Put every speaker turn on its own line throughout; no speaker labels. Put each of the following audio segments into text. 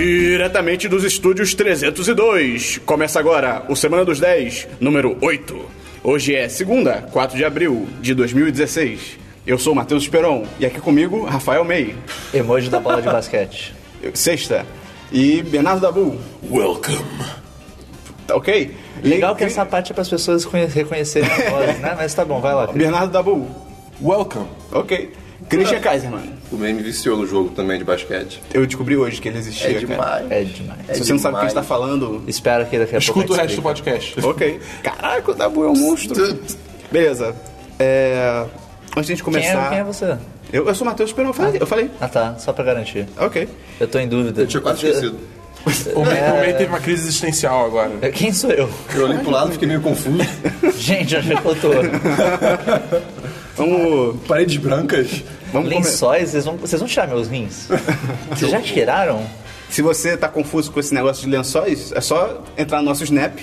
diretamente dos estúdios 302. Começa agora o Semana dos 10, número 8. Hoje é segunda, 4 de abril de 2016. Eu sou o Matheus Esperon e aqui comigo, Rafael May.
Emoji da bola de basquete.
Sexta. E Bernardo Dabu.
Welcome.
Tá ok?
Legal que
E-
essa parte é para as pessoas conhe- reconhecerem a voz, né? Mas tá bom, vai lá.
Bernardo Dabu.
Welcome.
Ok. Christian Kaiserman.
O meme viciou no jogo também de basquete.
Eu descobri hoje que ele existia,
É
cara.
demais.
É demais.
Se você não sabe o que a gente tá
demais.
falando,
Espero que daqui a pouco.
Escuta o
a gente
resto do podcast.
Ok. Caraca, o Dabu é um monstro. Beleza. É... Antes de gente
explique. Quem
começar.
é, quem é você?
eu, eu sou o Matheus Perão. Eu falei. Eu falei.
Ah tá, só pra garantir.
Ok.
Eu tô em dúvida.
Eu tinha quase esquecido.
O May,
É.
o May teve uma crise existencial agora.
Eu- Quem sou eu?
Eu olhei pro lado e fiquei meio confuso.
Gente, onde é que eu tô?
Vamos.
Paredes brancas.
vamos começar.
Lençóis, vocês vão, vocês vão tirar meus rins? Vocês já tiraram?
Se você tá confuso com esse negócio de lençóis, é só entrar no nosso Snap,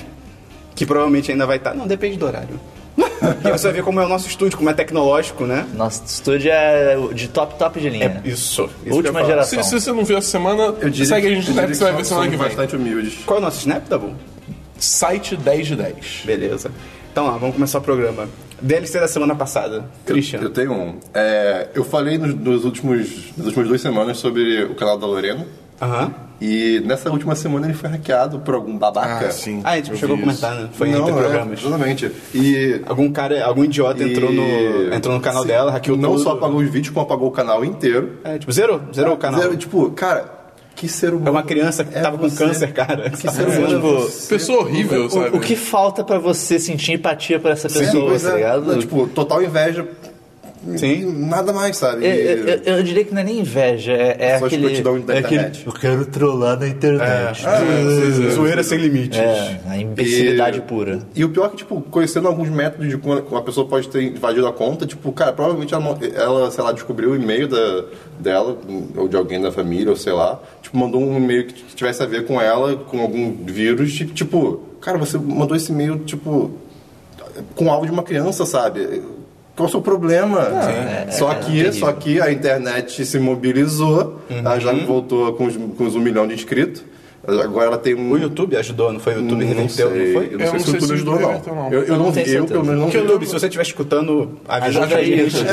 que provavelmente ainda vai estar. Não, depende do horário. e você vai ver como é o nosso estúdio, como é tecnológico, né?
Nosso estúdio é de top, top de linha.
É,
Isso. isso que eu
É. Última
ia falar.
geração.
Se, se você não viu essa semana,
Eu diria
segue a
que-
gente
eu
no
diria
Snap que você vai
somos-
ver
um
semana que
somos
vem.
bastante humildes.
Qual é o nosso Snap, Dabu?
Site 10 de 10.
Beleza. Então lá, vamos começar o programa. DLC da semana passada. Christian.
Eu tenho um. É, eu falei nos, nos últimos, nas últimas duas semanas sobre o canal da Lorena.
Aham.
E nessa última semana ele foi hackeado por algum babaca.
Ah, a gente
Eu
chegou a
vi
comentar, né? Foi
não,
entre
é,
programas.
Exatamente. E
Algum cara, algum idiota entrou, no,
e-
entrou no canal
sim,
dela, hackeou
Não
tudo.
só apagou os vídeos, como apagou o canal inteiro.
É, tipo, zerou, zerou o canal.
Zero, tipo, cara, que ser humano.
É uma criança que
é
tava com
você?
câncer, cara.
Que
Sabe?
ser humano.
Tipo,
é você?
Pessoa horrível, sabe?
O, o que falta pra você sentir empatia por essa pessoa,
Pois
tá
é.
ligado?
Não, Tipo, total inveja.
Sim.
Nada mais, sabe?
Eu, eu- eu- eu diria que não é nem inveja, é, é
Só
aquele.
escrotidão da
é
internet.
Eu quero trollar na internet.
É, Zoeira sem limites.
É, a imbecilidade pura.
E o pior é que, tipo, conhecendo alguns métodos de como uma pessoa pode ter invadido a conta, tipo, cara, provavelmente ela, ela sei lá, descobriu o e-mail da, dela, ou de alguém da família, ou sei lá, tipo, mandou um e-mail que tivesse a ver com ela, com algum vírus, e, tipo, cara, você mandou esse e-mail, tipo, com algo de uma criança, sabe? Qual é o seu problema? só que, só que a internet se mobilizou, ela já voltou com os, com os um milhão de inscritos, agora ela tem um...
O YouTube ajudou, não foi? O YouTube reverteu, não
sei.
foi?
Eu
Eu
Hum, não sei se
não sei
o
se
YouTube ajudou,
reverteu,
não.
não.
Eu, eu não
Não tenho
vi, eu pelo
certeza.
menos não
Porque,
vi.
YouTube, se você estiver escutando, avisa
Ajuda
a
a
gente.
gente.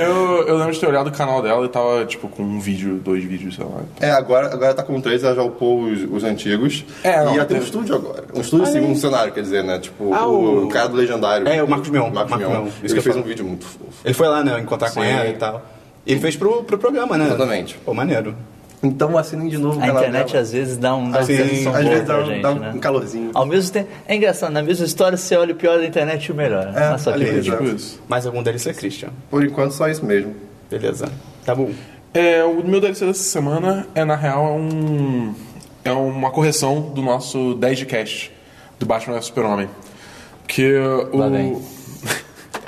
Eu, eu lembro de ter olhado o canal dela e tava, tipo, com um vídeo, dois vídeos, sei lá.
É, agora, agora tá com três, ela já upou os, os antigos.
É, não,
e ela tem um
teve-
estúdio agora. Um estúdio segundo cenário, quer dizer, né? Tipo,
Ah,
o...
o-
cara do Legendário.
É, o Marcos Mion.
Marcos
Marcos
Mion.
Mion, isso que
Ele
eu
fez um
falo.
vídeo muito fofo.
Ele foi lá, né, encontrar com
Sim.
ela e tal. Ele fez pro, pro programa, né?
Exatamente.
Pô, maneiro.
Então assinem de novo o
A
canal
internet
é
dela.
às vezes dá um dá
Assim,
uma sensação
às
boa
vezes
pra
dá um-
gente,
dá um
né?
calorzinho.
Ao mesmo tempo. É engraçado, na mesma história você olha o pior da internet e o melhor. É, Olha só que
ali,
coisa.
exato.
Tipo isso.
Mais algum DLC, Christian?
Por enquanto, só isso mesmo.
Beleza. Tá bom.
É, o meu DLC dessa semana é, na real, é um. É uma correção do nosso 10 de cast do Batman vs Super-Homem. Que
Lá
o.
vem.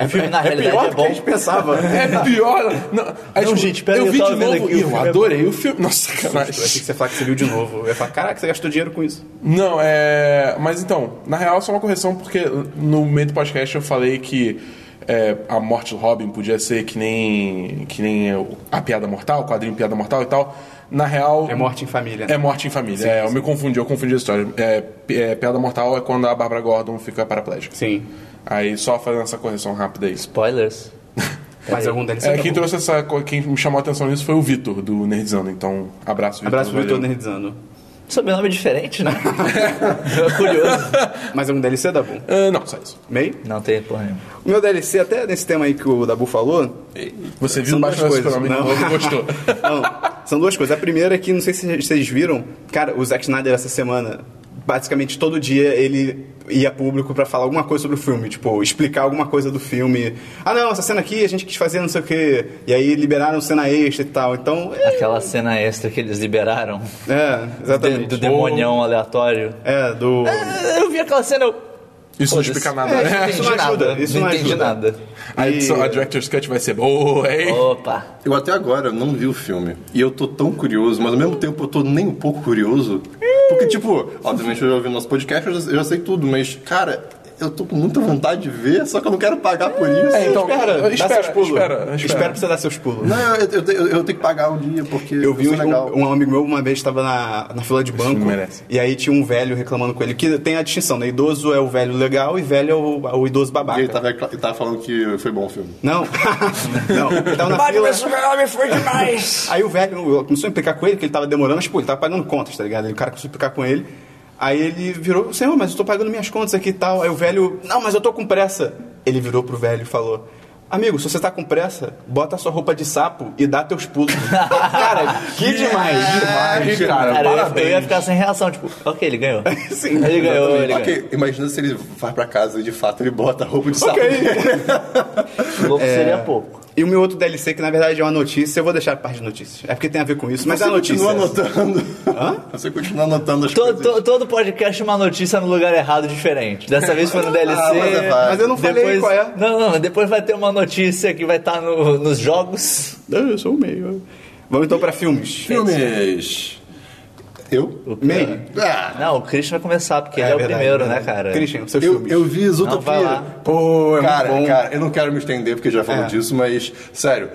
filme, na realidade,
pior
é
do
bom.
que a gente pensava.
É pior! Não, aí,
Não, gente, pera aí,
eu
eu
vi
tava
de
vendo
novo
aqui,
e
o
eu
filme é
adorei o filme. Nossa,
Eu achei
sacanagem.
que você ia falar que você viu de novo. Eu ia falar, caraca, você gastou dinheiro com isso.
Não, é. Mas então, na real, só uma correção, porque no meio do podcast eu falei que é, a morte do Robin podia ser que nem. que nem o- a piada mortal, o quadrinho Piada Mortal e tal. Na real.
É morte em família.
É morte em família. é, eu me confundi, eu confundi a história. É, pi- é, piada mortal é quando a Barbara Gordon fica paraplégica.
Sim.
Aí só fazendo essa correção rápida aí.
Spoilers.
Mais algum DLC?
É,
Tá
quem
bom.
trouxe essa. co- Quem me chamou a atenção nisso foi o Vitor, do Nerdzano. Então, abraço, Vitor.
Abraço, Vitor
valeu.
Nerdzano.
Sobrenome diferente, né? É Curioso.
Mais algum DLC, Dabu?
Ah, não, só isso.
Meio?
Não tem porra nenhuma.
O meu DLC, até nesse tema aí que o Dabu falou,
Você
são
viu o
duas
Batman
coisas.
Superman de novo e gostou.
não, são duas coisas. A primeira é que, não sei se vocês viram, cara, o Zack Snyder essa semana, basicamente todo dia ele ia a público pra falar alguma coisa sobre o filme, tipo, explicar alguma coisa do filme. Ah, não, essa cena aqui a gente quis fazer não sei o quê. E aí liberaram cena extra e tal. Então, é,
Aquela cena extra que eles liberaram
é
de-
exatamente.
do demonião aleatório.
É, do...
Eu vi aquela cena, eu.
Isso não
Foda-se.
explica nada,
É,
né?
Isso não ajuda, isso
não
não
entendi
ajuda.
nada.
A, edição, a Director's Cut vai ser boa, hein?
Oh. Opa!
Eu até agora não vi o filme. E eu tô tão curioso, mas ao mesmo tempo eu tô nem um pouco curioso. Porque, tipo, obviamente eu já ouvi nosso podcast, eu já, eu já sei tudo, mas, cara, eu tô com muita vontade de ver, só que eu não quero pagar por isso.
É, então,
Espera, dá
espera,
seus pulos.
espera, espera.
pra você dar seus pulos.
Não, eu, eu, eu- eu tenho que pagar um dia, porque
Eu vi
sou
um,
legal.
um amigo meu uma vez estava na, na fila de banco
não merece.
e aí tinha um velho reclamando com ele, que tem a distinção, né? Idoso é o velho legal e velho é o, o idoso babaca.
Ele tava, ele tava falando que foi bom o filme.
Não, não, ele tava na
Batman
fila.
vs Super-Homem foi demais!
Aí o velho começou a implicar com ele, que ele tava demorando, mas, pô, ele tava pagando contas, tá ligado? Aí o cara começou a implicar com ele. Aí ele virou, senhor, mas eu tô pagando minhas contas aqui e tal. Aí o velho, não, mas eu tô com pressa. Ele virou pro velho e falou. Amigo, se você tá com pressa, bota a sua roupa de sapo e dá teus pulos. cara,
É,
que demais!
Demais, cara.
Cara, eu ia- eu ia
parabéns.
ficar sem reação, tipo, ok, ele ganhou.
Sim,
ele ganhou, ele ganhou.
Ok, imagina se ele vai pra casa e de fato ele bota a roupa de sapo.
Ok.
Louco seria pouco.
E o meu outro DLC, que na verdade é uma notícia, eu vou deixar a parte de notícias. É porque tem a ver com isso, mas
Você
é a notícia.
continua anotando. Você continua anotando as
Todo,
coisas.
to- todo podcast é uma notícia no lugar errado diferente. Dessa vez foi no DLC.
mas é válido.
Mas eu não falei
depois,
qual é.
Não, não, depois vai ter uma notícia que vai estar nos jogos.
Eu sou o meio. Vamos então pra filmes.
Filmes. Eu?
O pior.
Meio.
Ah,
Não, o Christian vai começar, porque ele é
verdade,
o primeiro,
verdade.
né, cara?
Christian, seus
eu,
filmes.
eu vi
Não, vai
Zootopia.
lá.
Pô, é
Cara,
muito bom.
cara, eu não quero me estender porque já falou
É.
disso, mas sério,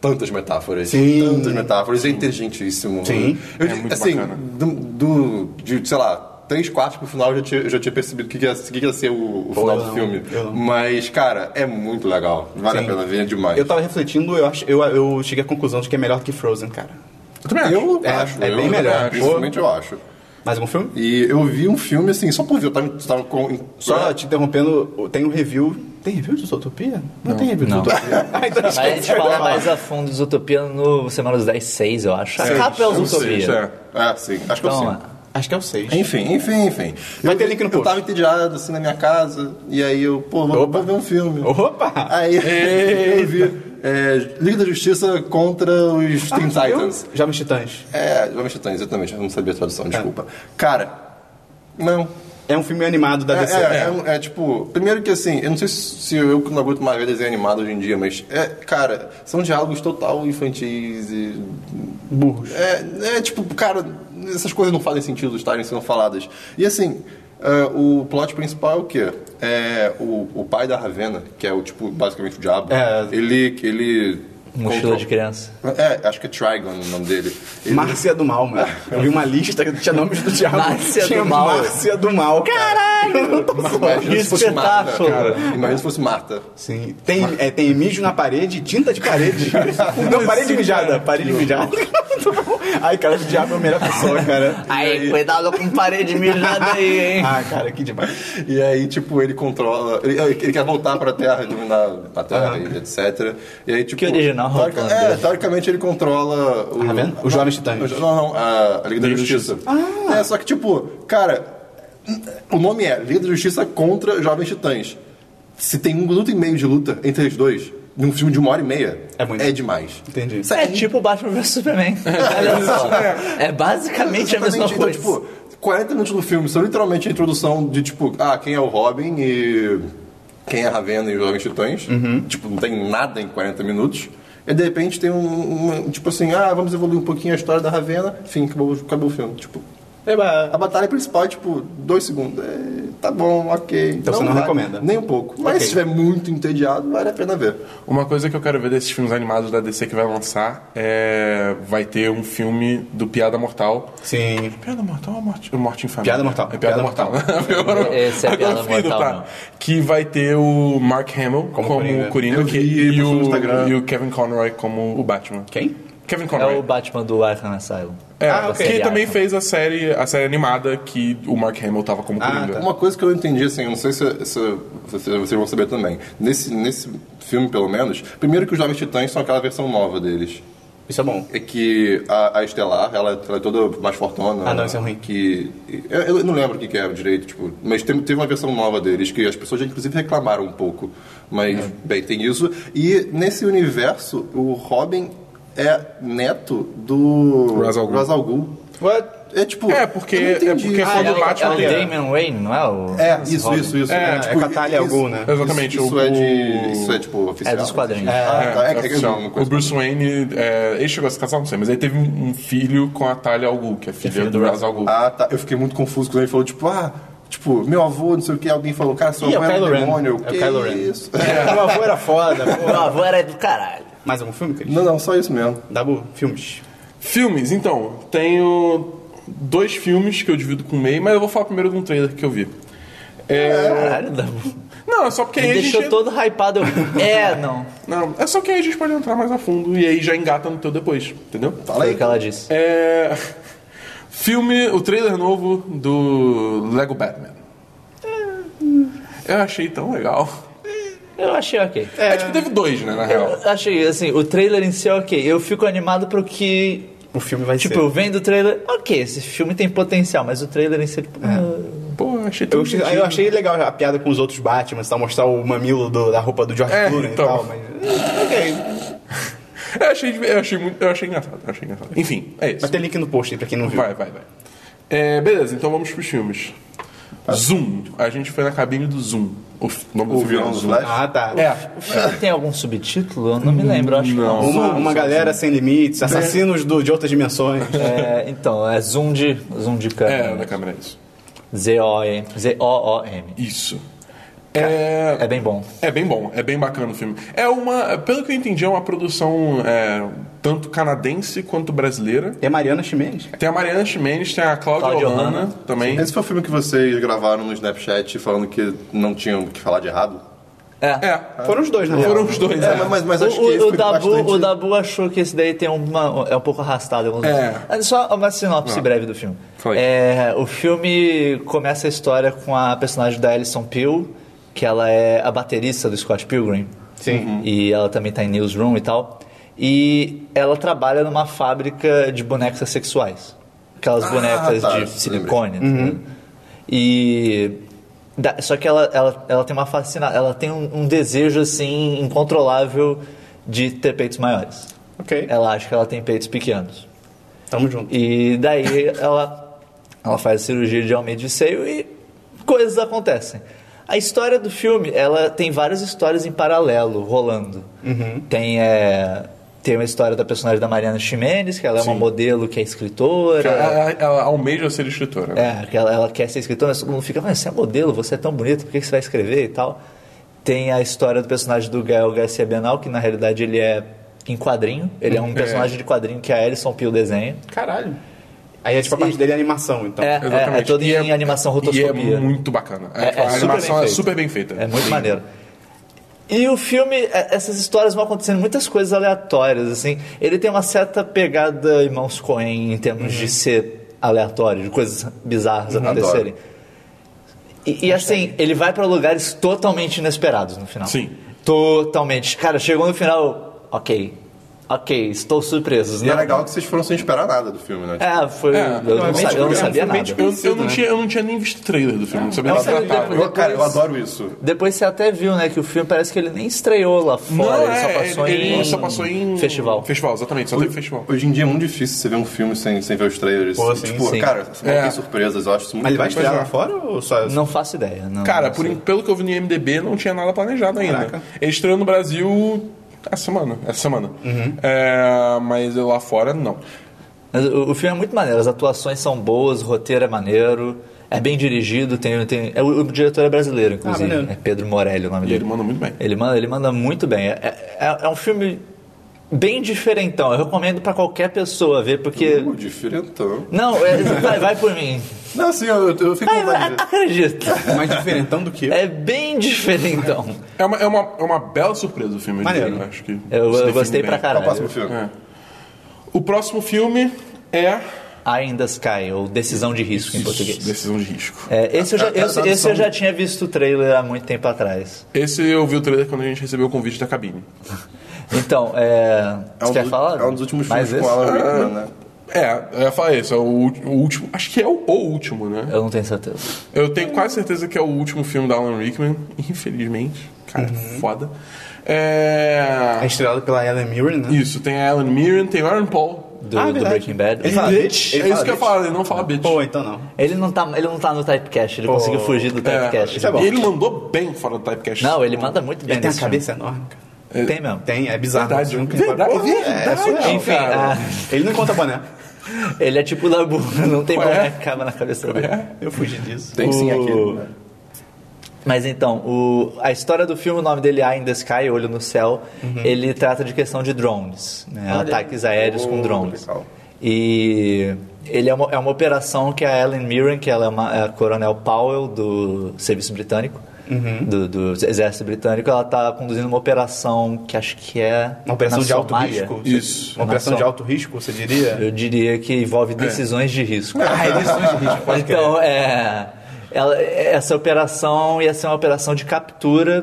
tantas metáforas.
Sim.
Tantas metáforas, é inteligentíssimo.
Sim.
Eu,
É muito
assim,
bacana.
do, do- de, sei lá, três quartos pro final eu já tinha, eu já tinha percebido o que, que, ia, o que que ia ser o, o final
não,
do filme.
eu não.
Mas, cara, é muito legal. Vale
Sim.
a pena ver, é demais.
Eu tava refletindo, eu, acho, eu, eu cheguei à conclusão de que é melhor do que Frozen, cara.
Eu também acho.
Eu
É,
acho.
é
eu,
bem melhor.
acho, Principalmente eu acho.
Mais um filme?
E eu vi um filme assim, só por ver, eu tava, tava com. é.
Só te interrompendo, tem um review. Tem review de Zootopia? Não, tem review de
Não.
Zootopia. ah, então
Mas a gente
esquece.
fala mais a fundo de Utopia no Semana dos 10, 6, eu acho. A capa é o
eu
sei,
Utopia.
é.
Ah, sim. Acho que eu
Então,
sei.
Acho que é o 6.
Enfim, enfim, enfim.
Vai
Eu-
ter link no
Eu
post.
tava entediado, assim, na minha casa, e aí eu, pô, vou,
Opa.
vou ver um filme.
Opa!
Aí eu vi é, Liga da Justiça contra os Teen
Ah, viu?
Titans.
Jovens Titãs.
É, Jovens Titãs, exatamente, eu não sabia a tradução, desculpa. Cara, não.
É um filme animado da
É,
DC.
é, é um- é, tipo, primeiro que assim, eu não sei se se eu que não aguento mais ver desenho animado hoje em dia, mas, é, cara, são diálogos total infantis e
Burros.
é, é, tipo, cara, essas coisas não fazem sentido estarem sendo faladas. E assim, ah, o plot principal é o quê? É o, o pai da Ravena, que é o tipo, basicamente o diabo,
É.
ele. ele
Mochila de criança.
É, acho que é Trigon o nome dele. Ele-
Márcia do Mal, mano.
É.
Eu vi uma lista que tinha nomes do diabo.
Márcia do
tinha
Mal.
Márcia do Mal. Caralho! Eu não tô zoando.
Imagina se fosse Marta,
espetáculo.
cara. Imagina se fosse Marta.
Sim. Tem, é, tem mijo na parede, tinta de parede. não, parede mijada. Parede mijada. Ai, cara, o diabo é a melhor pessoa, cara.
Aí, cuidado com parede mijada aí, hein?
Ah, cara, que demais.
E aí, tipo, ele controla. Ele, ele quer voltar pra Terra, dominar a Terra, e etc. E aí, tipo.
Que original,
teorica-
Rock
é,
Hunter.
teoricamente ele controla. O,
Ah, vendo? Os Jovens Titãs.
Os- Não, não, a, a Liga da Justiça. É, só que, tipo, cara, o nome é Liga da Justiça contra Jovens Titãs. Se tem um minuto e meio de luta entre os dois, num filme de uma hora e meia,
É muito.
demais.
Entendi.
É tipo Batman vs Superman. Olha só. É basicamente a mesma coisa.
Exatamente. Então, tipo, 40 minutos do filme são literalmente a introdução de, tipo, ah, quem é o Robin e quem é a Ravena e os Jovens Titãs.
Uhum.
Tipo, não tem nada em 40 minutos. E de repente tem um, um- tipo assim, ah, vamos evoluir um pouquinho a história da Ravena. Enfim, acabou, acabou o filme. Tipo, a batalha principal é, tipo, dois segundos. É, tá bom, ok.
Então você não
vale
recomenda.
Nem um pouco. Mas
Ok.
se estiver muito entediado, vale a pena ver.
Uma coisa que eu quero ver desses filmes animados da DC que vai lançar é. Vai ter um filme do Piada Mortal.
Sim.
Piada Mortal ou Morte, morte em Família?
Piada Mortal.
É Piada,
Piada
Mortal. Agora-
Esse é
agora
Piada
eu fui do
Mortal,
tá.
não.
Que vai ter o Mark Hamill como,
Coringa.
Coringa,
Eu
que-
vi
e,
no
o,
Instagram.
e o Kevin Conroy como o Batman.
Quem?
Kevin
É
Conroy.
o Batman do Arkham Asylum.
É,
Ah, ok.
que
Seriado.
também fez a série, a série animada que o Mark Hamill tava como
Ah,
Coringa.
tá.
É Uma coisa que eu entendi, assim, eu não sei se, se vocês, vocês vão saber também. Nesse, nesse filme, pelo menos, primeiro que os Jovens Titãs são aquela versão nova deles.
Isso é bom.
É que a, a Estelar, ela, ela é toda mais fortona.
Ah, não, isso é ruim.
Que, eu, eu não lembro o que, que é direito, tipo, mas tem, teve uma versão nova deles que as pessoas já, inclusive, reclamaram um pouco. Mas,
É.
bem, tem isso. E nesse universo, o Robin é neto do
Ra's al Ghul.
Ra's al Ghul.
What?
É tipo.
É, porque-
eu não
é
entendi
porque
isso.
quando
é,
o Batman
é o
era-
Damian Wayne, não é o...
É,
esse
isso,
Robin?
isso, isso.
É,
tipo, Catalha
isso-
algum, né?
Exatamente,
Isso, isso
o-
é de. Isso é tipo oficial.
dos quadrinhos.
Ah,
É,
tá, é,
é
que- é, que-
oficial.
uma
o
coisa-
Bruce Wayne, é, ele chegou a se casar, não sei, mas ele teve um um filho com a Talia Al Ghul, que é filha do Ra's Al Ghul.
Ah, tá. Eu fiquei muito confuso quando ele falou, tipo, ah, Tipo, meu avô, não sei o que, alguém falou, cara, seu
Ih, é o
avô é um
Kylo Ren.
demônio.
É o
o que
Kylo Ren.
isso?
Meu avô era foda, pô.
Meu avô era do caralho.
Mais algum filme, Cris?
Não, não, só isso mesmo.
Dabu, filmes.
Filmes, então, tenho dois filmes que eu divido com o meio, mas eu vou falar primeiro de um trailer que eu vi. É...
Caralho, Dabu.
Não, é só porque
Me
aí a
deixou
gente...
todo hypado. eu- É, não.
Não, é só que aí a gente pode entrar mais a fundo e aí já engata no teu depois, entendeu?
Fala
Foi o
aí.
que ela disse.
É... Filme, o trailer novo do Lego Batman. Eu achei tão legal.
Eu achei ok.
É, tipo, teve dois, né, na real.
Eu achei, assim, o trailer em si é ok. Eu fico animado pro que.
O filme vai
Tipo,
ser.
eu vendo o trailer, ok, esse filme tem potencial, mas o trailer em si é tipo. ah,
Pô, eu achei tão
Eu achei, eu achei legal a piada com os outros Batman, tal, mostrar o mamilo do- da roupa do George
É,
Clooney
então.
e tal, mas. Ok.
Eu É, achei, eu achei muito... Eu achei engraçado, eu achei engraçado. Enfim, é isso.
Vai ter link no post aí pra quem não viu.
Vai, vai, vai. É, beleza, então vamos pros filmes. Zoom. A gente foi na cabine do Zoom. O f- nome do
O
filme é
vilão do
Zoom.
Flash?
Ah, tá.
É.
O filme tem algum subtítulo? Eu não me lembro, eu acho que não.
Uma, uma galera sem limites, assassinos do- de outras dimensões.
É, então, é zoom de. Zoom de
É,
câmera.
na câmera, é isso.
Z-O-M. Z-O-O-M.
Isso. É,
É bem bom.
é bem bom, é bem bacana o filme. É uma, pelo que eu entendi, é uma produção é, tanto canadense quanto brasileira.
É Mariana Chimenez, cara.
Tem a Mariana Ximenes, tem a Cláudia
Cláudia
Hanna,
Hanna.
também.
Esse foi o filme que vocês gravaram no Snapchat falando que não tinham o que falar de errado?
É.
É,
Foram os dois, né? na real.
foram os dois.
É,
É,
mas, mas acho
o,
que
o-
esse
o
foi
Dabu,
bastante...
o Dabu achou que esse daí tem uma, é um pouco arrastado. em alguns
É.
momentos. Só uma sinopse breve do filme.
Foi.
É, o filme começa a história com a personagem da Alison Peel, que ela é a baterista do Scott Pilgrim.
Sim.
Uhum.
E ela também tá em Newsroom e tal. E ela trabalha numa fábrica de bonecas sexuais. Aquelas bonecas
tá,
de silicone. tá ligado? E. da- só que ela, ela, ela tem uma fascina, ela tem um, um desejo assim incontrolável de ter peitos maiores.
Ok.
É.
Ela acha que ela tem peitos pequenos.
Tamo junto.
E daí ela, ela faz cirurgia de aumento de seio e coisas acontecem. A história do filme, ela tem várias histórias em paralelo rolando. Tem, é, tem uma história da personagem da Mariana Ximenes, que ela é uma modelo que é escritora.
Ela, ela É, almeja ser escritora. né?
É, que ela, ela quer ser escritora, mas todo mundo fica, mas você é modelo, você é tão bonito, por que que você vai escrever e tal? Tem a história do personagem do Gael Garcia Benal, que na realidade ele é em quadrinho, ele é um personagem de quadrinho que a Alison Peel desenha.
Caralho. Aí é tipo a parte dele é animação, então.
É, é, é todo
E
em animação rotoscopia.
E é muito bacana.
É-
Tipo, a
é super
animação
bem
é
feito.
super bem feita.
É muito
Sim.
maneiro. E o filme, é, essas histórias vão acontecendo muitas coisas aleatórias, assim. Ele tem uma certa pegada irmãos Coen em termos
Uhum.
de ser aleatório, de coisas bizarras acontecerem. E, e, assim, ele vai pra lugares totalmente inesperados no final.
Sim.
Totalmente. Cara, chegou no final, ok. Ok, estou surpreso.
E é
Não-
legal que vocês foram sem esperar nada do filme, né?
É, foi.
É,
eu, não
é bem
sabia, eu não
descoberto,
sabia
foi bem
nada.
Eu, eu,
Conhecido,
não
né?
tinha, eu não tinha nem visto o trailer do filme, não sabia
é
nem
um
do que
filme
tratava.
depois-
Eu, cara, eu adoro isso.
Depois você até viu, né, que o filme parece que ele nem estreou lá fora, ele, só passou
é, ele-
em...
ele só passou em-
Festival.
Festival, exatamente, só teve festival.
Hoje em dia é muito difícil você ver um filme sem, sem ver os trailers.
Pô, sim,
tipo,
sim.
cara, você
É.
não tem surpresas, eu acho isso muito
Mas ele vai
bom.
estrear
é.
lá fora ou só.
Não faço ideia. Não,
Cara,
não
por,
sei.
in- pelo que eu vi no IMDB, não tinha nada planejado ainda.
Caraca.
Ele estreou no Brasil essa semana, essa semana.
Uhum.
É, mas lá fora, não.
Mas o, o filme é muito maneiro, as atuações são boas, o roteiro é maneiro, é bem dirigido, tem... tem é, o, o diretor é brasileiro, inclusive.
maneiro.
é Pedro Morelli o nome
E
dele.
ele manda muito bem.
Ele manda, ele manda muito bem. É, é, é um filme bem diferentão. Eu recomendo pra qualquer pessoa ver, porque...
Uh, diferentão.
Não, é- vai, vai por mim.
Não, assim, eu, eu fico com
Vai,
vontade
vai,
de ver.
acredito.
Mais diferentão do que eu.
É bem diferentão.
É uma, é uma, é uma bela surpresa o filme, eu
Maneiro.
diria, acho que.
Eu,
se
eu
define
gostei
bem.
pra
Qual o
caralho.
próximo filme?
É. O próximo filme é.
Ainda Sky, ou Decisão de Risco em português.
Decisão de risco.
É, esse, eu já,
É, é,
esse-
é,
esse eu
são-
já tinha visto o trailer há muito tempo atrás.
Esse eu vi o trailer quando a gente recebeu o convite da cabine.
Então, é.
É um,
você quer
dos-
falar?
é um dos últimos
Mais
filmes com
esse?
Alan Rickman, né?
É, eu ia falar isso, é o, ulti- o último. Acho que é o, o último, né?
Eu não tenho certeza.
Eu tenho quase certeza que é o último filme da Alan Rickman, infelizmente. Cara,
Uhum.
foda. É.
É estrelado pela Ellen Mirren, né?
Isso, tem a Alan Mirren, tem o Aaron Paul.
Do,
Ah,
do
verdade.
Breaking Bad.
Ele fala
Ele-
bitch?
É
Ele fala
isso que eu ia
bitch?
falar, ele não fala bitch.
Pô, então não.
Ele não, tá, ele não tá no typecast, ele
Pô.
conseguiu fugir do typecast.
isso é bom.
E ele mandou bem fora do typecast.
Não, ele manda muito bem
Ele tem a
nesse
cabeça enorme, cara.
filme. Tem mesmo.
Tem, é bizarro.
Verdade,
Assim,
verdade,
Porra, é, é
verdade.
surreal,
Enfim,
cara.
ah,
Ele não encontra boné.
Ele é tipo o Dabu, não tem
Ué?
como é que acaba na cabeça dele.
É.
Eu fugi disso.
Tem sim
O-
aqui. né?
Mas então, o- a história do filme, o nome dele é Eye in the Sky, Olho no Céu,
Uhum.
ele trata de questão de drones, né? ataques aéreos com
Oh,
drones.
legal.
E ele é uma, é uma operação que a Ellen Mirren, que ela é, uma, é a coronel Powell do serviço britânico,
Uhum.
do, do exército britânico, ela está conduzindo uma operação que acho que é
Uma operação
na
de alto
Somália.
risco? você-
Isso.
Uma operação
Na
de
Som-
alto risco, você diria?
Eu diria que envolve decisões de risco.
Ah, eles são os riscos, pode crer.
Então, é, ela- essa operação ia ser uma operação de captura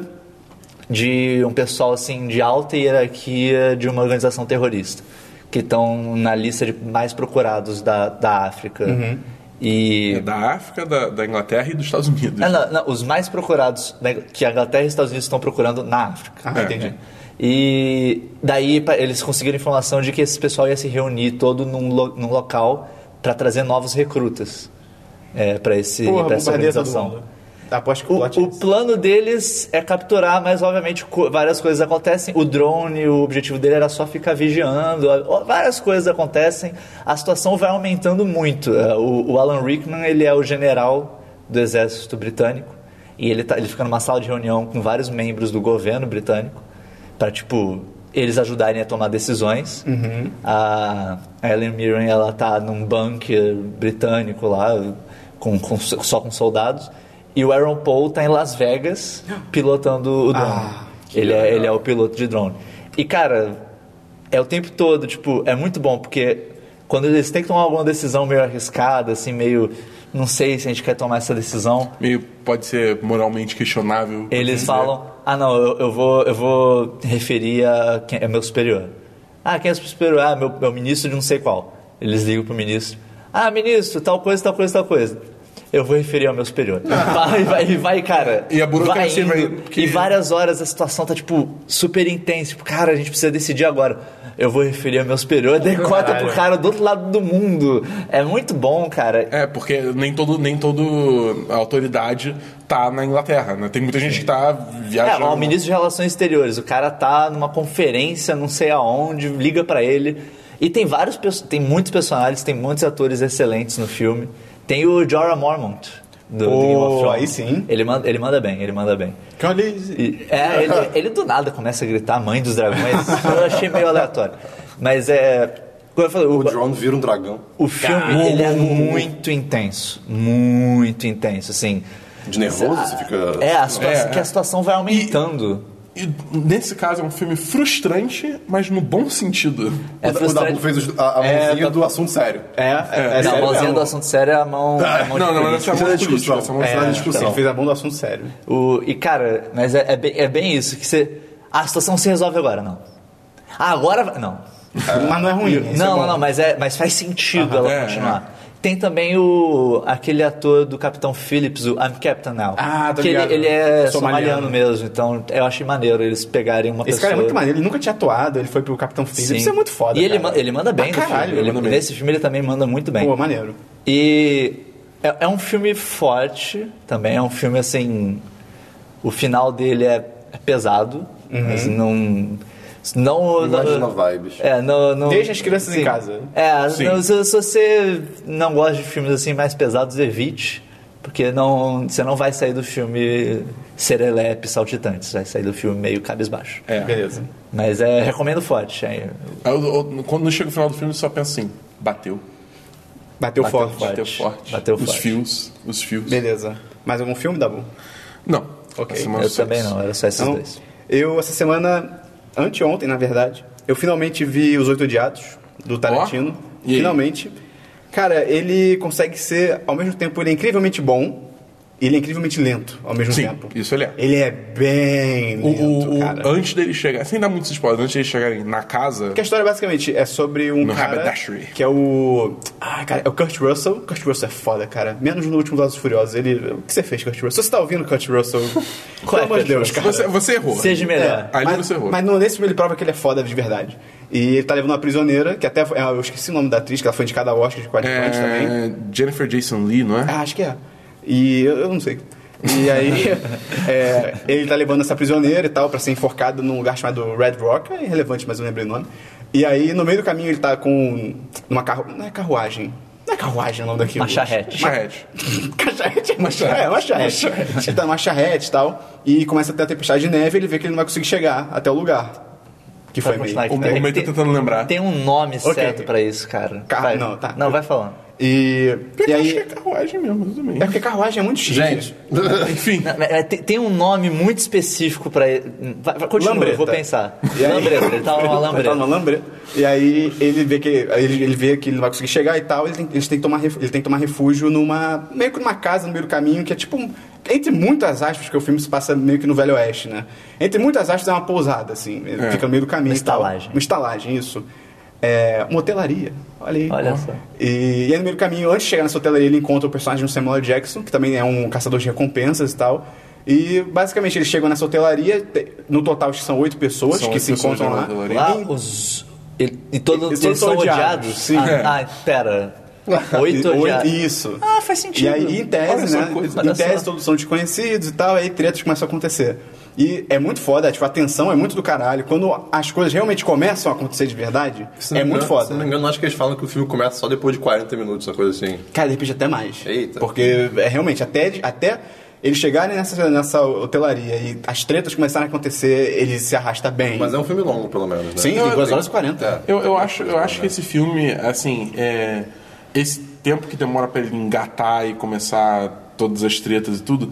de um pessoal assim de alta hierarquia de uma organização terrorista que estão na lista de mais procurados da, da África
É
e
da África, da, da Inglaterra e dos Estados Unidos.
Ah, não, não, os mais procurados né, que a Inglaterra e os Estados Unidos estão procurando na África.
Ah, entendi.
É. E daí pa- eles conseguiram informação de que esse pessoal ia se reunir todo num, lo- num local para trazer novos recrutas é, para esse
Porra,
pra essa
bombardeia todo
organização.
mundo. Aposto que o
O,
plot é
o
esse.
plano deles é capturar, mas obviamente co- várias coisas acontecem. O drone, o objetivo dele era só ficar vigiando. ó, Várias coisas acontecem. A situação vai aumentando muito. É, O, o Alan Rickman ele é o general do exército britânico e ele, tá, ele fica numa sala de reunião com vários membros do governo britânico para tipo eles ajudarem a tomar decisões. A a Ellen Mirren ela tá num bunker britânico lá com- com só com soldados. E o Aaron Paul tá em Las Vegas pilotando o drone. ele, é, ele é o piloto de drone. E, cara, é o tempo todo, tipo, é muito bom, porque quando eles têm que tomar alguma decisão meio arriscada, assim, meio. Não sei se a gente quer tomar essa decisão.
Meio pode ser moralmente questionável.
Eles
assim
falam: Ah, não, eu, eu vou, eu vou referir a quem é meu superior. Ah, quem é seu superior? Ah, meu, meu ministro de não sei qual. Eles ligam pro ministro: Ah, ministro, tal coisa, tal coisa, tal coisa. Eu vou referir ao meu superior. Vai, vai, vai, cara.
E a burocracia
vai.
vai-
indo.
que-
E várias horas a situação tá, tipo, super intensa. Tipo, cara, a gente precisa decidir agora. Eu vou referir ao meu superior. Decota pro cara do outro lado do mundo. É muito bom, cara.
É, porque nem todo nem todo a autoridade tá na Inglaterra, né? Tem muita gente que tá
É,
viajando.
o ministro de Relações Exteriores, o cara tá numa conferência, não sei aonde, liga pra ele. E tem vários, perso- tem muitos personagens, tem muitos atores excelentes no filme. Tem o Jorah Mormont do, do
Pô,
Game of Thrones.
aí sim.
Ele manda, ele manda bem, ele manda bem. E- é, ele, ele do nada começa a gritar mãe dos dragões. eu achei meio aleatório. Mas é. Como eu falei,
O drone vira um dragão.
o filme ele é muito intenso. Muito intenso, assim.
De nervoso, você fica.
É, a situação,
É, é.
que a situação vai aumentando.
E nesse caso é um filme frustrante, mas no bom sentido.
É
o, o Dabu
frustrante.
fez os- a, a
É,
mãozinha
tá-
do assunto sério.
É, é, é,
Não, a
sério
mãozinha
mesmo. Tá.
do assunto sério é a mão. a mão de
não, não, mas
político.
essa
Isso
é a mão
é discussão.
política, essa é a mão
É,
Será
política.
discussão?
Ele fez a mão do assunto sério.
O- e cara, mas é, é bem, é bem isso, que você. A situação se resolve agora, não. Ah, agora. vai- Não.
Mas não é ruim. isso é
não,
bom.
não, não, mas, é, mas faz sentido ela
é,
continuar. Tem também o aquele ator do Capitão Phillips, o I'm Captain Now.
Ah, tô
que ele,
ligado.
ele é
Somaliano.
somaliano mesmo, então eu achei maneiro eles pegarem uma
Esse
pessoa.
cara é muito maneiro, ele nunca tinha atuado, ele foi pro Capitão
Sim.
Phillips, isso é muito foda.
E ele,
cara.
ma- ele manda bem
Ah,
no
caralho,
filme. Ele-
manda bem.
nesse filme ele também manda muito bem.
Pô, maneiro.
E é, é um filme forte também, é um filme assim. O final dele é, é pesado,
Uhum.
mas não. Não,
Imagina
não,
vibes.
é, não, não-
Deixa as crianças em casa.
É,
Sim.
não, se, se você não gosta de filmes assim mais pesados, evite. Porque não, você não vai sair do filme serelepe, saltitante. Você vai sair do filme meio cabisbaixo.
É.
Beleza.
Mas é, recomendo forte. É,
Aí eu- eu- quando chega o final do filme, eu só penso assim: bateu,
Bateu, forte.
bateu forte.
bateu
os
forte.
fios, os fios.
Beleza. Mais algum filme, Dabu?
Não.
Ok.
Essa é uma
eu
só-
também não, era só esses
Não.
dois.
Então, Eu, essa semana, anteontem, na verdade, eu finalmente vi Os Oito Odiados, do Tarantino.
E aí?
Finalmente. Cara, ele consegue ser, ao mesmo tempo, ele é incrivelmente bom, e ele é incrivelmente lento, ao mesmo
Sim,
tempo.
isso ele é.
Ele é bem
O-
lento,
o- o-
cara.
antes dele chegar, sem dar muitos spoilers, antes deles chegarem na casa,
Porque a história, basicamente, é sobre um
No
cara
haberdashery.
que é o... Ah, cara, é o Kurt Russell. Kurt Russell é foda, cara. Menos no último Velozes e Furiosos. Ele... O que você fez, Kurt Russell? Você tá ouvindo Kurt Russell?
Qual é
Pelo amor de
Kurt
Deus,
Russell?
cara.
você, você errou.
Seja melhor.
É,
Ali
mas,
É, você errou.
Mas no, nesse filme ele prova que ele é foda de verdade. E ele tá levando uma prisioneira, que até. é, Eu esqueci o nome da atriz, que ela foi indicada ao Oscar de coadjuvante também.
É, Jennifer Jason Lee, não é?
Ah, acho que é. E eu, eu não sei. E aí, é, ele tá levando essa prisioneira e tal, pra ser enforcado num lugar chamado Red Rock, é irrelevante, mas eu lembrei o nome. E aí, no meio do caminho, ele tá com uma carru... Não é carruagem. Não é carruagem o nome daquilo.
Uma charrete.
Charrete.
Cacharrete.
Uma charrete.
É, uma charrete. Ele tá numa charrete e tal. E começa a ter a tempestade de neve ele vê que ele não vai conseguir chegar até o lugar. Que foi meio...
O meu meio tá tentando lembrar.
né? Tem um nome
Ok.
certo pra isso, cara.
Carro-
Vai.
não, tá.
Não, vai falando.
E,
Pior
e
que eu acho
aí...
que é carruagem mesmo, tudo bem.
É porque carruagem é muito chique.
Gente, enfim.
Não, mas, é, tem, tem um nome muito específico pra ele. Vai, vai, continua,
Lambreta.
eu vou pensar.
E aí-
Lambreta, ele tava numa
Ele
lambreta.
tava numa lambreta. E aí ele vê que ele, ele vê que ele não vai conseguir chegar e tal, ele tem, eles têm que tomar ref- ele tem que tomar refúgio numa meio que numa casa no meio do caminho que é tipo um- entre muitas aspas que o filme se passa meio que no Velho Oeste, né? Entre muitas aspas é uma pousada assim,
É.
fica no meio do caminho,
Uma
e tal.
estalagem.
uma estalagem isso. É, uma hotelaria. Olha aí.
Olha só.
E, e aí no meio do caminho, antes de chegar nessa hotelaria, ele encontra o personagem do Samuel L. Jackson, que também é um caçador de recompensas e tal. E basicamente eles chegam nessa hotelaria, te- no total acho que são oito pessoas
São
que
oito
se
pessoas
encontram
na
lá.
hotelaria.
Lá,
E-
os. ele- e todos,
Eles
todos
são
são
odiados,
odiados?
sim.
Ah,
É.
ah, pera. Oito
Oi-
odiados.
Isso.
Ah, faz sentido.
E aí, em
Olha
tese,
só
né?
a coisa.
Em
Olha
tese,
só.
todos são desconhecidos e tal, aí tretas começam a acontecer. E é muito foda, tipo, a tensão é muito do caralho. Quando as coisas realmente começam a acontecer de verdade,
Se não
é
me
muito
engano- Se
foda.
não me engano, acho que eles falam que o filme começa só depois de 40 minutos, uma coisa assim.
Cara, de repente até mais.
Eita.
Porque é realmente, até, até eles chegarem nessa, nessa hotelaria e as tretas começarem a acontecer, ele se arrasta bem.
Mas é um filme longo, pelo menos, né?
Sim,
Não,
tem 2
eu-
horas e 40.
É.
Eu, eu, acho, eu acho que esse filme, assim, é, esse tempo que demora pra ele engatar e começar todas as tretas e tudo,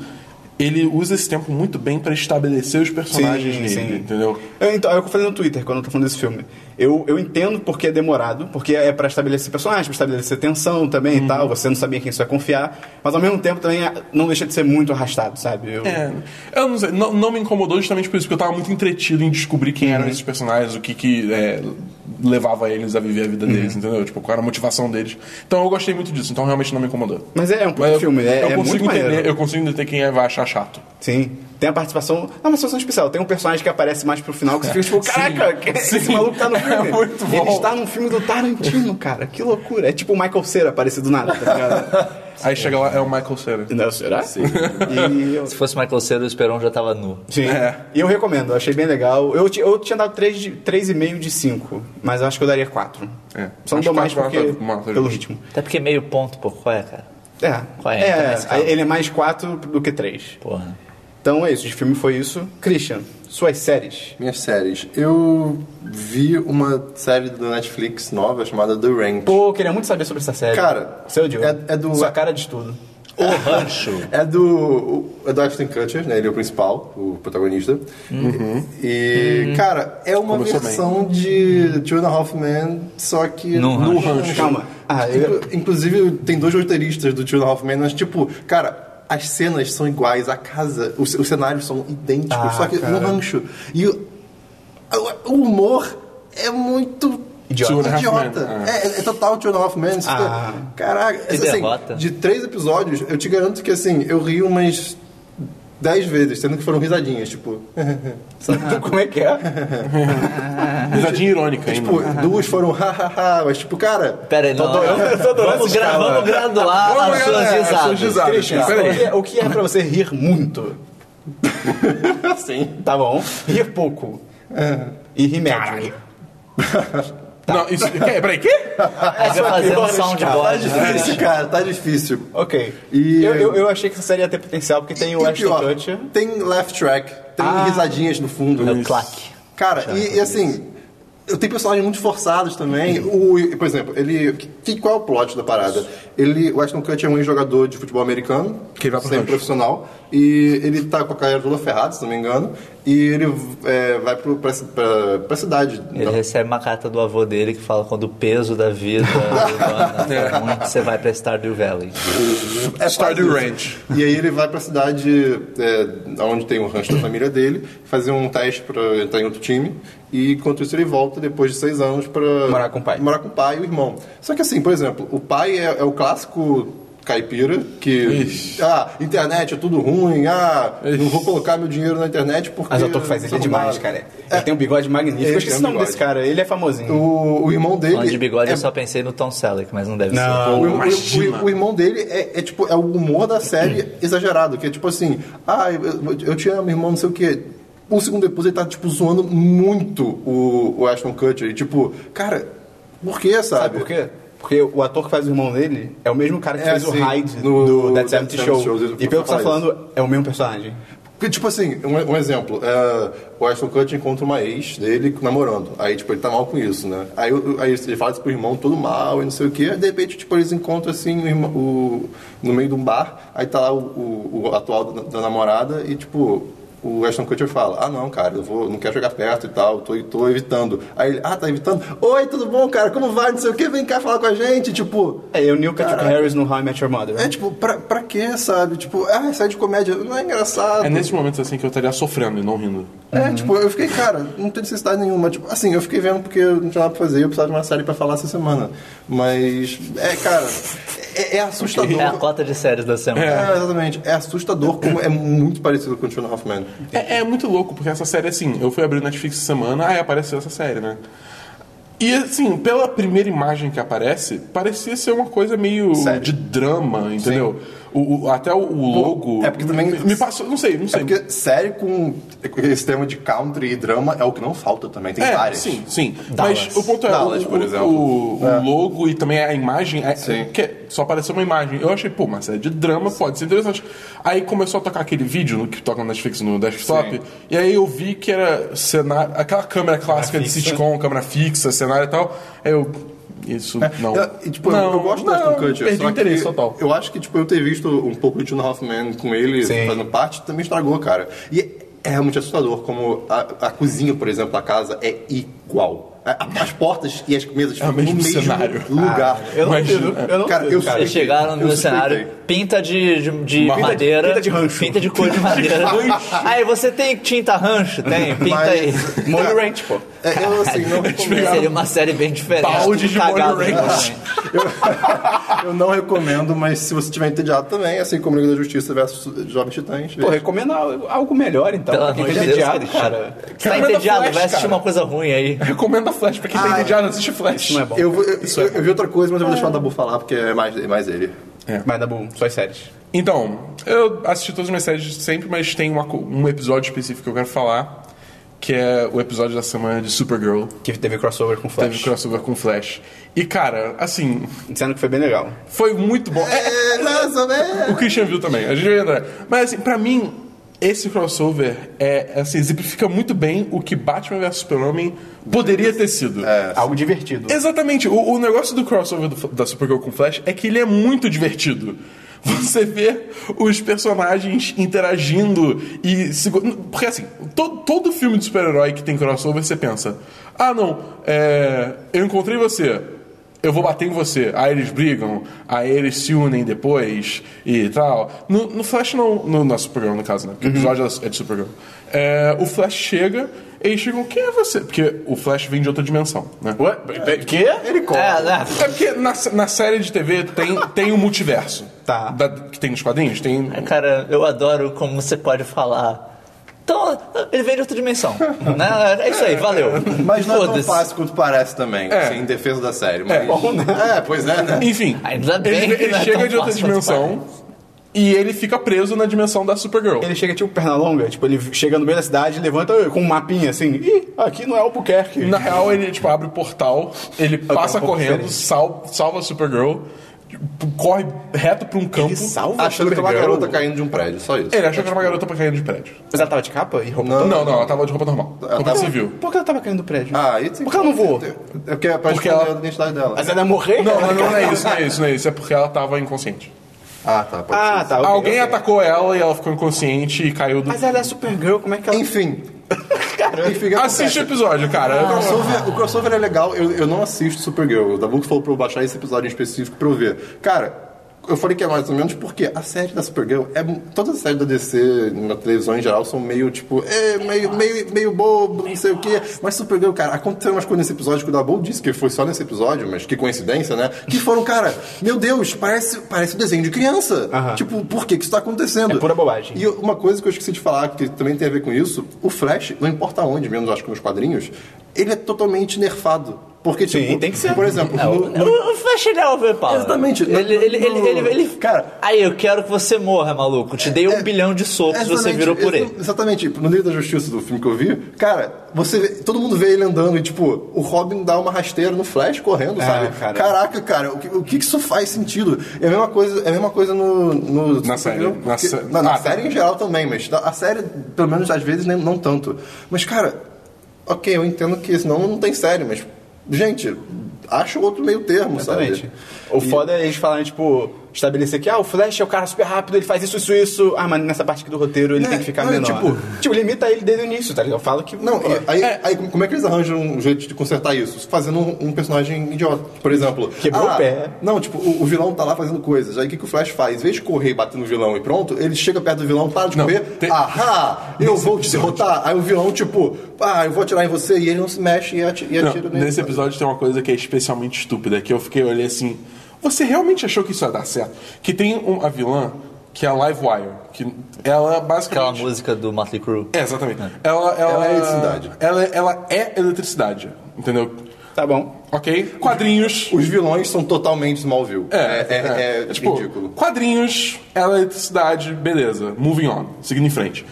ele usa esse tempo muito bem pra estabelecer os personagens
Sim,
nele,
sim.
entendeu?
Eu, então, é o que eu falei no Twitter quando eu tô falando desse filme. Eu, eu entendo porque é demorado, porque é pra estabelecer personagens, pra estabelecer tensão também
Uhum.
e tal, você não sabia quem você vai confiar, mas ao mesmo tempo também ah, não deixa de ser muito arrastado, sabe? Eu-
É, eu não sei, não, não me incomodou justamente por isso, porque eu tava muito entretido em descobrir quem
Uhum.
eram esses personagens, o que que é, levava eles a viver a vida deles,
Uhum.
entendeu? Tipo, qual era a motivação deles. Então eu gostei muito disso, então realmente não me incomodou.
Mas é um puto
eu,
filme, é,
eu
é
consigo
muito
entender,
maneiro.
eu consigo entender quem é, vai achar chato.
Sim. Tem a participação. Não, uma situação especial. Tem um personagem que aparece mais pro final que você fica tipo, caraca, que- esse
Sim.
maluco tá no filme.
É muito bom.
Ele está num filme do Tarantino, cara. Que loucura. É tipo o Michael Cera aparecer do nada, tá ligado?
Aí chega lá, é o Michael Cera.
não, será? Sim. E eu-
Se fosse Michael Cera, o Esperon já tava nu.
Sim.
É.
Né? E eu recomendo, eu achei bem legal. Eu, ti- eu tinha dado 3,5 de 5, mas eu acho que eu daria 4.
É.
Só não
Acho
dou mais
quatro
porque,
uma nota- uma nota
pelo
justa.
ritmo.
Até porque meio ponto, pô, qual é, cara?
É.
Qual é?
é,
Tá nessa escala.
ele é mais 4 do que 3.
Porra.
Então é isso, de filme foi isso. Christian, suas séries.
Minhas séries. Eu vi uma série da Netflix nova chamada The Ranch.
Pô, eu queria muito saber sobre essa série.
Cara,
seu Diogo.
é- é do-
Sua cara de estudo.
O Rancho.
É do, o- é do Ashton Kutcher, né? Ele é o principal, o protagonista. E, cara, é uma
Uhum. Começou bem. Uhum.
versão de Two and a Half Men, só que
Num
no
rancho.
rancho.
Calma. Ah, eu-
Inclu- Inclusive, tem dois roteiristas do Two and a Half Men, mas, tipo, cara... As cenas são iguais, a casa, os, os cenários são idênticos,
Ah,
só que
cara.
no rancho. E o, o humor é muito
Idiota.
Two and a Half Men,
idiota.
ah.
É, é, é total Two and a Half Men. Você fica,
Ah.
Caraca,
Que
assim,
derrota.
de três episódios, eu te garanto que assim, eu ri umas dez vezes, sendo que foram risadinhas, tipo.
Como é que é?
Risadinha irônica ainda.
tipo, duas foram hahaha, mas tipo, cara.
Uhum. Pera
Tá
aí, não.
eu tô adorando
vamos,
esse
gra-
cara.
vamos graduar
Vamos
as
graduar
suas
as suas
risadas.
risadas. Sabe,
Christian,
cara,
o que, é- o que é pra você rir muito?
assim.
Tá bom. Rir pouco. E rir médio. tá.
Não, isso. que- Peraí, quê?
É, vai fazer um
pior
Tá
soundboard. né?
difícil, cara, tá difícil.
Ok.
E-
Eu, eu, eu achei que essa série ia ter potencial, porque tem o
E
Ashton
pior,
Kutcher.
Tem laugh track, tem risadinhas no fundo.
É o claque.
Cara, e, e assim, eu tenho personagens muito forçados também. O, por exemplo, ele. que- qual é o plot da parada? Ele, o Ashton Kutcher é um jogador de futebol americano,
Que ele vai pro
sempre
rancho.
profissional, e ele tá com a carreira toda ferrada, se não me engano, e ele é, vai pro, pra, pra, pra cidade.
Ele recebe uma carta do avô dele que fala quando o peso da vida humana tá muito, você vai pra Stardew Valley.
É
Stardew
quase isso.
Ranch.
E aí ele vai pra cidade é, onde tem o rancho da família dele, fazer um teste pra entrar em outro time. E enquanto isso ele volta depois de seis anos pra.
Morar com o pai.
Morar com o pai e o irmão. Só que assim, por exemplo, o pai é, é o clássico caipira que.
Ixi.
Ah, internet é tudo ruim, ah, não vou colocar meu dinheiro na internet porque.
Mas o ator que faz ele é demais, cara. Ele tem um bigode magnífico.
Ele
eu esqueci
tem
o
um
nome
bigode.
desse cara. Ele é famosinho.
O, o irmão dele.
Falando de bigode,
é
eu só pensei no Tom Selleck, mas não deve
Não.
ser.
O, o-
Imagina.
o- o irmão dele é, é tipo é o humor da série exagerado, que é tipo assim, ah, eu, eu te amo, irmão, não sei o quê. um segundo depois ele tá, tipo, zoando muito o, o Ashton Kutcher. E, tipo, cara, por que, sabe?
Sabe por quê? Porque o ator que faz o irmão dele é o mesmo cara que
É,
fez o
sim,
Hyde
no
do That
That
70
70
Show.
Show, eu
E pelo que você tá
falar isso.
falando, é o mesmo personagem.
Porque, tipo assim, um, um exemplo, é, o Ashton Kutcher encontra uma ex dele namorando. Aí, tipo, ele tá mal com isso, né? Aí, o- aí ele fala isso pro irmão todo mal e não sei o quê. Aí, de repente, tipo, eles encontram, assim, o, irmão- o- no meio de um bar. Aí tá lá o, o- o atual da, da namorada e, tipo, o Ashton Kutcher fala, ah, não, cara, eu vou, não quero chegar perto e tal, tô, tô evitando. Aí ele, ah, tá evitando? Oi, tudo bom, cara? Como vai? Não sei o quê, vem cá falar com a gente, tipo...
É, e o Neil Patrick
Caraca.
Harris no How I Met Your Mother.
É, tipo, pra, pra quê, sabe? Tipo, ah, sai de comédia, não é engraçado.
É nesses momentos assim que eu estaria sofrendo e não rindo.
É, tipo, eu fiquei, cara, não tem necessidade nenhuma. Tipo, assim, eu fiquei vendo porque eu não tinha nada pra fazer e eu precisava de uma série pra falar essa semana. Mas, é, cara, é, é assustador.
É a cota de séries da semana.
É, exatamente. É assustador como é muito parecido com o Tino Hoffman.
É, é muito louco, porque essa série, assim, eu fui abrir o Netflix essa semana, aí apareceu essa série, né? E, assim, pela primeira imagem que aparece, parecia ser uma coisa meio
Sério.
de drama, entendeu? O, o- até o, o logo...
é porque também-
Me, me passou, não sei, não
É
sei.
porque série com esse tema de country e drama é o que não falta também. Tem várias.
Sim, sim.
Dallas.
Mas o ponto é,
Dallas,
o,
por
o-
exemplo. É.
o- o logo e também a imagem, é,
Sim.
que é- só apareceu uma imagem. Eu achei, pô, mas é de drama, pode ser interessante. Aí começou a tocar aquele vídeo no, que toca no Netflix no desktop,
Sim.
e aí eu vi que era cenário, aquela câmera clássica de
fixa.
sitcom, câmera fixa, cenário e tal. Aí eu... Isso, não.
Eu, e, tipo, eu-
Não,
eu gosto do Ashton
não,
Kutcher.
Perdi
só
o interesse
que
total.
Eu acho que, tipo, eu ter visto um pouco de Tino Hoffman com ele
Sim.
fazendo parte também estragou, cara. E é- é realmente assustador como a, a cozinha, por exemplo, da casa é igual. A- a- As portas e as mesas
É
ficam
o mesmo
no mesmo
cenário.
lugar.
Ah, Eu não
Imagina.
duvido, eu não
Cara,
duvido,
eu
cara.
sei-
Eles chegaram no
Eu suspeitei.
cenário, pinta de, de, de
Marrom.
madeira.
Pinta de rancho.
Pinta de cor de madeira. aí, você tem tinta rancho? Tem, pinta
Mas-
aí.
Molho Ranch, pô.
É, eu, assim, não
Seria
recomendo,
uma série bem diferente.
Balde
tudo
de
cagado tá
Molho
no
Ranch.
tamanho.
eu não recomendo, mas se você tiver entediado também, assim como Liga da Justiça versus Jovens Titãs.
Pô, recomendo al- algo melhor, então.
Pelo
pra quem
amor de
tá
Deus,
entediado, cara.
Você tá
Cara,
entediado,
Flash,
vai assistir
cara.
uma coisa ruim aí.
Recomendo a Flash, pra quem tem já não assiste Flash.
Não é bom.
eu, vou- eu, eu, eu vi outra coisa, mas eu vou deixar o Dabu falar, porque é mais, é mais ele.
Mas, Dabu, suas séries.
Então, eu assisti todas as minhas séries sempre, mas tem uma co- um episódio específico que eu quero falar, que é o episódio da semana de Supergirl.
Que teve crossover com Flash.
Teve crossover com Flash. E, cara, assim,
Dizendo que foi bem legal.
foi muito bom. É,
É, nossa, né?
o Christian viu também, a gente vai entrar. Mas, assim, pra mim, esse crossover é, assim, exemplifica muito bem o que Batman vs Superman poderia ter sido.
É,
Algo divertido.
Exatamente. O, o negócio do crossover do- da Supergirl com Flash é que ele é muito divertido. Você vê os personagens interagindo e. se go- Porque assim, todo, todo filme de super-herói que tem crossover, você pensa: ah, não, é, eu encontrei você, eu vou bater em você. Aí eles brigam, aí eles se unem depois e tal. No, no Flash, não. No, na Supergirl, no caso, né?
Uhum.
Porque o episódio é de Supergirl. É, o Flash chega, eles chegam: quem é você? Porque o Flash vem de outra dimensão, né?
Quê?
Ele corre.
É, né?
É porque na, na série de TV tem, tem o multiverso.
Tá.
Da- que tem nos quadrinhos? Tem.
Cara, eu adoro como você pode falar. Então, ele veio de outra dimensão. né? É isso aí, valeu.
Mas não é tão
Foda-se.
fácil quanto parece também,
É.
assim, em defesa da série. Mas...
É.
Bom, né?
É, pois é, né?
Enfim,
Ainda bem
ele,
que
ele
não é
chega
tão
de outra
fácil,
dimensão e ele fica preso na dimensão da Supergirl.
Ele chega tipo perna longa, tipo, ele chega no meio da cidade, levanta com um mapinha assim, ih, aqui não é Albuquerque.
Na real, ele tipo, abre o portal, ele passa
um pouco
correndo,
diferente.
sal- salva a Supergirl, tipo, corre reto pra um campo.
Ele salva
Achando que é uma
Supergirl? é
garota caindo de um prédio, só isso.
Ele achou que era uma garota pra cair de prédio.
Mas ela tava de capa e roupa
Não.
toda?
Não, não, ela tava de roupa normal.
Ela
Roupa
tava-
civil.
Por que ela tava caindo do prédio?
Ah, e tem...
Por que ela não voou?
É porque é pra
Porque
esconder
ela-
a identidade dela.
Mas é- ela ia morrer?
Não,
cara?
não, não é isso, não é isso, não é isso. É porque ela tava inconsciente.
Ah, tá, pode
Ah,
ser.
tá. ok,
Alguém
ok.
atacou ela e ela ficou inconsciente e caiu do.
Mas ela é Supergirl, como é que ela...
Enfim. Enfim, o que
Assiste o episódio, cara.
O crossover, o crossover é legal, eu, eu não assisto Supergirl. O Dabu que falou pra eu baixar esse episódio em específico pra eu ver. Cara, eu falei que é mais ou menos porque a série da Supergirl é. mu- Todas as séries da DC na televisão em geral são meio tipo. É, meio, meio, meio bobo, não sei o quê. Mas Supergirl, cara, aconteceram umas coisas nesse episódio que o Dabu disse que foi só nesse episódio, mas que coincidência, né? Que foram, cara, meu Deus, parece, parece um desenho de criança.
Aham.
Tipo, por que que isso tá acontecendo?
É pura bobagem.
E uma coisa que eu esqueci de falar, que também tem a ver com isso, o Flash, não importa onde, menos acho que nos quadrinhos, ele é totalmente nerfado. Porque, tipo,
Sim, tem que ser.
por exemplo,
É,
no-
o,
no-
o, o Flash ele é overpower.
Exatamente.
Ele, ele, ele,
No-
ele, ele-
cara- É,
Aí, eu quero que você morra, maluco. Te dei um bilhão de socos, você
Exatamente,
virou por
exa-
ele.
Exatamente, tipo, no Liga da Justiça do filme que eu vi, cara, você vê- todo mundo vê ele andando e, tipo, o Robin dá uma rasteira no Flash correndo,
Ah,
sabe?
cara.
Caraca, cara, o que, o que que isso faz sentido? É a mesma coisa, é a mesma coisa no, no-
Na série,
Supergirl,
na
que-
sé-
na, na
Ah, tá.
série em geral também, mas da- a série, pelo menos às vezes, nem, não tanto. Mas, cara, ok, eu entendo que senão não tem série, mas, gente, acha outro meio termo,
é? Exatamente.
sabe?
O foda é eles falarem, tipo, estabelecer que ah, o Flash é o cara super rápido, ele faz isso, isso, isso. Ah, mas nessa parte aqui do roteiro ele
É,
tem que ficar
não, é,
menor.
tipo-
Né? tipo, limita ele desde o início, tá ligado? Eu falo que.
Não,
pô,
e aí, aí como como é que eles arranjam um jeito de consertar isso? Fazendo um, um personagem idiota. Por exemplo.
Quebrou o pé.
Não, tipo, o, o vilão tá lá fazendo coisas. Aí o que, que o Flash faz? Em vez de correr e bater no vilão e pronto, ele chega perto do vilão, para de
Não,
correr.
tem-
Ahá! Eu vou te derrotar. Aí o vilão, tipo, ah, eu vou atirar em você. E ele não se mexe e ati- e
Não,
atira nele.
nesse episódio tem uma coisa que é especialmente estúpida, que eu fiquei olhei assim. Você realmente achou que isso ia dar certo? Que tem um- a vilã, que é a Livewire, que ela basicamente.
Aquela música do Motley Crue.
É, exatamente. Ela, ela,
Ela é eletricidade.
Ela, ela é eletricidade, entendeu?
Tá bom.
Ok? Quadrinhos.
Os vilões são totalmente Smallville.
É,
é, é, é
tipo,
ridículo.
quadrinhos, ela é eletricidade, beleza. Moving on, seguindo em frente.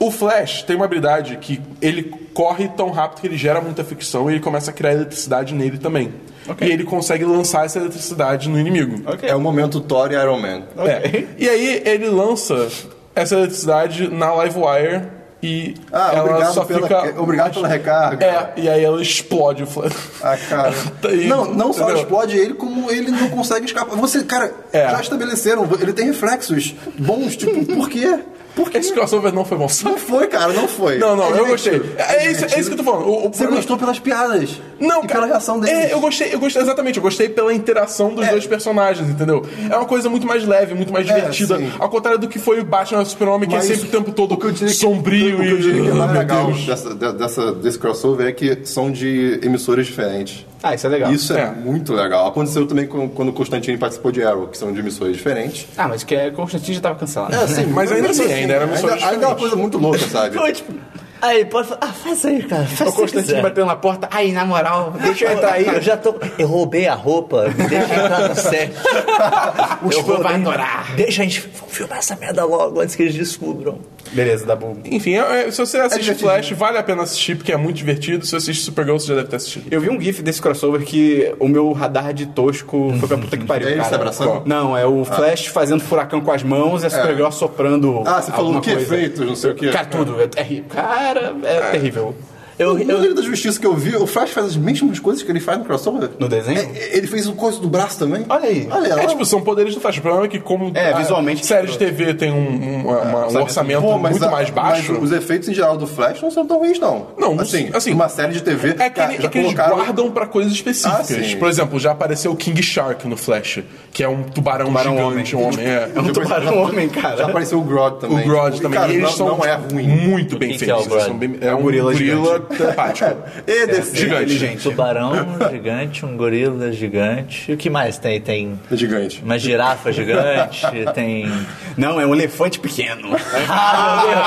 O Flash tem uma habilidade que ele corre tão rápido que ele gera muita fricção e ele começa a criar eletricidade nele também.
Ok.
E ele consegue lançar essa eletricidade no inimigo.
Ok.
É o momento Thor e Iron Man.
É. E aí ele lança essa eletricidade na Livewire e
Ah,
ela
obrigado,
só
pela,
fica.
obrigado pela recarga.
É, e aí ela explode o Flash.
Ah, cara.
Tá aí,
não, não só
entendeu?
explode ele, como ele não consegue escapar. Você, cara,
É.
já estabeleceram, ele tem reflexos bons, tipo, por quê? Por quê?
Esse crossover não foi bom, sabe?
Não foi, cara, não foi.
Não, não,
É
eu gostei.
divertido.
É, é isso, é
divertido.
isso que eu tô falando. O, o
Você
problema-
gostou pelas piadas.
Não,
e pela reação dele.
É, eu gostei, eu gostei, exatamente, eu gostei pela interação dos dois personagens, entendeu? É uma coisa muito mais leve, muito mais
É,
divertida.
sim.
ao contrário do que foi o Batman Super-Homem, que é
Mas
sempre o tempo todo
o que eu diria que-
sombrio
o que eu
e.
diria que é
Ah,
mais
meu
legal
Deus.
dessa, de- dessa- desse crossover é que são de emissoras diferentes.
Ah, isso é legal.
Isso é,
É.
muito legal. Aconteceu também com- quando o Constantine participou de Arrow, que são de emissoras diferentes.
Ah, mas que é Constantine já tava cancelado.
É, sim,
Mas ainda assim, ainda era emissoras
ainda, ainda é uma coisa muito louca, sabe?
Foi, tipo, aí, pode falar. Ah, faz aí, cara. Faz
o Constantine bateu na porta. Ai, na moral, deixa eu
tá
entrar aí.
Eu já tô. Eu roubei a roupa, me deixa entrar na série.
O
Eu
Spam vai
roubei-
adorar.
Deixa a gente filmar essa merda logo antes que eles descubram.
Beleza, dá bom.
Enfim, é- é- se você assiste
divertido.
Flash, vale a pena assistir, porque é muito divertido. Se você assiste Supergirl, você já deve ter assistido.
Eu vi um gif desse crossover que o meu radar de tosco foi pra puta que pariu,
É eles
cara.
se abraçando? Ah. É.
Não, é o Flash fazendo furacão com as mãos e a Supergirl soprando
Ah, você falou
alguma
o que?
coisa.
Efeitos, não sei o quê.
Cara, tudo. É terrível. Cara, é, terrível.
Eu,
No
eu,
Liga da Justiça que eu vi, o Flash faz as mesmas coisas que ele faz no crossover.
No desenho?
É, ele fez o coisa do braço também.
Olha aí.
Olha lá.
É, tipo, são poderes do Flash. O problema é que, como
É,
a
visualmente-
série de TV tem um, um- uma- uma- um
É,
orçamento
assim, Pô, mas
muito
a-
mais baixo.
Mas os efeitos em geral do Flash não são tão ruins, não.
Não,
assim,
assim,
uma série de TV.
É que,
cara,
ele-
já
é que eles
colocaram-
guardam pra coisas específicas.
Ah, sim.
Por exemplo, já apareceu o King Shark no Flash, que é um tubarão,
Tubarão
gigante,
homem.
um homem. é.
É um tubarão homem, cara.
Já apareceu o Grodd
né? O
também.
Grodd
Tipo,
também.
Cara,
E eles
não,
são
não é
tipo,
ruim.
muito bem
Quem que é
feitos.
o Grodd?
Eles são bem- é
um
um
gorila
gorila,
gigante.
telepático.
E É, desse-
É, gigante.
Inteligente.
um tubarão gigante, um gorila gigante. E o que mais tem? Tem
É gigante.
uma girafa gigante, tem.
Não, é um elefante pequeno.
Ah, meu Deus!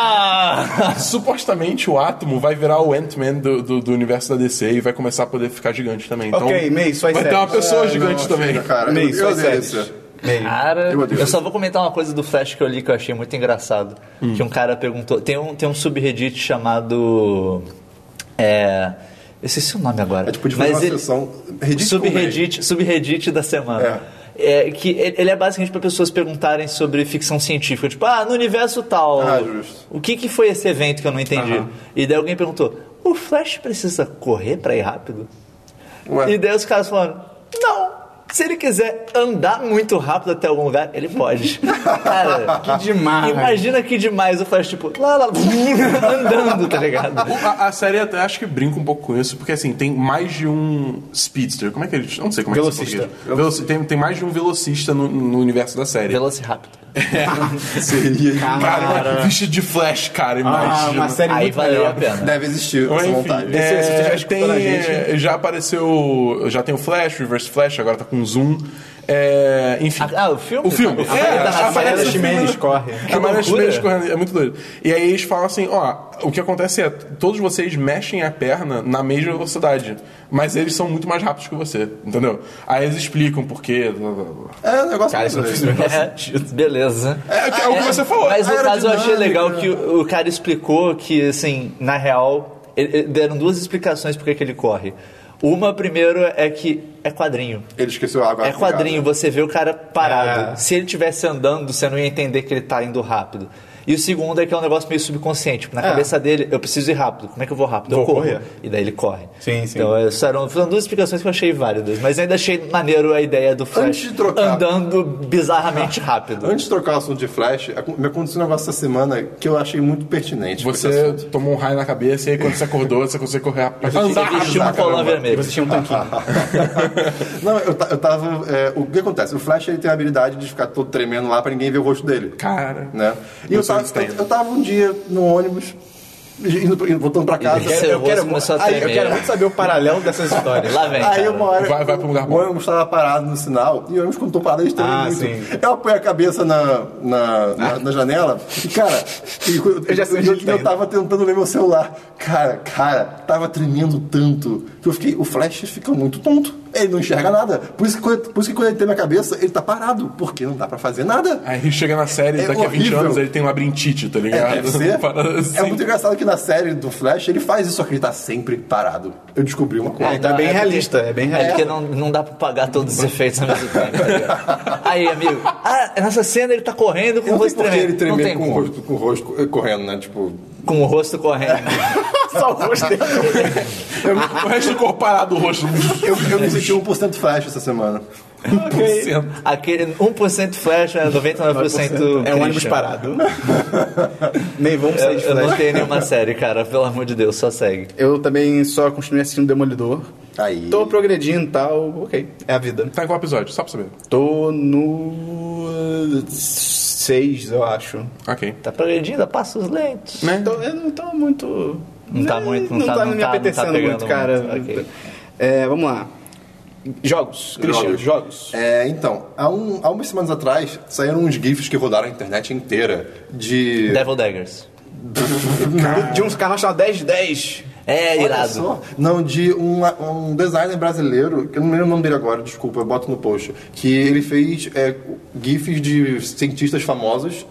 Ah!
Supostamente o Átomo vai virar o Ant-Man do, do, do universo da DC e vai começar a poder ficar gigante também. Então,
Ok, May, suas
Vai ter
séries.
uma pessoa
Ah,
gigante
não,
também.
chega, Cara,
Meio,
eu, eu
suas
odeio
séries.
isso.
Meio.
Cara,
Eu
eu,
odeio.
só vou comentar uma coisa do Flash que eu li que eu achei muito engraçado.
Hum.
Que um cara perguntou. Tem um, tem um subreddit chamado. É. Eu esqueci o nome agora.
É tipo de fazer
Mas
uma
ele-
sessão. Reddit com Reddit.
Subreddit, subreddit da semana. É, que ele ele é basicamente para pessoas perguntarem sobre ficção científica. Tipo, ah, no universo tal.
Ah, justo.
O que, que foi esse evento que eu não entendi? E daí alguém perguntou: o Flash precisa correr para ir rápido?
Ué.
E daí os caras falaram: não. Se ele quiser andar muito rápido até algum lugar, ele pode. Cara, que
demais.
Imagina que demais o Flash, tipo, lá, lá, andando, tá ligado?
A, a série até acho que brinca um pouco com isso, porque assim, tem mais de um speedster. Como é que ele. Não sei como é
Velocista.
que é Velocista. Tem, tem mais de um velocista no, no universo da série.
Velociraptor.
Seria.
Cara, vestido de flash, cara,
Ah,
imagina.
uma série
Aí
muito
valeu
melhor.
a pena.
Deve existir
Mas,
essa
enfim,
vontade.
Se-
é,
se tiver escutando
tem,
a gente-
já apareceu. Já tem o Flash, o Reverse Flash, agora tá com com zoom. É, enfim.
Ah, o filme?
O filme.
O filme
É,
tá na
aparece
Maria
o
das
filme
Mendes
na-
corre.
a
Que
Maria das
loucura.
Mendes corre, é muito doido. E aí eles falam assim, ó, o que acontece é, todos vocês mexem a perna na mesma velocidade, mas eles são muito mais rápidos que você, entendeu? Aí eles explicam por quê. blá, blá, blá.
É, um negócio
Cara, isso não
muito
fez o
doido.
menor
É,
sentido.
beleza.
É, o que- é o que você falou,
Mas no caso eu achei
aerodinâmica.
legal que o, o cara explicou que, assim, na real, ele- ele- deram duas explicações por que que ele corre. Uma, primeiro, é que é quadrinho.
Ele esqueceu a água.
É
né?
quadrinho, você vê o cara parado.
É.
Se ele estivesse andando, você não ia entender que ele tá indo rápido. E o segundo é que é um negócio meio subconsciente. Tipo, na
É.
cabeça dele, eu preciso ir rápido. Como é que eu vou rápido? eu
Vou
corro.
correr.
E daí ele corre.
Sim, sim.
Então, é, só eram, foram duas explicações que eu achei válidas. Mas ainda achei maneiro a ideia do Flash
Antes de trocar. Ah.
andando bizarramente rápido.
Antes de trocar o assunto de Flash, ac- me aconteceu um negócio essa semana que eu achei muito pertinente. pra esse
Você
assunto.
tomou um raio na cabeça e aí quando você acordou, você conseguiu correr rápido.
assim,
Andar
Ele vestiu um
rápido.
colã
E
vermelho.
você tinha um tanquinho.
Não, eu, ta- eu tava. é, o que acontece? O Flash ele tem a habilidade de ficar todo tremendo lá pra ninguém ver o rosto dele.
Cara.
Né? E
Não
eu tava,
sei onde
eu,
tá
eu tava um dia no ônibus, indo, pra- indo- voltando pra casa.
Seu
Eu quero- eu
rosto
quero-
começou a
aí,
tremer.
Eu quero muito saber o paralelo dessas histórias.
Lá vem.
Aí
cara.
uma hora.
Vai- vai pra um lugar bom.
O ônibus tava parado no sinal, e o ônibus quando tô parado, eles tremem
Ah,
muito.
sim.
Eu apoio a cabeça na, na, na, na janela, e cara, e eu,
Eu já sei onde
eu-
ele tá
eu
indo.
tava tentando ler meu celular. Cara, cara, tava tremendo tanto que eu fiquei. O flash fica muito tonto. Ele não enxerga nada. Por isso que quando, por isso que quando ele tem minha cabeça, ele tá parado, porque não dá pra fazer nada.
Aí chega na série,
É
daqui a 20
horrível.
anos ele tem labirintite, tá
É,
ligado?
deve ser.
Parada assim.
É muito engraçado que na série do Flash ele faz isso, só que ele tá sempre parado. Eu descobri uma coisa.
É, então é bem realista, é bem
É
realista.
porque não, não dá pra pagar todos os efeitos ao mesmo tempo. tá ligado? Aí, amigo, ah, nessa cena ele tá correndo com
Eu
o
não sei
rosto
por que ele
tremendo. Não tem
tremer com o,
como.
rosto, com o rosto co- correndo, né? Tipo.
Com o rosto correndo.
Só o rosto dele.
é
O resto do corpo parado, o rosto.
Eu, eu me senti 1% Flash essa semana.
Aquele 1% flash, né, 99%
É um ônibus
Christian.
parado. Nem vamos
Eu,
sair de
eu não
flash.
tenho nenhuma série, cara. Pelo amor de Deus, só segue.
Eu também só continuei assistindo Demolidor.
Aí.
Tô progredindo e tal, ok. É a vida.
Tá em qual episódio? Só pra saber.
Tô no. 6, eu acho.
Ok.
Tá progredindo a passos lentos.
Né?
Então, eu não tô muito.
Não tá
né,
muito, não tá- não
me
tá- não tá
apetecendo
pegando
muito, cara.
muito, ok.
É, vamos lá. Jogos, Christian, jogos.
É, então, há, um, há umas semanas atrás saíram uns GIFs que rodaram a internet inteira de.
Devil Daggers. Ah.
De um uns canais chamados 10 10.
É
Olha
irado.
só. Não, de um, um designer brasileiro, que eu não lembro o nome dele agora, desculpa, eu boto no post. Que ele fez é, GIFs de cientistas famosos,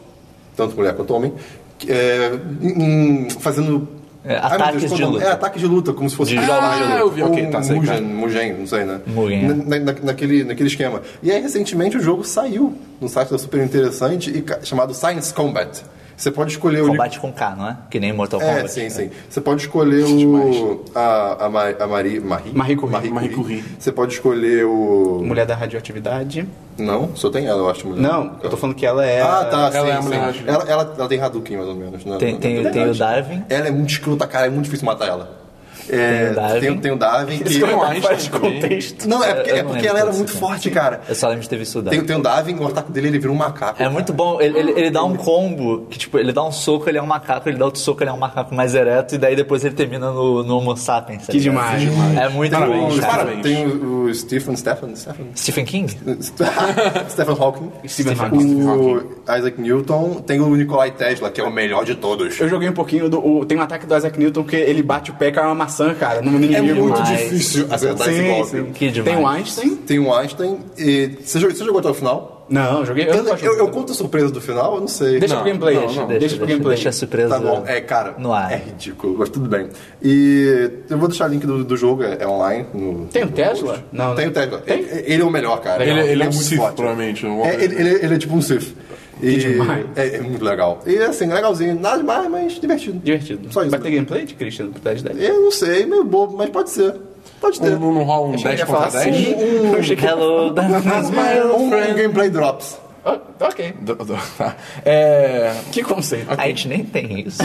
tanto mulher quanto homem, que, é, em- em- fazendo.
É,
Ai, meu Deus,
ataques
qual
de
o nome?
luta.
É, ataque de luta, como se fosse
De
um
jogos
de luta.
Ah, eu vi, ok, tá
sei,
Mugen,
cara.
Mugen, não sei, né?
Mugen, é.
Na, na- naquele, naquele esquema. E aí, recentemente, o jogo saiu num site da super interessante e ca- chamado Science Combat. Você pode escolher o
Combate com K, não é? Que nem Mortal Kombat.
é, sim,
né?
sim. Você pode escolher o. A, a, Ma- a Marie. Marie?
Marie Curie.
Marie Curie.
Você pode escolher o.
Mulher da radioatividade.
Não, só tem ela, eu acho, mulher.
Não, eu tô falando que ela é.
Ah, tá, sim,
é a
sim.
mulher rádio.
Ela, ela, ela tem Hadouken, mais ou menos. Né?
Tem,
Na-
tem,
na
tem o
verdade.
Darwin.
Ela é muito escrota, cara, é muito difícil matar ela. É,
Tem o Darwin.
Tem, tem o Darwin. que-
Tem o Einstein
Fora de
também.
contexto.
Não, é porque,
Eu
é
não
porque
lembro
ela era
desse
muito
cara.
forte, cara.
Eu só lembro de ter visto o Darwin.
Tem, tem o Darwin, o ataque dele, ele vira um macaco.
É muito bom, ele, ele, ele dá um combo, que tipo, ele dá um soco, ele é um macaco, ele dá outro soco, ele é um macaco mais ereto, e daí depois ele termina no, no Homo sapiens. tá
Que
ligado?
demais.
É muito
Parabéns,
bom, cara.
parabéns.
Tem o, o Stephen, Stephen, Stephen.
Stephen King?
Stephen Hawking.
Stephen Hawking.
O Isaac Newton tem o Nikolai Tesla, que é o melhor de todos.
Eu joguei um pouquinho do. o- tem um ataque do Isaac Newton que ele bate o pé e cai uma maçã, cara. No inimigo.
muito
Sim,
É difícil acertar esse
sim,
golpe.
sim.
Que demais.
Tem o Einstein?
Tem o Einstein e. Você jogou, você jogou até o final?
Não, eu joguei. Eu, não gosto
eu,
muito.
eu conto a surpresa do final, eu não sei.
Deixa
Não.
pro gameplay,
não,
deixa,
não.
deixa,
Deixa,
pro
deixa,
gameplay.
deixa a surpresa.
Tá bom, é, cara,
No ar.
é ridículo, mas tudo bem. E eu vou deixar o link do, do jogo, é, é online. No,
Tem o
no
Tesla?
post.
Não,
tem
não.
o Tesla.
Tem?
Ele, ele é o melhor, cara.
Ele, ele é um Sith,
forte.
provavelmente. um-
É, ele, ele- ele é tipo um Sith. E
demais.
é, é muito legal. E assim, legalzinho, nada demais, mas divertido.
Divertido.
Só isso. né?
Vai ter gameplay de Christian pro 10 10?
Eu não sei, meio bobo, mas pode ser. Pode ter.
Não, não- não rola um 10 contra 10?
Eu achei que-
Hello, that's my
Um,
old
um
friend.
gameplay drops.
Ah, ok.
Do- do- tá. É,
Que conceito.
A gente nem tem isso.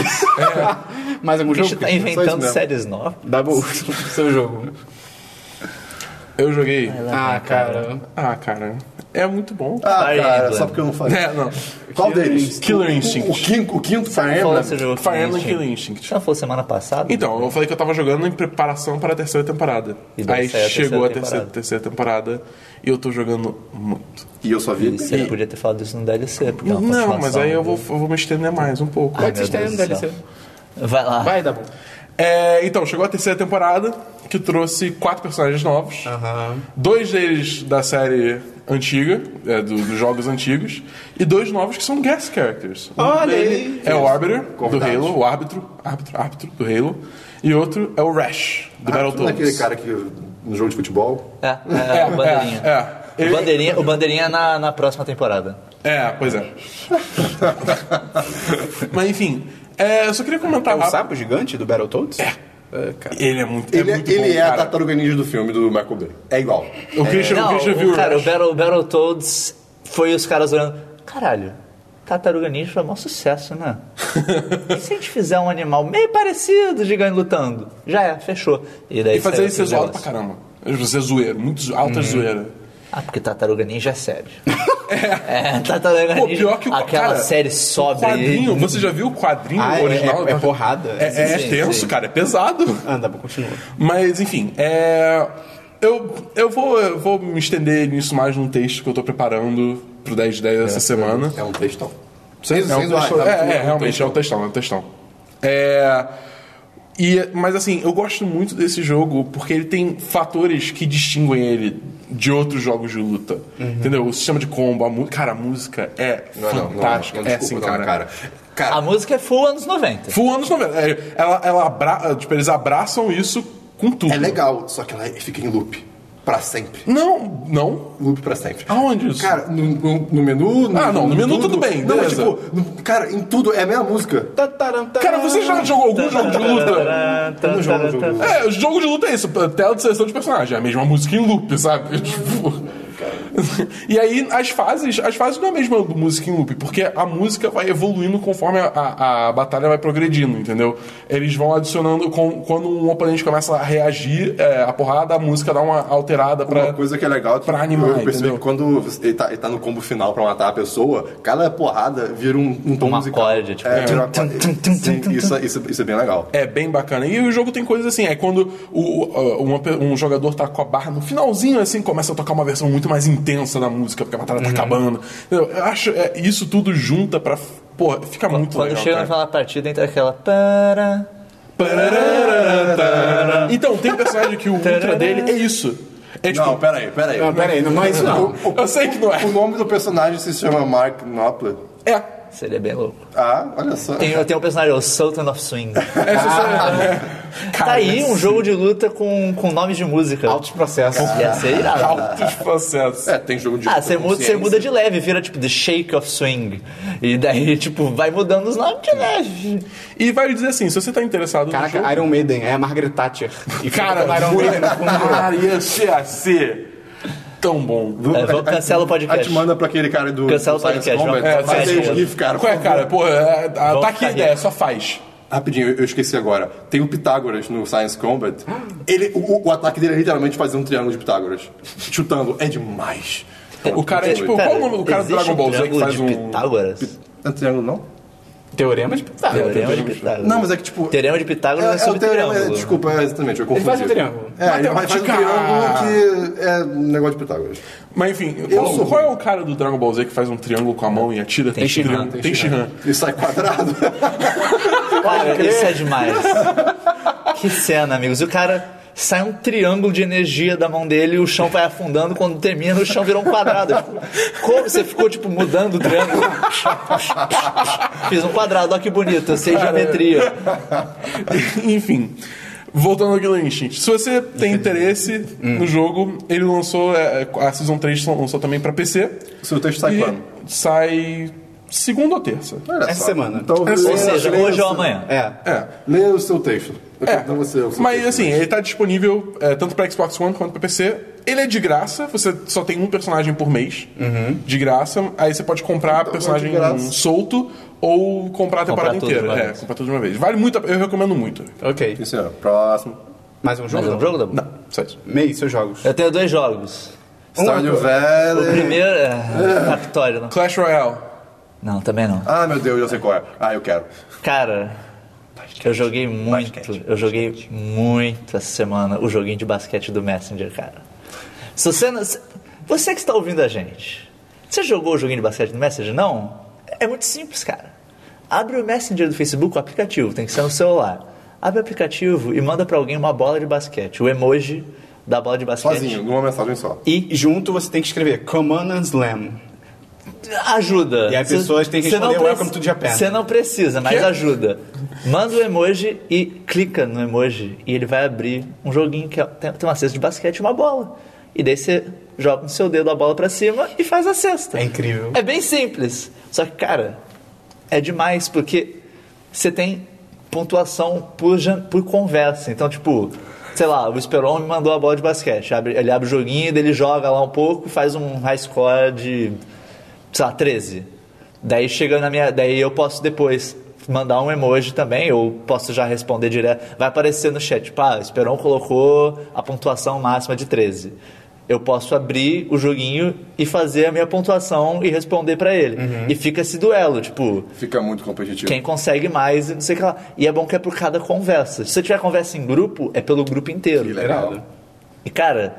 Mais algum
A gente
jogo?
tá
Christian?
isso
inventando
mesmo.
séries novas.
Dá bom. seu jogo.
eu joguei.
Ah, cara.
Ah, cara. É muito bom.
Ah,
Fire
cara,
Emblem.
só porque eu não falei.
É, não.
Qual deles?
Killer
O- o-
Instinct.
O, quinto, o quinto Fire
Falou
Emblem?
desse jogo
Fire
que
Emblem
tinha.
Killer Instinct. tipo.
Já foi semana passada?
Então, eu falei que eu tava jogando em preparação para a terceira temporada.
E deve
Aí
sair a
chegou a
terceira
terceira, terceira temporada e eu tô jogando muito.
E eu só vi.
Você podia ter falado isso no DLC, porque é uma
Não,
continuação Ah, né?
mas aí eu
do-
vou, eu vou me estender mais um pouco.
Ai,
Mas-
meu
vocês têm
Deus
um
do
DLC.
céu. Vai lá.
Vai, Dabu.
É, então, chegou a terceira temporada, que trouxe quatro personagens novos.
Ah.
Dois deles da série antiga, é, do- dos jogos antigos, e dois novos que são guest characters. Um
Olha
dele
aí.
é o Arbiter, do
Convidados.
Halo, o árbitro, árbitro, árbitro do Halo, e outro é o Rash, do
Não é aquele
Battletoads.
cara que no jogo de futebol.
É, é, o bandeirinha.
É, é.
O
Ele-
bandeirinha, o bandeirinha é na, na próxima temporada.
É, pois é. Mas enfim, é, eu só queria comentar
É o
rápido-
sapo gigante do Battletoads? É. cara.
Ele é muito,
Então, Ele
é
é,
muito
ele
bom,
é a
cara.
tartaruga ninja do filme do Michael Bay. É igual.
O Christian, o
É. Não,
Christian viu
o, cara, o
Rush.
Battle, Battletoads foi os caras olhando. Caralho, Tartaruga Ninja foi o maior sucesso, né? e se a gente fizer um animal meio parecido, gigante lutando? Já é, fechou. E, daí
E fazer
saiu
isso é
esse
zoado pra
negócio.
caramba. Você é zoeiro, muito zo...
Uhum.
alta zoeira.
Ah, porque Tartaruga Ninja é sério. é, Tartaruga
Pô,
Ninja.
pior que o
aquela
cara,
série sobe.
O
Uhum.
quadrinho, você já viu o quadrinho
Ah, é-
original?
é- é porrada.
É, é
Sim,
tenso,
sim.
cara, é pesado.
Ah, Dabu, continua.
Mas, enfim, é... eu, eu, vou, eu vou me estender nisso mais num texto que eu tô preparando pro 10 de 10 essa semana.
É um textão. Sem,
É,
sem
um
zoar,
textão.
tá?
é, é, realmente, é um textão, é um textão. É, e- mas assim, eu gosto muito desse jogo porque ele tem fatores que distinguem ele de outros jogos de luta. Entendeu? O sistema de combo, a música. Cara, a música é
Não, não, não,
fantástica.
não, desculpa,
é assim,
não,
cara.
cara. Cara,
A música é full anos 90.
Full anos 90. É, ela, ela abra... tipo, eles abraçam isso com tudo.
é legal, só que ela fica em loop. Pra sempre.
Não, não.
Loop pra sempre.
Aonde isso?
Cara, no, no- no menu.
Ah, não, no menu tudo bem,
Não, mas,
beleza.
tipo, no- cara, em tudo é a mesma música.
Cara, você já jogou algum jogo de luta?
Eu não jogo jogo.
É, o jogo de luta é isso, tela de seleção de personagem, é a mesma música em loop, sabe? Tipo. e aí as fases, as fases não é a mesma do música em loop, porque a música vai evoluindo conforme a, a, a batalha vai progredindo, entendeu? Eles vão adicionando com- quando um oponente começa a reagir é, a porrada, a música dá uma alterada pra.
Uma coisa que é legal é que
pra animar,
eu percebi
entendeu?
que quando você- ele tá, ele tá no combo final pra matar a pessoa, cada porrada vira um, um tom
Uma
musical.
acorde, tipo,
é,
tum,
vira uma
tum,
acorde.
tum, tum,
Sim,
tum,
isso, isso, isso é bem legal.
É bem bacana. E o jogo tem coisas assim, é quando o- o- uma pe- um jogador tá com a barra no finalzinho, assim, começa a tocar uma versão muito mais intensa da música, porque a batalha tá acabando. Entendeu? Eu acho é, isso tudo junta pra. Pô, fica muito
Quando
legal.
chega no
cara.
final da partida, entra aquela. Para,
Então, tem personagem que o ultra dele é isso. É tipo.
Não, peraí, peraí.
Não, peraí, não é isso não.
eu sei que não
O
é.
nome do personagem se chama Mark Knopfler.
É.
Seria bem louco.
Ah, olha só.
Tem, tem um personagem, o Sultan of Swing.
é isso
Ah,
aí.
tá aí um jogo de luta com, com nomes de música.
Altos processos.
Ia ser irado.
Altos processos.
É, tem jogo de
Ah, você muda, você
consciência.
muda de leve, vira tipo The Shake of Swing. E daí, tipo, vai mudando os nomes de leve.
E vai dizer assim, se você tá interessado no jogo.
Caraca, Iron Maiden, é a Margaret Thatcher. E fica
Cara,
com Iron né? Maiden no fundo.
cara, ia ser assim. Tão bom.
É, vamos- cancela o podcast.
A gente manda pra aquele cara do.
Cancela o
do Science
podcast,
Combat.
vamos-
Faz
vamos-
aí, GIF, cara.
Qual é,
por favor.
cara? Pô, é, a- tá aqui a
carregar.
ideia, só faz.
Rapidinho, eu- eu esqueci agora. Tem o Pitágoras no Science Combat. Ele, o, o ataque dele é literalmente fazer um triângulo de Pitágoras. Chutando. É demais.
O cara é tipo,
Cara,
qual o nome? O cara do
existe
Dragon
um
Ball Z que
triângulo
faz
de
um.
Pitágoras?
Não é triângulo, não?
Teorema de Pitágoras.
Teorema de Pitágoras.
Não, mas é que tipo.
Teorema de Pitágoras é,
é, é o
sobre
teorema. é,
triângulo.
desculpa, é, exatamente, eu confundi.
faz um triângulo.
É, ele faz um
Matemática!
triângulo que é um negócio de Pitágoras.
Mas enfim, qual,
sou
qual é o cara do Dragon Ball Z que faz um triângulo com a mão e atira? Tem
Shinhan,
triângulo-
tem
Tem Shihan.
E sai quadrado.
Cara, isso é demais. que cena, amigos. E o cara sai um triângulo de energia da mão dele e o chão vai afundando. Quando termina, o chão virou um quadrado. Tipo, como você ficou, tipo, mudando o triângulo? Fiz um quadrado, olha que bonito. Eu sei geometria.
Enfim. Voltando ao Killer Instinct. Se você tem interesse
Hum.
no jogo, ele lançou. é, A Season 3 lançou também pra PC.
Seu texto sai
E
quando?
Sai segunda ou terça.
Olha
Essa
só.
semana.
Então,
Ou seja, hoje ou amanhã.
É.
É.
Lê o seu texto. Eu
É,
quero dar você o seu
mas
texto.
assim, ele tá disponível é, tanto pra Xbox One quanto pra PC. Ele é de graça, você só tem um personagem por mês, de graça. Aí você pode comprar personagem
de graça.
solto ou comprar a temporada
tudo de
inteira.
uma
É,
vez.
comprar tudo de uma vez. Vale muito, a- eu recomendo muito.
Ok.
Isso, ó. próximo.
Mais um jogo?
Mas é um jogo, Dabu?
Não, só isso.
Meio, seus jogos.
Eu tenho dois jogos.
Stardew
Um O
Valley.
primeiro é. Factório, não.
Clash Royale.
Não, também não.
Ah, meu Deus, eu sei qual é. Ah, eu quero.
Cara, eu joguei muito. Eu joguei muito essa semana o joguinho de basquete do Messenger, cara. Se você, não- se- você que está ouvindo a gente, você jogou o joguinho de basquete do Messenger? Não? É muito simples, cara. Abre o Messenger do Facebook, o aplicativo, tem que ser no celular. Abre o aplicativo e manda pra alguém uma bola de basquete, o emoji da bola de basquete.
Sozinho, numa mensagem só.
E junto você tem que escrever Command and Slam.
ajuda.
E as
Cê-
pessoas têm que
cê não
responder
preci-
Welcome to Japan.
Você não precisa, mas ajuda. Manda o emoji e clica no emoji e ele vai abrir um joguinho que é- tem tem uma cesta de basquete e uma bola. E daí você joga com seu dedo a bola pra cima e faz a cesta.
É incrível.
É bem simples. Só que, cara, é demais porque você tem pontuação por, jan- por conversa. Então, tipo, sei lá, o Esperon me mandou a bola de basquete. Abre- ele abre o joguinho, daí ele joga lá um pouco e faz um high score de, sei lá, 13. Daí chega na minha. Daí eu posso depois mandar um emoji também, ou posso já responder direto. Vai aparecer no chat, tipo, ah, o Esperon colocou a pontuação máxima de 13 eu posso abrir o joguinho e fazer a minha pontuação e responder pra ele.
Uhum.
E fica esse duelo, tipo,
Fica muito competitivo.
quem consegue mais e não sei o que lá. E é bom que é por cada conversa. Se você tiver conversa em grupo, é pelo grupo inteiro.
Que legal. um
E cara,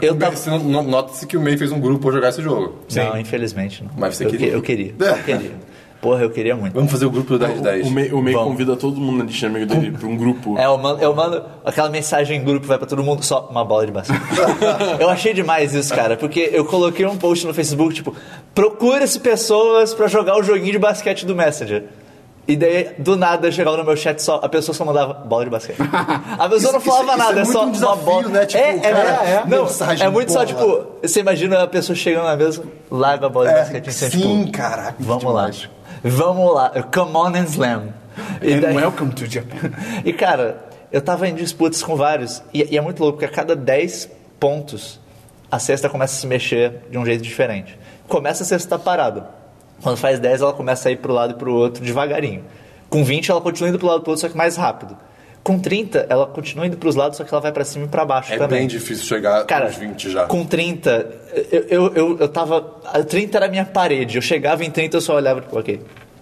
eu
O
tava.
May- você não- não- Nota-se que o May fez um grupo pra jogar esse jogo.
Não, infelizmente não.
Mas você
eu, que-
queria.
Eu queria. Eu queria. Porra, eu queria muito.
Vamos fazer o grupo do 10 de 10.
O May, o May
Vamos.
convida todo mundo na lista de amigo dele pra um grupo.
É, eu mando, eu mando aquela mensagem em grupo, vai pra todo mundo, só uma bola de basquete. eu achei demais isso, cara, porque eu coloquei um post no Facebook, tipo, procura-se pessoas pra jogar o joguinho de basquete do Messenger. E daí, do nada, chegava no meu chat, só, a pessoa só mandava bola de basquete. A pessoa
Isso-
não falava
isso- isso
nada,
é
é, só
muito um
uma
desafio,
bola.
né? Tipo,
é, é,
cara,
é, é. Não,
mensagem,
é muito só,
porra.
tipo, você imagina a pessoa chegando na mesa, larga a bola de basquete em cima,
É, sim,
tipo,
caraca.
vamos
demais. É,
lá, vamos lá, come on and slam. E
And
daí-
welcome to Japan.
e cara, eu tava em disputas com vários, e, e é muito louco, porque a cada 10 pontos a cesta começa a se mexer de um jeito diferente. Começa a cesta parada. Quando faz 10, ela começa a ir pro lado e pro outro devagarinho. Com 20, ela continua indo pro lado e pro outro, só que mais rápido. Com 30, ela continua indo pros lados, só que ela vai pra cima e pra baixo
É
também.
bem difícil chegar
Cara,
aos 20 já.
com 30, eu, eu, eu, eu tava. a 30 era a minha parede. Eu chegava em 30, eu só olhava, tipo, ok,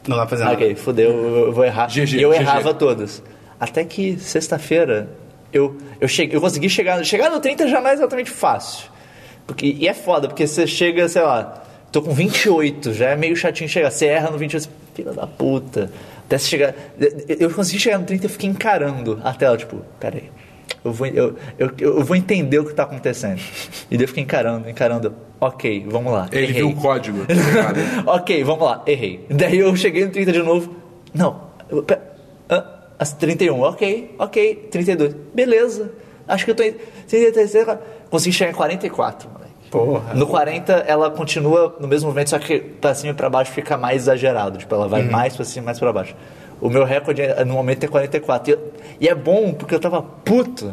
Não dá pra fazer nada.
Ah, Ok, fudeu, eu vou errar.
GG,
e eu
GG.
errava todas. Até que sexta-feira eu, eu, cheguei, eu consegui chegar. Chegar no 30 já não é exatamente fácil. Porque, e é foda, porque você chega, sei lá, tô com 28, já é meio chatinho chegar. Você erra no 28, você, filha da puta. Até você chegar. Eu consegui chegar no 30 e fiquei encarando a tela, tipo, peraí. Eu vou, eu, eu, eu vou entender o que tá acontecendo. E daí eu fiquei encarando, encarando. Ok, vamos lá.
Ele
errei.
viu o código. tá ligado?
Ok, vamos lá, errei. Daí eu cheguei no 30 de novo. Não, eu- pe- hã? as 31, ok, ok. 32, beleza. Acho que eu tô em 33, 34. consegui chegar em 44, moleque.
Porra.
No 40 ela continua no mesmo movimento, só que pra cima e pra baixo fica mais exagerado. Tipo, ela vai mais pra cima e mais pra baixo. O meu recorde é- no momento é 44. E, eu- e é bom porque eu tava puto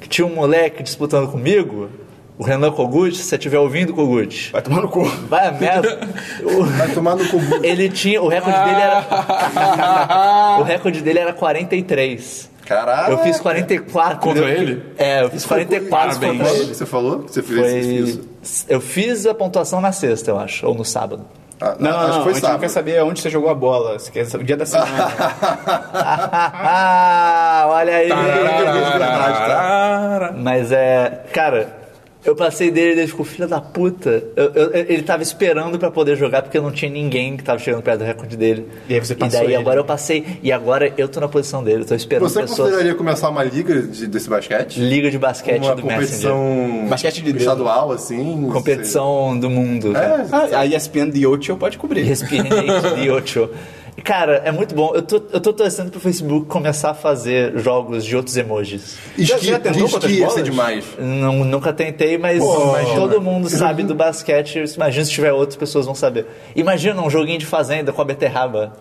que tinha um moleque disputando comigo, o Renan Kogut, se você estiver ouvindo, Kogut.
Vai tomar no cu.
Vai a merda. O-
Vai tomar no cu.
ele tinha. O recorde dele era. o recorde dele era 43.
Caraca.
Eu fiz 44.
Contra
eu-
ele?
É, eu fiz 44
Parabéns.
contra ele.
Você falou que você fez
Foi...
isso?
Eu fiz a pontuação na sexta, eu acho, ou no sábado.
Ah,
Não, não,
acho
não.
que
A
foi
gente não
sábado.
quer saber onde você jogou a bola. Você quer saber o dia da semana.
Ah, olha aí.
Tarararararara.
Mas é. Cara, eu passei dele e ele ficou, filha da puta. Eu- eu- ele tava esperando pra poder jogar porque não tinha ninguém que tava chegando perto do recorde dele.
E aí você passou
E daí
ele.
agora eu passei. E agora eu tô na posição dele, eu tô esperando
Você
pessoas.
consideraria começar uma liga de- desse basquete?
Liga de basquete
uma
do Messenger.
competição
Basquete de dedo.
estadual, assim? não
Competição do mundo.
sei.
cara.
É,
Ah, a ESPN de Ocho pode cobrir.
Experiente de Ocho. Cara, é muito bom. Eu tô, eu tô torcendo pro Facebook começar a fazer jogos de outros emojis.
Já-
esqui,
já tentou
de
com outras
esqui ia
bolas?
ser demais.
Não, nunca tentei, mas todo mundo sabe do basquete. Imagina se tiver outras pessoas vão saber. Imagina um joguinho de fazenda com a beterraba.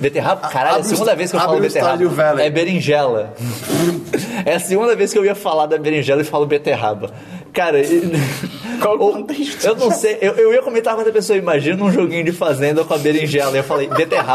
beterraba? Caralho, é a
Abre o
segunda
sta-
vez que eu
abre
falo
o Stardew
beterraba.
Valley.
É berinjela. é a segunda vez que eu ia falar da berinjela e falo beterraba. Cara, e-
Qual o
Ou-
contexto?
eu não sei, eu, eu ia comentar com outra pessoa, imagina um joguinho de fazenda com a berinjela. Eu falei, beterraba.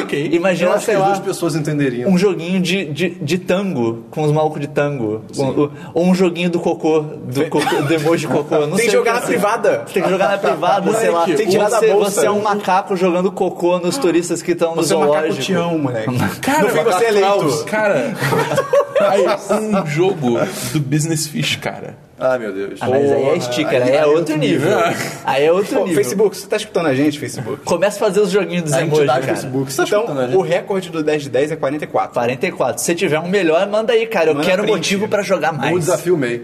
Ok.
Imagina,
Eu acho que é
sei lá,
as duas pessoas entenderiam.
um joguinho de, de, de tango, com os malucos de tango. Ou, ou um joguinho do cocô, do, cocô, do emoji cocô. eu Não
Tem
sei
que
o
jogar
é
na
assim.
privada.
Você tem que jogar na privada, sei lá.
Moleque,
Tem que tirar você, da bolsa. você é um macaco jogando cocô nos turistas que estão no
Você é um macaco
zoológico.
tião, moleque.
Cara,
no fim você é eleito.
Cara, aí, um jogo do Business Fish, cara.
Ah, meu Deus.
Ah, mas aí é sticker, aí é outro nível. Aí é outro
Pô,
nível.
Facebook, você tá escutando a gente, Facebook?
Começa a fazer os joguinhos dos
a
emojis,
entidade
cara.
Facebook. Você tá
Então,
escutando a
o
gente?
recorde do 10 de 10 é 44.
44. Se tiver um melhor, manda aí, cara. Eu
Manda
quero
print.
motivo pra jogar
O
mais.
desafio MEI.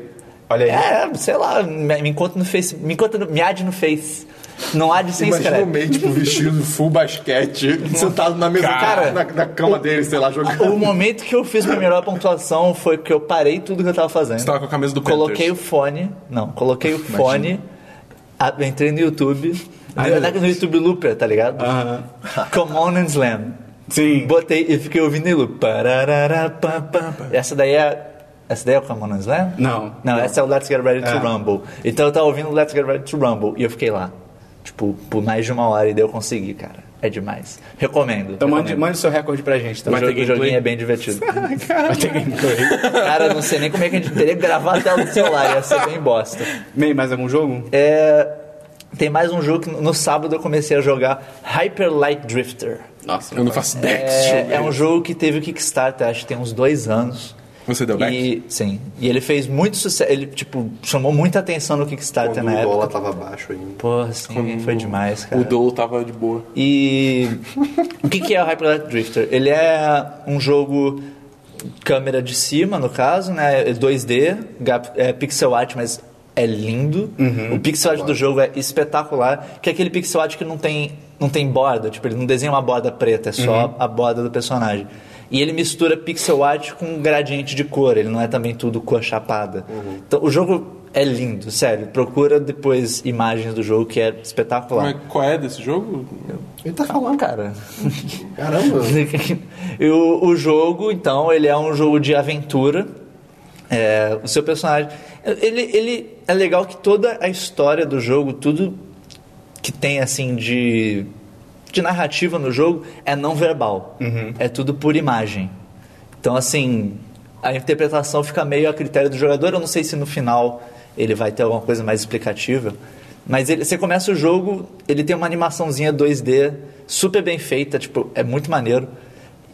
Olha aí.
É, sei lá, me, me encontra no Face. Me encontra no. Me ade no Face. Não ade sem
Imagina o
escrever.
MEI, tipo, vestido full basquete, sentado na mesa,
Cara,
na, na cama dele, sei lá, jogando.
O momento que eu fiz minha melhor pontuação foi que eu parei tudo que eu tava fazendo.
Você tava com a camisa do
Coloquei
Panthers.
o fone. Não, coloquei o fone. a- entrei no YouTube.
meu
no, no YouTube Looper, tá ligado?
Aham.
Common and Slam.
Sim.
Botei e fiquei ouvindo em loop. Pararara, pam, pam, pam. Essa daí é. Essa daí é o Common and Slam?
Não.
Não, essa é o Let's Get Ready to
É.
Rumble. Então eu tava ouvindo Let's Get Ready to Rumble e eu fiquei lá. Tipo, por mais de uma hora e daí eu consegui, cara. É demais. Recomendo.
Então mande,
recomendo.
mande o seu recorde pra gente. Tá?
O
Vai
jogo-
ter
o joguinho
gameplay?
é bem divertido. Cara, eu não sei nem como é que a gente teria que gravar a tela do celular. Ia ser bem bosta.
Meio mais algum jogo?
É, tem mais um jogo que no sábado eu comecei a jogar Hyper Light Drifter.
Nossa.
Eu não faço ideia que esse jogo
É, é um jogo que teve o Kickstarter, acho que tem uns dois anos.
Você deu back?
E, sim. E ele fez muito sucesso. Ele, tipo, chamou muita atenção no Kickstarter
Quando
na
o
época.
dólar tava baixo ainda.
Porra, sim, foi demais, cara.
O Dou tava de boa.
E o que, que é o Hyper Light Drifter? Ele é um jogo câmera de cima, no caso, né? É 2D, gap- é pixel art, mas é lindo.
Uhum.
O pixel art do jogo é espetacular, que é aquele pixel art que não tem, não tem borda, tipo, ele não desenha uma borda preta, é só
Uhum.
a borda do personagem. E ele mistura pixel art com um gradiente de cor, ele não é também tudo cor chapada.
Uhum.
Então o jogo é lindo, sério. Procura depois imagens do jogo que é espetacular.
Mas qual é desse jogo?
Ele tá
Calma,
falando,
cara.
caramba.
E o, o jogo, então, ele é um jogo de aventura. É, o seu personagem. Ele, ele é legal que toda a história do jogo, tudo que tem assim de, de narrativa no jogo é não verbal. É tudo por imagem. Então, assim, a interpretação fica meio a critério do jogador. Eu não sei se no final ele vai ter alguma coisa mais explicativa. Mas ele- você começa o jogo, ele tem uma animaçãozinha 2D super bem feita, tipo, é muito maneiro.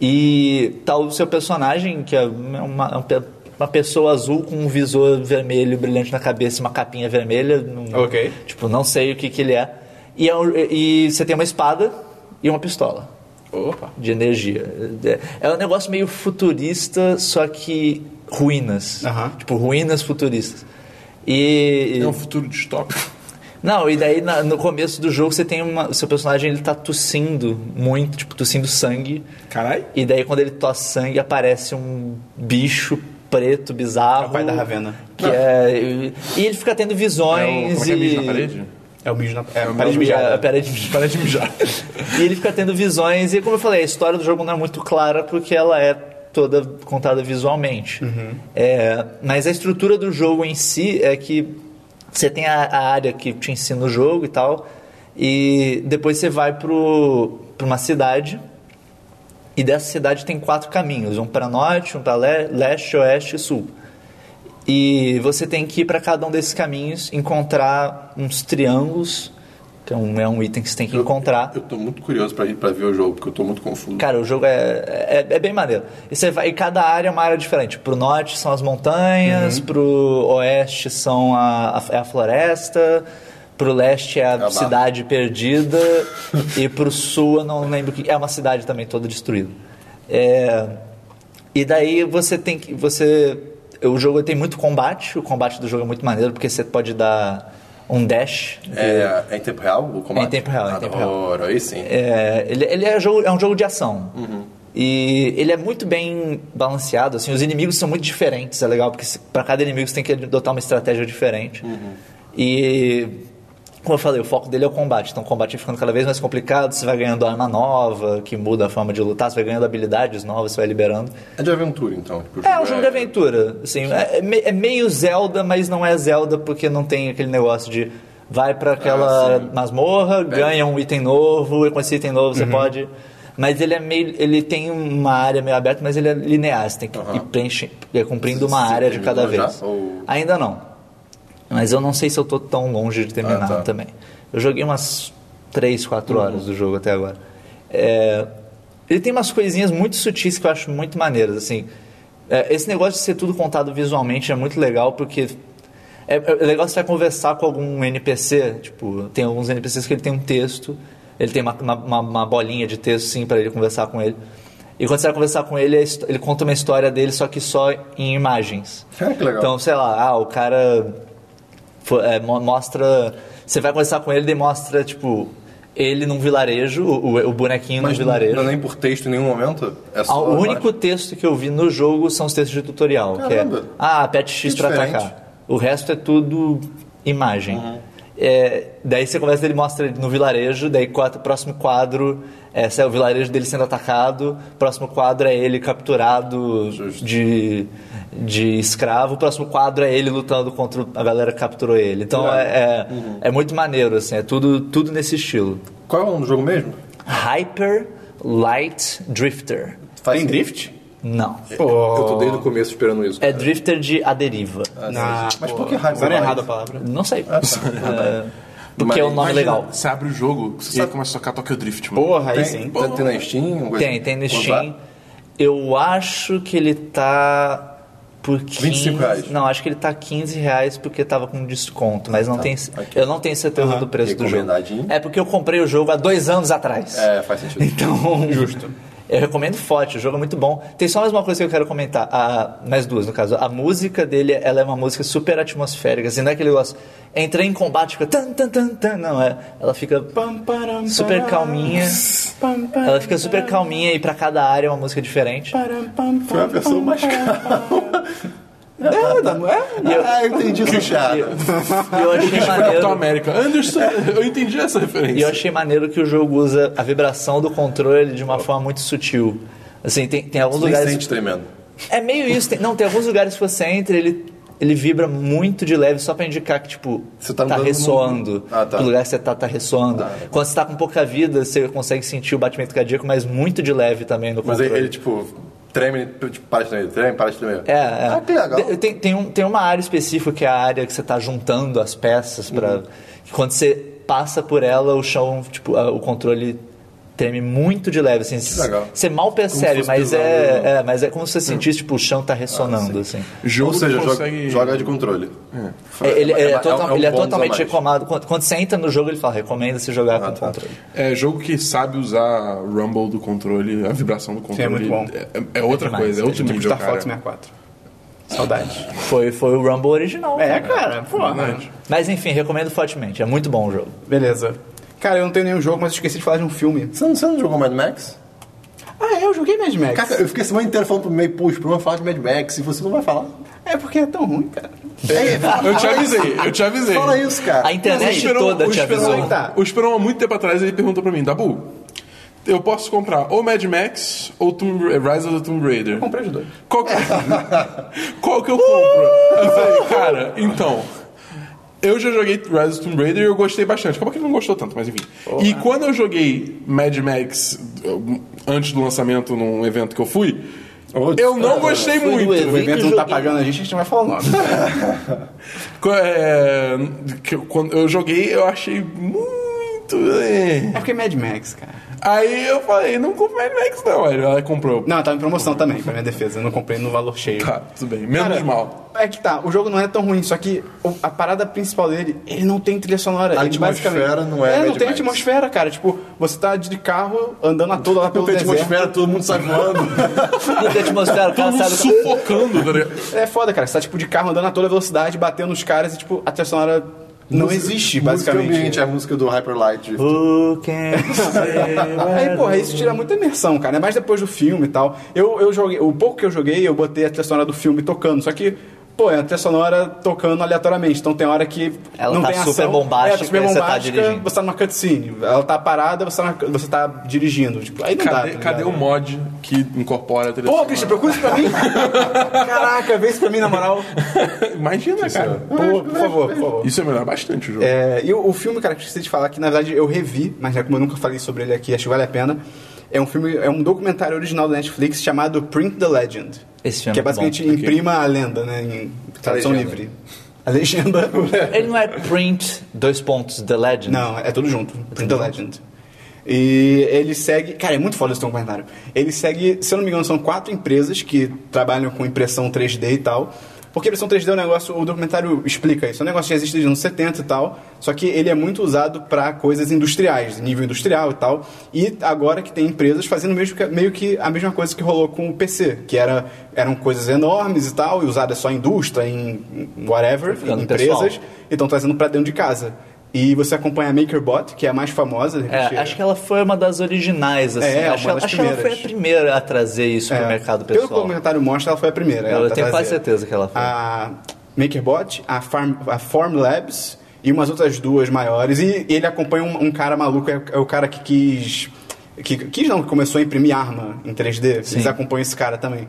E tá o seu personagem, que é uma, é um pe- uma pessoa azul com um visor vermelho brilhante na cabeça, e uma capinha vermelha. num-
Ok.
Tipo, não sei o que, que ele é. E, é um- e você tem uma espada e uma pistola
Opa.
de energia. É é um negócio meio futurista, só que ruínas.
Aham.
Tipo, ruínas futuristas. E.
É um futuro distópico.
Não, e daí na- no começo do jogo você tem uma. O seu personagem ele tá tossindo muito, tipo, tossindo sangue.
Caralho.
E daí quando ele tosse sangue aparece um bicho preto, bizarro.
É o pai da Ravena.
Que é, e, e ele fica tendo
É o,
visões
como é que é
e.
mijo na parede?
É o mijo na... É,
Para
para
de
de
mijar,
mijada.
para de mijar.
Parede mijar.
E ele fica tendo visões, e como eu falei, a história do jogo não é muito clara porque ela é toda contada visualmente. É, mas a estrutura do jogo em si é que você tem a, a área que te ensina o jogo e tal, e depois você vai para uma cidade, e dessa cidade tem quatro caminhos: um para norte, um para leste, oeste e sul. E você tem que ir para cada um desses caminhos, encontrar uns triângulos, que é um, é um item que você tem que encontrar.
Eu tô muito curioso pra, pra ver o jogo, porque eu tô muito confuso.
Cara, o jogo é, é, é bem maneiro. E, você vai, e cada área é uma área diferente. Pro norte são as montanhas, pro oeste são a, a, é a floresta, pro leste é a
barra.
cidade perdida, e pro sul eu não lembro o que. É uma cidade também toda destruída. É, e daí você tem que. Você, o jogo tem muito combate, o combate do jogo é muito maneiro, porque você pode dar um dash.
É, é em tempo real o combate?
É em tempo real, é em tempo real.
Adoro, aí sim.
É, ele ele é, jogo- é um jogo de ação. E ele é muito bem balanceado, assim, os inimigos são muito diferentes, é legal, porque para cada inimigo você tem que adotar uma estratégia diferente. E Como eu falei, o foco dele é o combate. Então o combate vai ficando cada vez mais complicado, você vai ganhando arma nova, que muda a forma de lutar, você vai ganhando habilidades novas, você vai liberando.
É de aventura, então. tipo, o
É um jogo de aventura, assim, é, é me- é meio Zelda, mas não é Zelda porque não tem aquele negócio de vai
Ah,
pra aquela
É.
masmorra, ganha um item novo e com esse item novo
Uhum.
você pode. Mas ele é meio, ele tem uma área meio aberta, mas ele é linear, você tem que ir preenche, é, cumprindo uma
Você
área de cada
terminou
vez.
já, ou-
Ainda não. Mas eu não sei se eu tô tão longe de terminar
Ah, tá. Uhum.
também. Eu joguei umas 3, 4 horas do jogo até agora. É, ele tem umas coisinhas muito sutis que eu acho muito maneiras, assim. É, esse negócio de ser tudo contado visualmente é muito legal porque é, é legal você vai conversar com algum NPC, tipo, tem alguns NPCs que ele tem um texto, ele tem uma, uma- uma- uma bolinha de texto, sim, para ele conversar com ele. E quando você vai conversar com ele, a his- ele conta uma história dele, só que só em imagens.
Ah, que legal.
Então, sei lá, ah, o cara fo- é, mo- mostra... Você vai conversar com ele, demonstra, tipo, ele num vilarejo, o, o- o bonequinho num
Mas não,
vilarejo.
não é nem por texto em nenhum momento? É
Ah,
só
O único texto que eu vi no jogo são os textos de tutorial,
Caramba.
que é ah, aperte X
Que
pra
diferente. Uhum.
atacar. O resto é tudo imagem. É, daí você começa, ele mostra ele no vilarejo, daí quatro, próximo quadro é, sai o vilarejo dele sendo atacado, próximo quadro é ele capturado de, de escravo, próximo quadro é ele lutando contra a galera que capturou ele. Então é, é,
Uhum.
é muito maneiro, assim, é tudo, tudo nesse estilo.
Qual é o nome do jogo mesmo?
Hyper Light Drifter.
Tem drift?
Não.
É, Eu tô desde o começo esperando isso.
É
cara.
drifter de a deriva.
Na-
Mas
pô,
por que Hyper
usaram
Light?
errado a palavra.
Não sei.
Ah,
É, porque
Mas-
é um nome
tá. imagina-
legal.
Você abre o jogo, você sabe como é a tocar Tokyo Drift, mano.
Porra, aí
Tem,
sim.
tá- tem na Steam? alguma coisa?
Tem, tem no
Quanto
Steam.
tá?
Eu acho que ele tá por 15,
25 reais.
Não, acho que ele tá 15 reais porque tava com desconto, mas não tem. Eu não tenho certeza do preço do jogo.
Tá, Recomendadinho.
É porque eu comprei o jogo há dois anos atrás.
É, faz sentido.
Então. Justo. Eu recomendo forte, o jogo é muito bom. Tem só mais uma coisa que eu quero comentar, a, nas duas, no caso. A música dele, ela é uma música super atmosférica, assim, não é aquele negócio. Entra em combate, fica. Tan, tan, tan, tan, não, é. Ela fica super calminha. Ela fica super calminha e pra cada área é uma música diferente. É
Foi uma pessoa mais calma. Ah, eu entendi essa
é? E
piada.
e eu achei
Foi Capitão
maneiro.
América. Anderson, eu entendi essa referência.
E eu achei maneiro que o jogo usa a vibração do controle de uma forma muito sutil. Assim, tem, tem alguns
Você nem
lugares.
sente tremendo.
É meio isso. Tem- não, tem alguns lugares que você entra, ele, ele vibra muito de leve, só pra indicar que, tipo,
Você tá
tá
andando
ressoando.
no- Ah, tá. Ah.
O lugar que você tá, tá ressoando. Quando você tá com pouca vida, você consegue sentir o batimento cardíaco, mas muito de leve também no
Mas
controle.
ele, ele, tipo, treme, tipo, para de tremer, treme, para de tremer.
É, é.
Ah, que legal.
De- Tem, tem, um- tem uma área específica que é a área que você tá juntando as peças
Uhum.
para Quando você passa por ela, o chão, tipo, a- o controle treme muito de leve. Assim, c-
legal.
você mal percebe,
fosse
mas
pisando, né? Hum.
é, é, mas é como se você sentisse, tipo, o chão
Ah,
tá ressonando, assim.
Jogo
Ou seja,
que
joga-
consegue-
joga de controle.
É, ele é,
uma-
total-
é um
ele é
bônus a
totalmente
mais.
recomendado. Quando, quando você entra no jogo, ele fala: recomenda se jogar
Ah,
com
tá.
controle.
É jogo que sabe usar o rumble do controle, a vibração do controle.
muito bom.
É, é outra
É demais.
coisa, é
É
outro
Tipo
nível,
Star
cara.
Fox 64. Saudade.
Foi, foi o Rumble original. né?
É, cara, porra.
Verdade.
Mas enfim, recomendo fortemente. É muito bom o jogo.
Beleza. Cara, eu não tenho nenhum jogo, mas eu esqueci de falar de um filme.
Você não, você não jogou Mad Max?
Ah, é, eu joguei Mad Max.
Cara, eu fiquei a semana inteira falando pro meio, pô, pra falar de Mad Max e você não vai falar. É,
É porque é tão ruim, cara.
Eu te avisei, eu te avisei.
Fala isso,
É.
cara.
A internet
Esperon-
toda
o
te
Esperon-
avisou.
um Tá.
O Esperão, há muito tempo atrás, ele perguntou pra mim, Dabu, eu posso comprar ou Mad Max ou Tomb Ra- Rise of the Tomb Raider?
Comprei os dois.
Qual que, qual que eu compro? Eu falei, cara, então. Eu já joguei Rise of the Tomb Raider e eu gostei bastante. Como que ele não gostou tanto, mas enfim. E quando eu joguei Mad Max uh, antes do lançamento num evento que eu fui,
Outro.
eu não gostei
Foi do
muito.
O evento
Eu
não tá
joguei.
pagando a gente, a gente não vai falar o nome.
Co- é, que eu- quando eu joguei, eu achei muito. é.
É porque é Mad Max, cara.
Aí eu falei, não compro Mad Max não. Aí ela comprou.
Não, tava em promoção também, pra minha defesa. Eu não comprei no valor cheio.
Tá, tudo bem. Menos
Cara,
mal.
É que tá, o jogo não é tão ruim, só que o- a parada principal dele, ele não tem trilha sonora.
A
ele
atmosfera
basicamente-
não é
É, não
Mad
tem
Max.
atmosfera, cara. Tipo, você tá de carro andando a toda lá pelo
Não tem
deserto.
atmosfera, todo mundo sai voando.
Não tem atmosfera, o cara
Todo Uhum. mundo
sabe.
sufocando, tá ligado?
É foda, cara. Você tá tipo de carro andando a toda velocidade, batendo nos caras e tipo, a trilha sonora não existe, basicamente.
Música ambiente, é a música do Hyper Light.
Who can say
Aí, porra, isso tira muita imersão, cara. É mais depois do filme e tal. Eu, eu joguei, o pouco que eu joguei, eu botei a trilha sonora do filme tocando. Só que Pô, é a trilha sonora tocando aleatoriamente. Então tem hora que
Ela
não
tá
tem ação.
super bombástica
é, tá super
e você tá
bombástica,
dirigindo.
você tá numa cutscene. Ela tá parada, você tá, na- você tá dirigindo. Tipo, aí não dá.
Cadê,
tá
cadê
ligado?
o mod que incorpora a trilha
Pô,
sonora?
Christian, procura isso pra mim. Caraca, vê isso pra mim, na moral.
Imagina, cara.
Pô, por favor, por favor.
Isso é melhor bastante o jogo.
É, e o, o filme, cara, que eu esqueci de falar, que na verdade eu revi, mas né, como eu nunca falei sobre ele aqui, acho que vale a pena. É um filme, é um documentário original da Netflix chamado Print the Legend.
Esse filme
Que é
é muito
basicamente
bom.
imprima a lenda, né? Em tradução
legenda.
livre. A legenda.
Ele não é print, dois pontos, The Legend.
Não, é tudo junto. Print the Legend. E ele segue. Cara, é muito foda esse documentário. Ele segue, se eu não me engano, são quatro empresas que trabalham com impressão 3D e tal. Porque impressão 3D é um negócio. O documentário explica isso. É um negócio que já existe desde os anos 70 e tal. Só que ele é muito usado para coisas industriais, nível industrial e tal. E agora que tem empresas fazendo meio que, meio que a mesma coisa que rolou com o PC, que era, eram coisas enormes e tal, e usadas só em indústria, em em whatever, em
Ficando
empresas,
pessoal.
e estão Então, trazendo para dentro de casa. E você acompanha a MakerBot, que é a mais famosa. de repente,
É, acho que ela foi uma das originais, assim.
É,
acho
uma das
acho que ela foi a
primeiras.
primeira a trazer isso
é,
pro mercado
Pelo
pessoal.
que o comentário mostra, ela foi a primeira.
Eu
tá Ah,
tenho quase
trazer.
certeza que ela foi.
A MakerBot, a, Farm, a Form Labs e umas outras duas maiores. E ele acompanha um, um cara maluco, é, é o cara que quis... Que, quis não, que começou a imprimir arma em 3D. Eles acompanham esse cara também.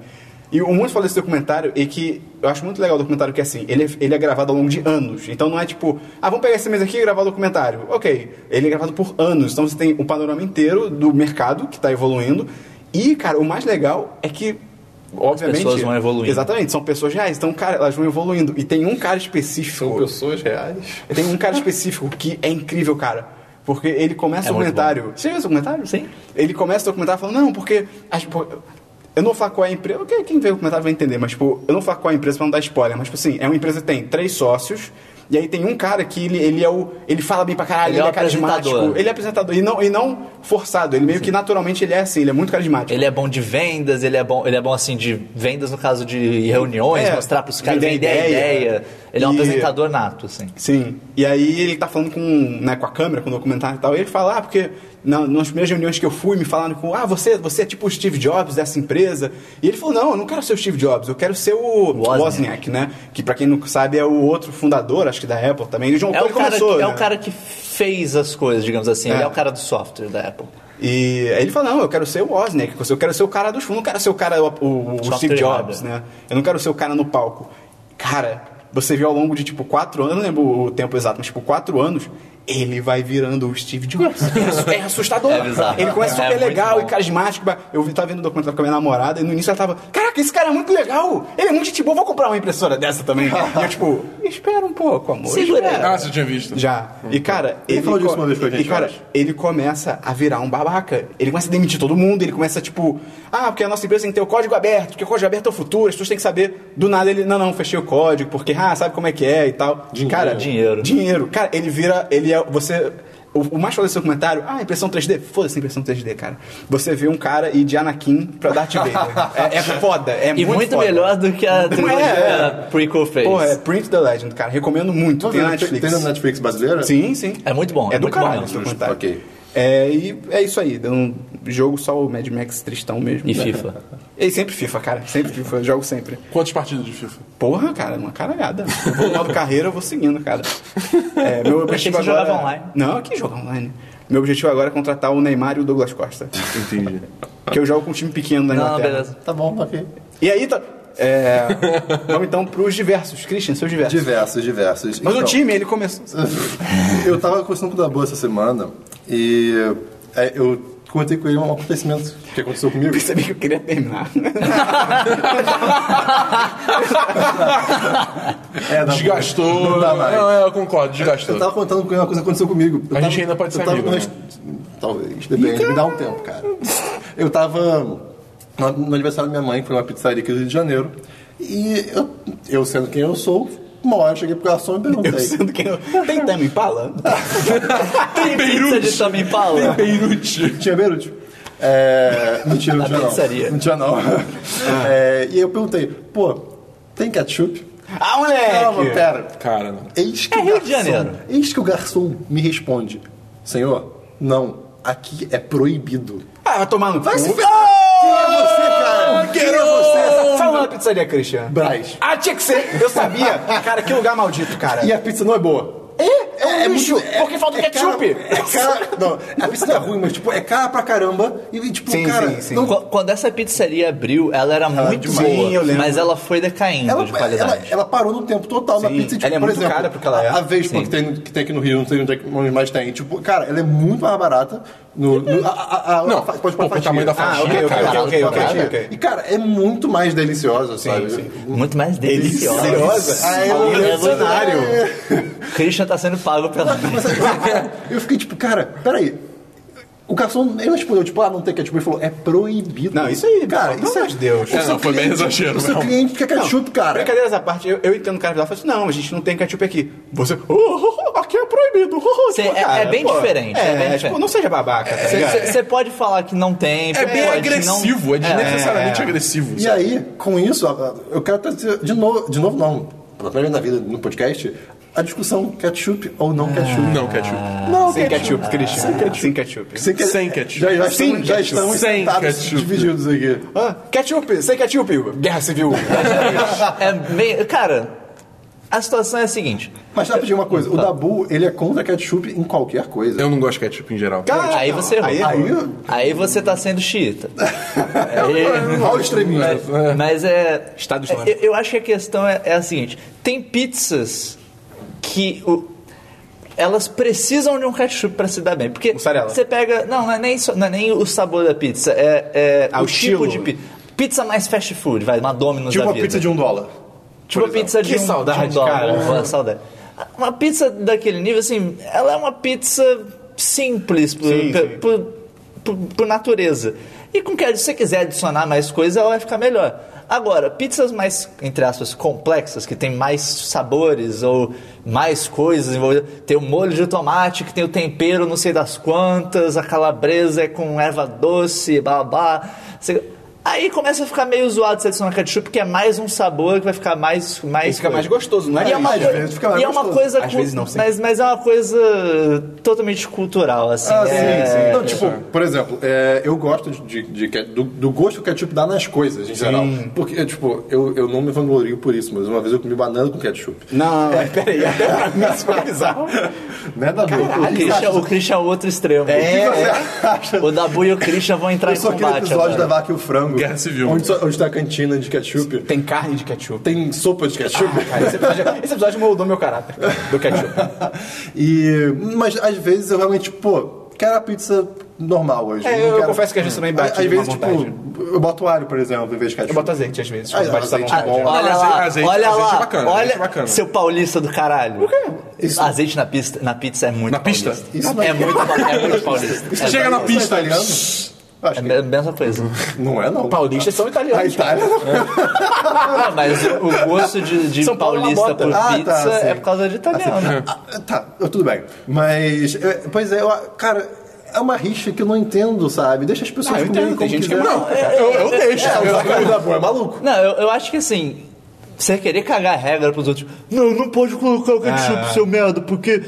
E o muito foda desse documentário é que eu acho muito legal o documentário que é assim, ele é, ele é gravado ao longo de anos. Então não é tipo, ah, vamos pegar esse mês aqui e gravar o documentário. Ok, ele é gravado por anos. Então você tem o panorama inteiro do mercado que está evoluindo. E, cara, o mais legal é que, obviamente.
pessoas vão evoluindo. né?
Exatamente, são pessoas reais. Então, cara, elas vão evoluindo. E tem um cara específico.
São pessoas reais.
Tem um cara específico que é incrível, cara. Porque ele começa
É
o
muito
documentário. Você viu esse documentário?
Sim.
Ele começa o documentário falando, não, porque. as- pô, eu não vou falar qual é a empresa. ok, Quem vê o documentário vai entender, mas, tipo, eu não vou falar qual é a empresa pra não dar spoiler. Mas, tipo assim, é uma empresa que tem três sócios. E aí tem um cara que ele, ele é o. Ele fala bem pra caralho,
Ele
ele,
é o
é carismático.
apresentador.
Ele é apresentador. E não, e não forçado. Ele meio que naturalmente ele é assim, ele é muito carismático.
Ele é bom de vendas, ele é bom, ele é bom assim de vendas no caso de reuniões,
É,
mostrar pros caras
vender
vender a
ideia.
ideia. Ele é um
E-
apresentador nato, assim.
Sim. E aí ele tá falando com, né, com a câmera, com o documentário e tal. E ele fala, ah, porque na, nas primeiras reuniões que eu fui, me falaram com, ah, você, você é tipo o Steve Jobs dessa empresa. E ele falou, não, eu não quero ser o Steve Jobs, eu quero ser o
Wozniak.
Wozniak, né? Que pra quem não sabe é o outro fundador, acho que da Apple também. Ele,
É o,
ele
cara,
começou,
que- é
né?
o cara que fez as coisas, digamos assim. Ele
É.
é o cara do software da Apple.
E aí ele falou, não, eu quero ser o Wozniak, eu quero ser o cara dos fundos, eu não quero ser o cara, o, o- o
Software
Steve Jobs,
errado.
né? Eu não quero ser o cara no palco. Cara, você viu ao longo de, tipo, quatro anos, eu não lembro o tempo exato, mas, tipo, quatro anos, ele vai virando o Steve Jobs. É assu- É assustador.
É bizarro.
ele começa
É
super
muito
legal e
bom.
carismático. Eu vi- tava vendo o documentário com a minha namorada e no início ela tava, caraca, esse cara é muito legal, ele é muito gente boa, vou comprar uma impressora dessa também. e eu, tipo, espera um pouco, amor.
Segura aí.
espera."
Ah, você tinha visto.
Já. E, cara,
Ele Hum. falou disso
co-
uma vez com a gente,
E, cara,
eu acho.
ele começa a virar um babaca. Ele começa a demitir todo mundo, ele começa, tipo, ah, porque a nossa empresa tem que ter o código aberto, porque o código aberto é o futuro, as pessoas têm que saber. Do nada ele, não, não, fechei o código, porque, ah, sabe como é que é e tal. cara,
Dinheiro.
Dinheiro. Cara, ele vira, ele é, você... O, o mais foda desse comentário, ah, impressão 3D? Foda-se impressão 3D, cara. Você vê um cara ir de Anakin pra Darth Vader. é, é foda, é
E muito,
foda.
melhor do que a trilogia
é.
prequel fez.
Porra, é Print the Legend, cara. Recomendo muito. Tem na Netflix.
Tem na Netflix brasileira?
Sim, sim.
É muito bom,
É,
é
do
muito
caralho
bom
esse
mesmo.
documentário.
Ok.
É, e é isso aí. Deu um jogo só o Mad Max tristão mesmo.
E FIFA.
E sempre FIFA, cara. Sempre FIFA. eu Jogo sempre.
Quantas partidas de FIFA?
Porra, cara. Uma caralhada. Eu vou no modo carreira, eu vou seguindo, cara. É, meu objetivo
que você
agora...
jogava online.
Não, que jogar online. Meu objetivo agora é contratar o Neymar e o Douglas Costa.
Entendi.
que eu jogo com um time pequeno da
Não,
Inglaterra.
beleza.
Tá bom, ok.
E aí, tá... É, vamos então pros diversos. Christian, seus diversos.
Diversos, diversos.
Mas o
Então,
time, ele começou...
eu tava conversando com o Dabu essa semana e é, eu contei com ele um acontecimento que aconteceu comigo.
Percebi que eu queria terminar.
É, Dabu,
Desgastou.
Não dá mais.
Não, é, eu concordo,
Eu
desgastou.
tava contando com ele uma coisa que aconteceu comigo. Eu
A
tava-
gente ainda pode
eu
ser
tava
amigo,
numa
né?
est- Talvez, depende. Me dá um tempo, cara. Eu tava no no aniversário da minha mãe, que foi uma pizzaria aqui do Rio de Janeiro. E eu, eu sendo quem eu sou, uma hora eu cheguei pro garçom e perguntei.
Eu sendo que eu... Tem Tami Impala?
Tem pizza de Tommy Impala.
Beirute.
Tinha Beirute?
Tipo,
É, não tinha, não
Na
tinha
pizzaria.
não. Não tinha não. É, e eu perguntei, pô, tem ketchup?
Ah, moleque!
Calma, pera.
Cara, não.
Eis que
É
o
Rio de
garçom-
Janeiro.
Eis que o garçom me responde, senhor, não, aqui é proibido.
Ah, vai tomar no
Vai se
cu.
ferrar! Quem é você, cara? Quem é você?
Fala, pizzaria, Christian?
Braz.
Ah, tinha que ser! Eu sabia! Cara, que lugar maldito, cara.
E a pizza não é boa.
É, é, bicho, porque falta ketchup!
É cara, não, a pizza tá ruim, mas tipo, é cara pra caramba. E tipo,
Sim,
cara,
sim, sim.
não-
Qu- Quando essa pizzaria abriu, ela era muito
demais.
boa,
Sim, eu lembro.
mas ela foi decaindo
ela,
de
ela,
qualidade.
ela parou no tempo total na
Sim,
pizza. Tipo,
ela é
por
muito
exemplo,
cara pro que ela é.
A Vespa
Sim.
que tem, que tem aqui no Rio, não sei onde é que mais tem. Tipo, cara, ela é muito mais barata. No, no- a- a- a-
Não,
a- pode pôr
pô, pro
fatia.
tamanho da
Ah,
fatia,
ok, ok,
cara.
ok, ok, ok,
Fatia.
ok.
E cara, é muito mais deliciosa, sabe?
sim.
Muito mais deliciosa.
Deliciosa?
Ah, é
Alô,
um
revolucionário.
é."
Christian tá sendo pago pela.
Mas, cara, eu fiquei tipo, cara, peraí. O garçom ele não respondeu, tipo, ah, não tem ketchup. Ele falou, é proibido.
Não, isso aí,
cara,
pelo
isso é
amor de Deus.
O seu
É, não, foi bem
cliente-
exagero
O seu
mesmo.
cliente quer ketchup, cara.
Brincadeiras à parte, eu, eu entendo o cara lá e falo assim, não, a gente não tem ketchup aqui. Você, oh, oh, oh, aqui é proibido. oh, oh,
Cê-
pô,
é-
cara,
é bem diferente,
É,
é bem
tipo,
diferente.
não seja babaca, tá ligado?
Você pode falar que não tem.
É bem
pode
agressivo, é
não...
desnecessariamente agressivo.
E
sabe?
aí, com isso, a- a- eu quero trazer de novo, de novo não, pela primeira vez na vida no podcast, a discussão ketchup ou não é ketchup.
Ah. Não, ketchup.
Não,
Sem ketchup, Cristian. Sem ketchup. Sem ketchup.
Sem, que-
Sem ketchup.
Já, já
Sem
estamos, já
ketchup.
estamos
Sem
sentados,
ketchup.
divididos aqui.
Ah, ketchup, sem ketchup. Guerra Civil.
É bem. Cara, a situação é a seguinte.
Mas já pedir uma coisa,
Tá.
o Dabu, ele é contra ketchup em qualquer coisa.
Eu não gosto de ketchup em geral.
Cara,
Aí
não,
você errou.
é
aí errou.
Aí, eu-
Aí você tá sendo xiita. Aí-
olha o extremismo.
mas, mas é.
Estado
é,
Islâmico.
eu, eu acho que a questão é, é a seguinte: tem pizzas que. o- elas precisam de um ketchup pra se dar bem. Porque
Mussarela.
você pega. Não, não é nem, só- não é nem o sabor da pizza, é, é
Ah,
o
o
tipo
estilo.
de pizza. Pizza mais fast food, vai, uma Domino's
Tipo
da
uma
vida.
pizza de um dólar.
Tipo a pizza de
Que
um,
saudade,
de um dólar,
cara.
uma saudade. Uma pizza daquele nível, assim, ela é uma pizza simples por,
Sim,
por-
sim.
por- por- por natureza. E com que se você quiser adicionar mais coisa, ela vai ficar melhor. Agora, pizzas mais, entre aspas, complexas, que tem mais sabores ou mais coisas envolvidas. Tem o molho de tomate, que tem o tempero não sei das quantas, a calabresa é com erva doce, blá blá. blá. Você- Aí começa a ficar meio zoado se adicionar ketchup, porque é mais um sabor que vai ficar mais. mais
Aí fica mais gostoso, não é?
E é uma,
Cristian?
Às vezes fica mais
e é uma
gostoso.
coisa.
Às vezes não, sim.
mas, mas é uma coisa totalmente cultural, assim.
Ah,
é-
sim, sim. Então, tipo, por exemplo, é, eu gosto de, de- de ke- do, do gosto que o ketchup dá nas coisas, em geral. Porque, é, tipo, eu, eu não me vanglorio por isso, mas uma vez eu comi banana com ketchup.
Não, mas peraí, até pra mim isso foi bizarro.
é
Nada a ver.
O Christian, o Christian é o outro extremo.
acha?
O Dabu e o Christian vão entrar
É. Eu
em
sou aquele
É. combate.
episódio da
Agora.
vaca e o frango.
Guerra Civil.
Onde, só- onde tem a cantina de ketchup.
Tem carne de ketchup.
Tem sopa de ketchup.
Cara, esse episódio, é- esse episódio moldou meu caráter do ketchup.
e, mas às vezes eu realmente, pô, quero a pizza normal hoje.
É,
Não
eu
quero-
confesso que às vezes também bate
Às
uma
vezes,
vontade.
tipo, eu boto alho, por exemplo, em vez de ketchup.
Eu boto azeite às vezes,
Ah,
quando bate essa
azeite
vontade.
é bom.
Olha lá,
Azeite-
olha
azeite é
lá,
bacana,
olha,
azeite é bacana.
seu paulista do caralho.
Isso-
Azeite na pista, na pizza é muito
Na
paulista.
pista?
Isso não
É muito, pa- é muito paulista. É,
Chega na
Isso não é
pista.
italiano?
é
Acho
a
que
mesma coisa.
não é, não.
Paulistas são italianos.
A Itália não é.
Ah, mas o, o gosto de, de
São Paulo é uma
paulista
bota.
por
Ah,
pizza
tá, sim.
é por causa de italiano.
Ah, Tá, eu- tudo bem. Mas, é, pois é, eu, cara, é uma rixa que eu não entendo, sabe? Deixa as pessoas
Ah, eu
comerem
entendo,
como
tem gente que
quiser.
é
Não, eu, eu deixo.
É,
Eu-
o Zaca da Boa é maluco.
Não, eu, eu acho que assim. Você querer cagar a regra pros outros. Não, não pode colocar o ketchup,
Ah.
seu merda, porque.
É,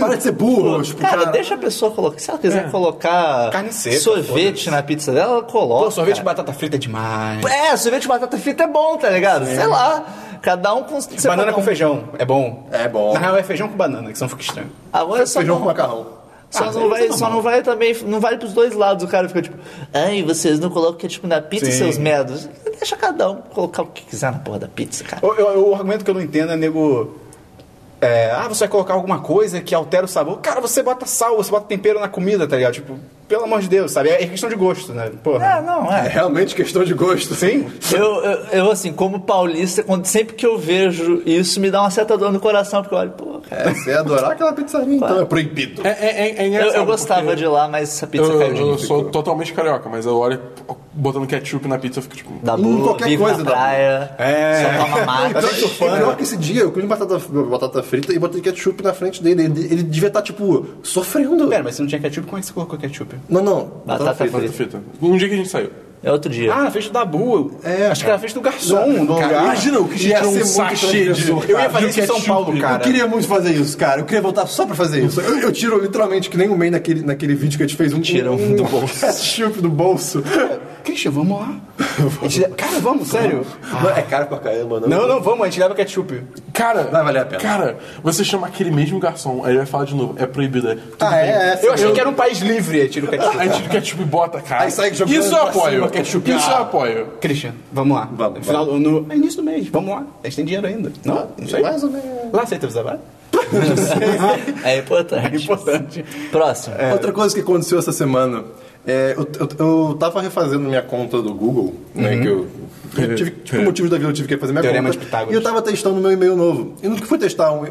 "Ah,
Para de ser burro. tipo,
Cara, deixa a pessoa colocar. Se ela quiser colocar
É. Carne seca,
sorvete na pizza dela, ela coloca.
Pô, sorvete de batata frita é demais.
É, sorvete de batata frita é bom, tá ligado? Sei lá. Cada um com. você
banana
coloca
com
um-
feijão, é bom.
É bom.
Na real é feijão com banana, que senão fica estranho.
Agora só.
Feijão
Não,
com macarrão.
Ah,
só, não
isso é
vai, só
normal.
não vai também. Não vale pros dois lados. O cara fica tipo. Ai, vocês não colocam ketchup na pizza,
Sim.
seus merdas. Deixa cada um colocar o que quiser na porra da pizza, cara.
Eu- eu- o argumento que eu não entendo é nego. é, ah, você vai colocar alguma coisa que altera o sabor. Cara, você bota sal, você bota tempero na comida, tá ligado? Tipo, pelo amor de Deus, sabe? É é questão de gosto, né?
Ah,
Porra.
não, é.
É realmente questão de gosto.
Sim?
Eu, eu, eu, assim, como paulista, quando, sempre que eu vejo isso, me dá uma certa dor no coração, porque eu olho, pô, cara.
É, você ia adorar aquela pizzaria, então. É proibido.
É, é, é, é
Eu,
engraçado,
eu gostava
porque
de ir lá, mas essa pizza
Eu,
caiu de
eu
mim.
sou totalmente carioca, mas eu olho botando ketchup na pizza eu fico tipo.
Da
Hum, qualquer
vive
coisa,
na
Dabu.
praia,
É.
só toma mate.
Tá bem
E pior que esse dia eu comi batata, batata frita e botei ketchup na frente dele. Ele, ele devia estar, tipo, sofrendo.
Pera, mas se não tinha ketchup, como é que você colocou ketchup?
Não, não.
Batata frita.
Fita. Um dia que a gente saiu.
É outro dia.
Ah, na festa da Bu.
É,
Acho que era a festa do garçom do
Cara,
lugar.
Imagina o Christian
Ia
tirou
ser
um
muito
sachê de.
transgressor,
Eu ia fazer isso
de
em São
ketchup.
Paulo, cara.
é Eu queria muito fazer isso, cara. Eu queria voltar só pra fazer isso. Eu, eu tiro literalmente, que nem o May naquele, naquele vídeo que a gente fez um.
Tira um do bolso.
Ketchup do bolso.
Christian, vamos lá. A gente leva- Cara, vamos, sério.
Mano, é caro pra caramba, não?
Não, não, vamos, a gente leva ketchup.
Cara,
Vai valer a pena.
Cara, você chama aquele mesmo garçom, aí ele vai falar de novo, é proibido, né? Tudo
Ah,
bem.
é, é.
Eu achei que era um país livre, aí tira o ketchup.
Aí tira o ketchup e bota, cara.
Aí sai jogando
Isso eu
pra
apoio.
cima, ketchup.
Isso eu
Ah.
apoio.
Christian, vamos lá.
Vamos, Ah,
no final, No, é início do mês, vamos lá. A gente tem dinheiro ainda. Não? Não sei.
Mais ou menos.
Lá aceita o trabalho?
É importante.
É importante.
Próximo.
É.
É.
Outra coisa que aconteceu essa semana. é, eu, eu, eu tava refazendo minha conta do Google, né? Que eu. eu tive, por motivos da vida eu tive que refazer minha
Uhum. Teorema de
conta.
Pitágoras.
e eu tava testando meu e-mail novo. E no que fui testar um.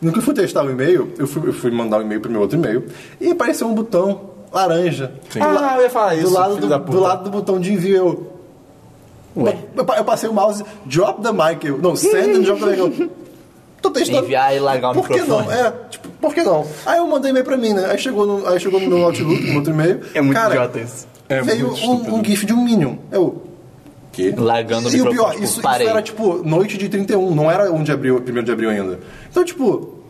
No que fui testar o e-mail, eu fui, eu fui mandar um e-mail pro meu outro e-mail. E apareceu um botão laranja. Do la-
Ah, eu ia falar isso.
do, lado
filho
do,
da puta.
do lado do botão de envio. Eu, eu, pa- eu passei o mouse, drop the mic. Eu, não, send and drop the mic. Eu, tô testando.
Enviar e largar o
por que
microfone.
não? É, tipo, por que não? Aí eu mandei e-mail pra mim, né? Aí chegou no, aí chegou no meu Outlook, no outro e-mail.
É muito
cara,
idiota isso.
É
veio
muito
um,
estúpido.
um GIF de um Minion. Eu. Que?
Largando o
e o
microfone,
pior,
tipo,
isso, isso
parei.
era tipo noite de 31, não era 1 de abril, 1 de abril ainda. Então, tipo.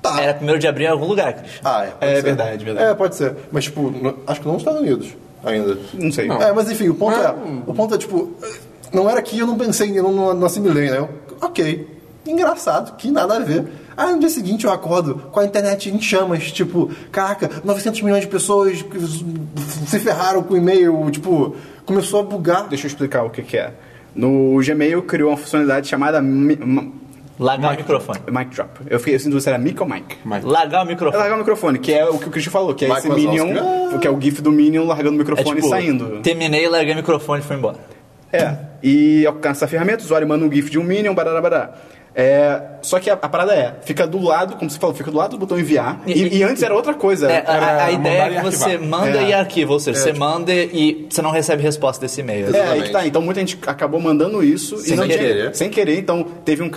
Tá.
Era primeiro de abril em algum lugar, Cris.
Ah, é. pode
É
ser.
verdade, verdade.
É, pode ser. Mas, tipo, no- acho que não nos Estados Unidos ainda.
Não sei.
É, mas enfim, o ponto é. O ponto é, tipo, não era que eu não pensei, eu não, não assimilei, né? Eu, ok. Engraçado, que nada a ver. Aí no dia seguinte eu acordo com a internet em chamas, tipo, caraca, 900 milhões de pessoas se ferraram com o e-mail, tipo, começou a bugar.
Deixa eu explicar o que, que é. No Gmail criou uma funcionalidade chamada Mi- Ma-
Largar o microfone.
Mic Drop. Eu fiquei assim, você era mic ou mic?
Mas-
Largar o
É
microfone.
largar o microfone, que é o que o Christian falou, que é
Mike
esse
Wazowski.
Minion, que é o GIF do Minion largando o
É
microfone
tipo,
e saindo.
terminei, larguei o microfone e fui embora.
É. E alcança a ferramenta, o usuário manda um GIF de um Minion, barará, barará. É, só que a, a parada é, fica do lado, como você falou, fica do lado do botão enviar. E,
E-
e antes era outra coisa.
É, a-
era-
a, a
mandar
ideia é
e
que você
arquivar.
manda
É.
e arquiva, ou seja, você manda e você não recebe resposta desse e-mail.
É, aí que tá. Então muita gente acabou mandando isso
Sem
e não tinha- então
querer. Teve um
é,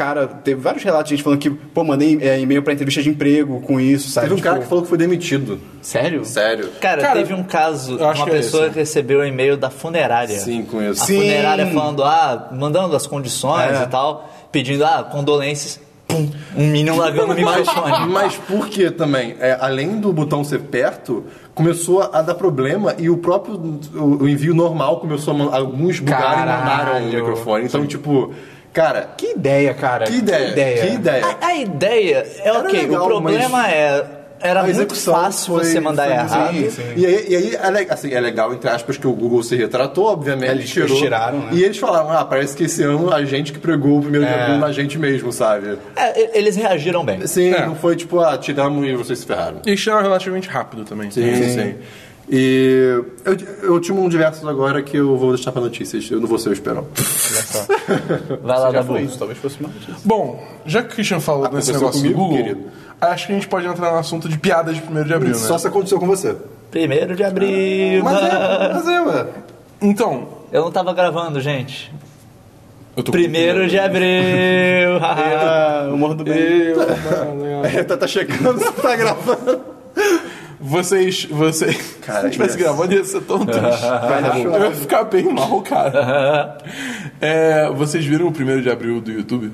Tipo,
cara que falou que foi demitido.
Sério?
Sério?
Cara,
Cara,
teve um caso,
eu acho
uma
que é
pessoa
esse.
que recebeu um e-mail da
É.
funerária.
Sim, com isso.
A
Sim.
funerária falando, ah, mandando as condições
É.
e tal, pedindo, ah, condolências. Pum, um minion largando o
Mas,
microfone.
mas por que também? É, além do botão ser perto, começou a dar problema e o próprio o, o envio normal começou a man- alguns bugaram e mandaram o
Caralho.
microfone. Então, tipo, cara,
Que ideia, cara.
que ideia, Que ideia.
A, a ideia é
Era
ok,
legal,
o problema
mas
é. Era
A
muito
execução
fácil
foi-
você mandar
foi
bizarra.
errado.
Sim, sim.
E aí, e aí é, le- assim, é legal, entre aspas, que o Google se retratou, obviamente.
Eles tiraram, né?
E eles falaram, ah, parece que esse ano a gente que pregou o primeiro de abril na gente mesmo, sabe?
É, e- eles reagiram bem.
Sim,
É.
não foi tipo, ah, tiramos e vocês se ferraram.
E chama relativamente rápido também.
Sim, sim. E eu, eu tinha um diversos agora que eu vou deixar pra notícias. Eu não vou ser o esperão.
Vai lá,
Já
Dabu.
foi isso, talvez fosse uma notícia.
Bom, já que o Christian falou nesse
Ah, Aconteceu
negócio do
comigo,
Google,
querido.
acho que a gente pode entrar no assunto de piadas de 1 de abril, né?
Só se aconteceu com você.
Primeiro de abril.
Mas
ah.
é, mas é, ué.
Então,
Eu não tava gravando, gente.
eu tô com
Primeiro de abril.
Ah, o Morro do Bem.
É, tá, tá chegando, você tá gravando.
Vocês, vocês,
Cara,
se eu tivesse
isso.
gravando ia ser tão triste. eu ia ficar bem mal, cara. É, vocês viram o primeiro de abril do YouTube?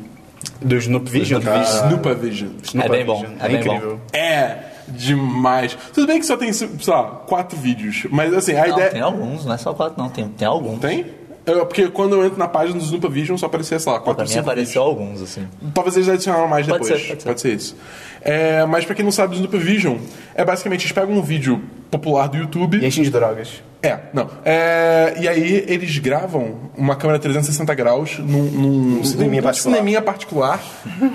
Do Snoop Vision.
Ah. Snoopavision.
Snoop
É bem bom,
Vision.
é bem
incrível.
É demais. Tudo bem que só tem, sei lá, quatro vídeos. Mas assim, a
Não,
ideia...
tem alguns, não é só quatro, não. Tem, tem alguns.
Tem? Eu- porque quando eu entro na página do Snoopavision só aparecia, sei lá,
Pô,
quatro,
pra mim
cinco vídeos.
apareceu alguns, assim.
Talvez eles adicionaram mais
Pode
depois.
ser, pode ser.
isso. É, mas pra quem não sabe, o Snoopvision é basicamente eles pegam um vídeo popular do
E
YouTube.
enchem de drogas.
É, não. É, e aí eles gravam uma câmera 360 graus num, num,
Um cineminha
num
particular.
cineminha particular,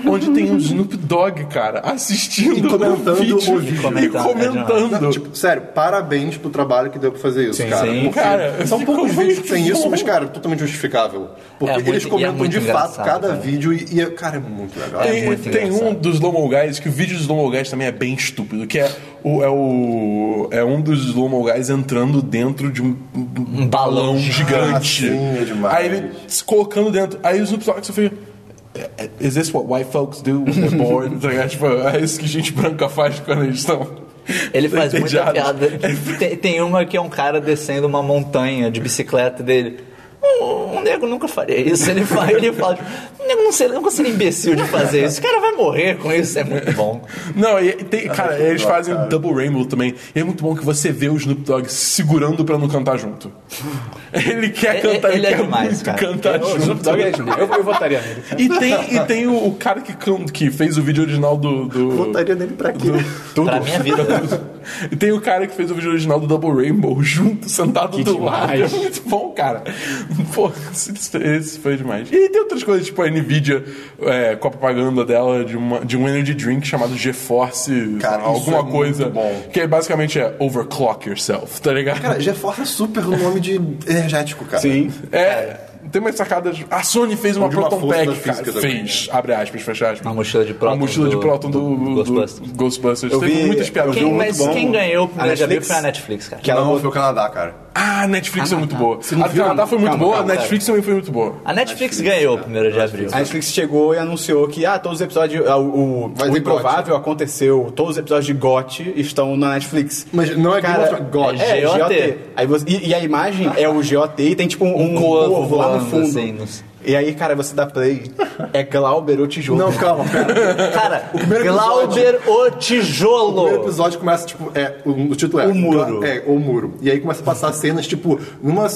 onde tem um Snoop Dogg, cara, assistindo
E comentando
o vídeo,
o vídeo.
e
Comentando, é
comentando.
Não, tipo, sério, parabéns pro trabalho que deu pra fazer isso, cara.
sim.
Porque
Cara, eu
Tipo, são
fico
poucos
muito
vídeos que tem isso,
bom.
mas, cara, é totalmente justificável. Porque
É
eles
muito- e é
comentam
muito
de fato
engraçado,
cada
cara.
vídeo e, e é- cara, é muito legal.
É
tem,
muito
tem um
engraçado.
dos Slow Mo Guys, que o vídeo dos Slow Mo Guys também é bem estúpido, que é, o, é, o, é um dos Slow Mo Guys entrando dentro de um, um
Um balão Ah,
gigante.
sim, é demais.
Aí ele se colocando dentro. Aí os Snoop Dogg só fica... "É, Is this what white folks do when they're bored? Tá ligado? tipo, é isso que gente branca faz quando eles estão...
Ele faz muita
entediados.
piada. Tem, tem uma que é um cara descendo uma montanha de bicicleta dele. Um, um nego nunca faria isso. Ele fala, ele fala tipo, um nego não seria, nunca seria imbecil de fazer isso. Esse cara vai morrer com isso, é muito bom.
Não, e, e tem,
Ah,
cara, eles fazem um Double Rainbow também. E é muito bom que você vê o Snoop Dogg segurando pra não cantar junto. Ele quer
É-
cantar,
é-
ele,
ele é
quer
demais,
muito
cara.
cantar
O
junto.
Snoop Dogg é demais. Eu, eu votaria nele.
E tem, e tem o, o cara que, can- que fez o vídeo original do. do-
Votaria nele
tá
pra quê?
Tudo.
Pra minha vida.
E tem o cara que fez o vídeo original do Double Rainbow junto, sentado do lado. É
demais.
muito bom, cara. Pô, esse esse foi demais. E tem outras coisas, tipo a Nvidia é, com a propaganda dela de, uma- de um energy drink chamado GeForce,
Cara, isso
alguma
é muito
coisa.
bom.
Que é, basicamente é overclock yourself, tá ligado?
Cara, GeForce é super o nome de energético, cara.
Sim.
é. Tem umas sacadas. A Sony fez uma
De uma
Proton
força
Pack,
da
cara.
física também, né?
Fez, abre aspas, fecha aspas.
Uma mochila de próton
Uma mochila de
do-
próton
do
do, do- do Ghostbusters.
Ghostbusters.
Eu
Teve
vi-
muitas piadas.
eu vi
Quem,
um
mas
muito bom.
quem ganhou o primeiro
A Netflix?
GB foi a Netflix, cara.
Que ela
Não,
botou-
foi o Canadá, cara.
Ah, a Netflix é muito boa.
tá. não
A do
viu?
Canadá foi muito
Calma,
boa,
calma,
a Netflix também foi muito boa.
A Netflix ganhou o primeiro de abril.
A Netflix chegou e anunciou que ah, todos os episódios. ah, o o-
Vai
o
ter
Improvável aconteceu, todos os episódios de GOT estão na Netflix.
Mas não é Game
Cara,
of Thrones, GOT.
É,
GOT.
GOT. Aí você- e, e a imagem é o GOT e tem tipo um,
Um
um
corvo
corvo lá no
voando,
fundo.
assim, nos-
E aí, cara, você dá play. É Glauber ou tijolo.
Não, calma, cara.
Cara,
primeiro
Glauber o
O primeiro
Tijolo.
episódio começa, tipo, é, o, o título é...
O Muro.
É, O Muro. E aí começa a passar cenas, tipo, numa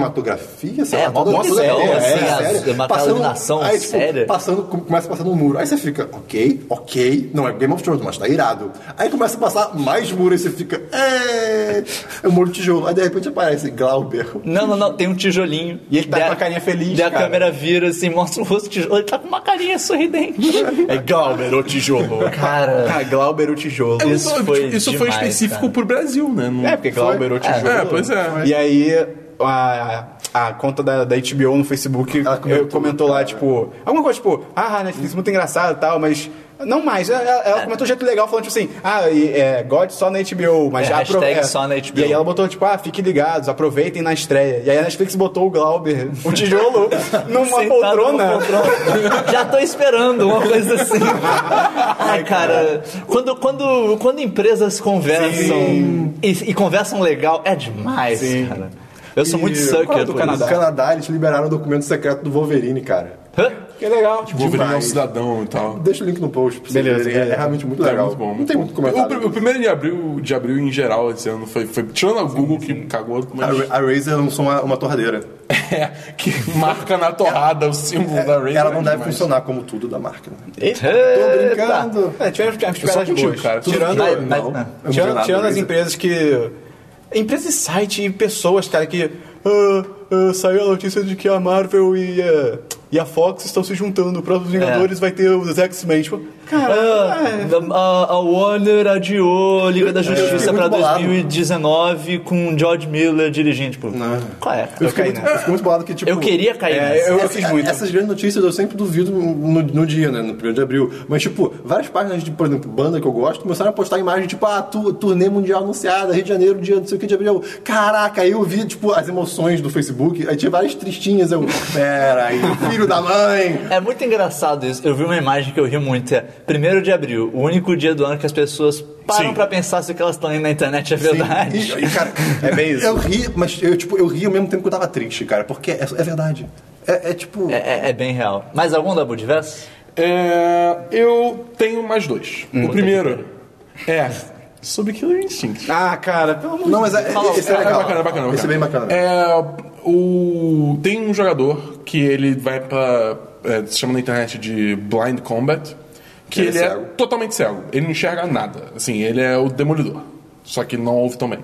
cinematografia, sei
É,
lá,
mó
toda
bonitão,
séria,
assim,
é,
as-
séria.
uma iluminação
aí, tipo,
séria.
Passando, com- começa passando um muro. Aí você fica, ok, ok, não é Game of Thrones, mas tá irado. Aí começa a passar mais muro, aí você fica, é... É o Muro de Tijolo. Aí, de repente, aparece Glauber.
Não, não, não, tem um tijolinho.
E ele tá
Daí a-
com a carinha feliz,
daí a
cara.
câmera vira assim, mostra o rosto do tijolo, ele tá com uma carinha sorridente.
É Glauber ou tijolo.
Cara.
Cara, Glauber ou tijolo.
É isso
Então,
foi
tipo, isso
demais,
foi específico
cara.
pro Brasil, né? Não-
É, porque Glauber ou tijolo.
É, pois é.
E aí, a, a conta da, da HBO no Facebook
Ela comentou,
eh, comentou lá,
cara.
tipo, alguma coisa tipo, ah, Netflix muito engraçado e tal, mas. Não mais, ela, ela comentou de jeito legal, falando tipo assim, ah, e, é, God só na HBO, mas
É,
já apro-
hashtag
é.
só na HBO.
E aí ela botou tipo, ah, fiquem ligados, aproveitem na estreia. E aí a Netflix botou o Glauber, o tijolo, numa
Sentado
poltrona.
numa poltrona. Já tô esperando uma coisa assim. Ai, cara, quando, quando, quando empresas conversam e, e conversam legal, é demais,
Sim.
cara. Eu sou muito
E-
qual é
sucker
o do
por
Canadá?
No Canadá, eles liberaram o documento secreto do Wolverine, cara. Tipo,
isso. Hã?
Que legal.
O Wolverine é um
demais.
cidadão e tal.
Deixa o link no post pra vocês
Beleza,
verem. É,
beleza.
realmente muito
É
legal.
muito bom.
Não tem muito
o,
comentário.
pr- o primeiro de abril, de abril em geral esse ano foi, foi tirando a Google que cagou,
A,
mas
Ra- a Razer lançou uma, uma torradeira.
é, que marca na torrada o símbolo da Razer.
Ela não
é
deve
demais.
funcionar como tudo da marca. né?
Eita.
É, tivemos tivemos piadas
contigo,
boas.
cara. Tudo
Tirando,
Vai, vai, né?
Não,
não.
eu não vi
Tirando,
nada
tirando
do
as
Razer.
empresas assim, que. Empresas e site e pessoas, cara, que. "Ah, ah, saiu a notícia de que a Marvel e, ah, e a Fox estão se juntando. O próximo
É.
Vingadores vai ter os X-Men. Tipo, cara, é.
Ah, a, a Warner adiou Liga da Justiça
fiquei
pra
muito bolado.
2019 com George Miller dirigindo. Tipo, qual é?
Eu
Eu,
fiquei,
caí
muito,
nessa.
eu fiquei muito bolado que, tipo...
queria cair
É,
nessa.
eu-
essa-
fiz muito.
Essas grandes notícias eu sempre duvido no, no dia, né? No 1 de abril. Mas, tipo, várias páginas de, por exemplo, banda que eu gosto, começaram a postar imagem, tipo, ah, tu, turnê mundial anunciada, Rio de Janeiro, dia não sei o que de abril. Caraca, aí eu vi, tipo, as emoções do Facebook. Aí tinha várias tristinhas. Eu, pera aí, filho da mãe.
É muito engraçado isso. Eu vi uma imagem que eu ri muito. É 1 de abril, o único dia do ano que as pessoas param
Sim.
pra pensar se o que elas estão lendo na internet é verdade.
E, e, cara,
É bem isso.
Eu ri, mas eu, tipo, eu ri ao mesmo tempo que eu tava triste, cara. Porque é, é verdade. É, é, tipo...
É, é- é bem real. Mais algum da Budiverso?
É, eu tenho mais dois.
Hum,
o primeiro é sobre Killer Instinct.
Ah, cara, pelo amor de
Não, mas é,
Fala,
esse é, legal.
É bacana, é bacana.
Esse é bem bacana.
É, o... Tem um jogador que ele vai pra... é, se chama na internet de Blind Combat. Que ele,
Ele é
é,
cego.
totalmente cego. Ele não enxerga nada. Assim, ele é o Demolidor. Só que não ouve também.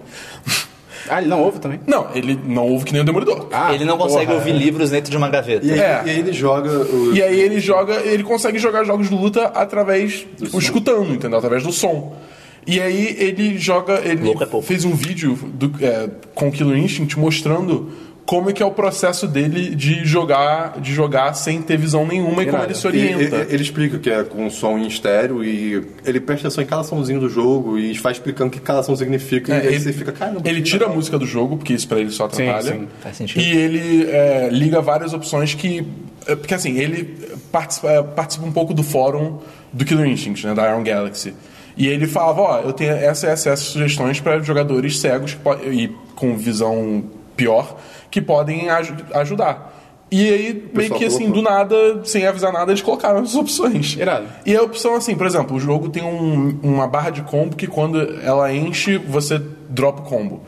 Ah, ele não ouve também?
Não, ele não ouve que nem o Demolidor.
Ah,
Ele não consegue ouvir livros dentro de uma gaveta.
E aí,
É.
e aí ele joga o.
E aí ele joga, ele consegue jogar jogos de luta através, tipo, escutando, entendeu? Através do som. E aí ele joga, ele
Louco é pouco.
fez um vídeo do, é, com o Killer Instinct mostrando como é que é o processo dele de jogar, de jogar sem ter visão nenhuma e como ele se
E- e-
orienta.
ele explica que é com som em estéreo e ele presta atenção em cada somzinho do jogo e vai explicando o que cada som significa.
É,
e aí você fica, caramba.
ele
que
tira a
legal."
música do jogo, porque isso pra ele só atrapalha.
sim,
faz sentido.
E ele é, liga várias opções que. é, Porque assim, ele participa, é, participa um pouco do fórum do Killer Instinct, né, da Iron Galaxy. E ele falava: Ó, eu tenho essas e essas sugestões pra jogadores cegos que po- e com visão pior, que podem aju- ajudar. E aí, meio
pessoal
que assim,
colocou.
do nada, sem avisar nada, eles colocaram essas opções.
Irado.
E a opção assim, por exemplo, o jogo tem um- uma barra de combo que quando ela enche, você dropa o combo.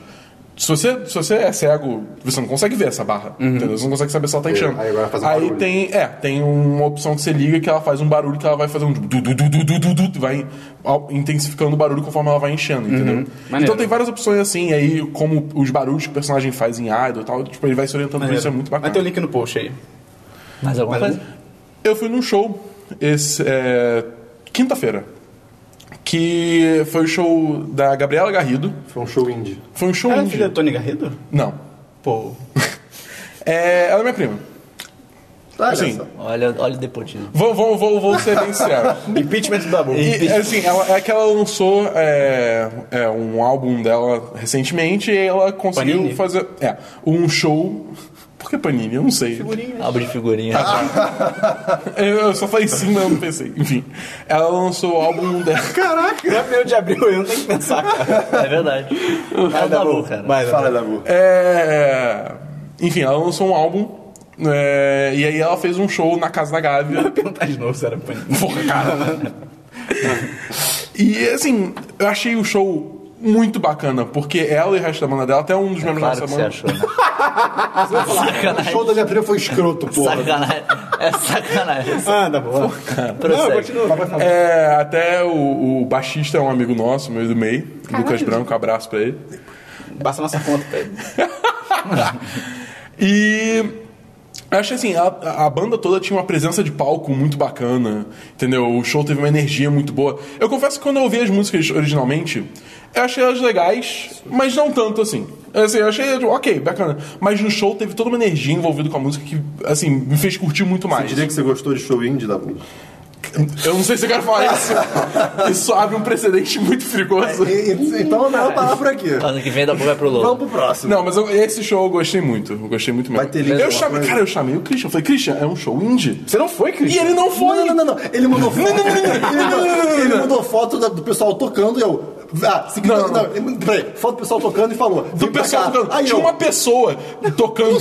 Se você, se você é cego, você não consegue ver essa barra, entendeu? Você não consegue saber se ela tá enchendo.
aí agora faz um
Aí
barulho.
tem, é, tem uma opção que você liga que ela faz um barulho que ela vai fazer um du du du du du du, du, vai au- intensificando o barulho conforme ela vai enchendo, entendeu? Então tem várias opções assim, e aí como os barulhos que o personagem faz em idle e tal, tipo, ele vai se orientando
né?
por isso, é muito bacana.
Vai ter o um link no post aí.
Mais alguma
Mas-
coisa?
Eu fui num show esse, é, quinta-feira. Que foi o show da Gabriela Garrido.
Foi um show indie.
Foi um show
Ela é
indie.
filha do Tony Garrido?
Não.
Pô.
É, ela é minha prima.
Tá, olha
Sim.
só.
Olha, olha o depotismo.
Vou, vou, vou, vou ser bem sincero.
Impeachment do Dabu.
E, assim, ela, é que ela lançou é, é, um álbum dela recentemente e ela conseguiu
Panini?
fazer é, um show. Por que Panini? Eu não sei.
Abre de figurinha.
Eu, eu só falei sim, mas eu não pensei. Enfim, ela lançou o álbum dela.
Não é primeiro de abril, eu não tenho que pensar, cara.
É verdade.
tá
É o Dabu, cara.
Vai,
Fala,
Dabu.
Dabu.
É... Enfim, ela lançou um álbum. é, E aí ela fez um show na casa da Gávea.
Vou perguntar de novo se era pânico.
Porra, cara. e assim, eu achei o show muito bacana, porque ela e o resto da banda dela, até um dos membros
Claro
da
que você
semana.
achou, né?
O show da minha prima foi escroto, porra.
Sacanagem. É sacanagem.
Ah, Dabu. Não,
Prossegue.
continua. vai falar.
É, até o, o baixista é um amigo nosso, meio do meio, Lucas Branco, abraço pra ele.
Basta nossa conta pra ele.
E eu achei assim, a, a banda toda tinha uma presença de palco muito bacana, entendeu? O show teve uma energia muito boa. Eu confesso que quando eu ouvi as músicas originalmente, eu achei elas legais, mas não tanto assim. Assim, eu achei, tipo, ok, bacana. Mas no show teve toda uma energia envolvida com a música que, assim, me fez curtir muito
Você
mais.
diria que você gostou de show indie, Dabu?
Eu não sei se eu quero falar isso. isso abre um precedente muito perigoso.
E- e- Então, não, parar por aqui.
Ano que vem da boca vai pro
Vamos
Lolo.
pro próximo.
Não, mas eu- esse show eu gostei muito. Eu gostei muito mesmo.
Vai ter link
eu
alguma
chamei,
coisa?
cara, eu chamei o Christian. Eu falei, Christian, é um show indie?
Você não foi,
E
Cristian?
ele não foi!
Não, não, não, não, não. Ele mandou foto. Ele mandou- Ele mandou foto da- do pessoal tocando e eu. Ah, se
Não,
não,
não.
não. ele- Peraí, foto do pessoal tocando e falou.
Do
"Vem pra
pessoal
cá."
tocando.
Aí
Tinha
eu,
uma pessoa tocando.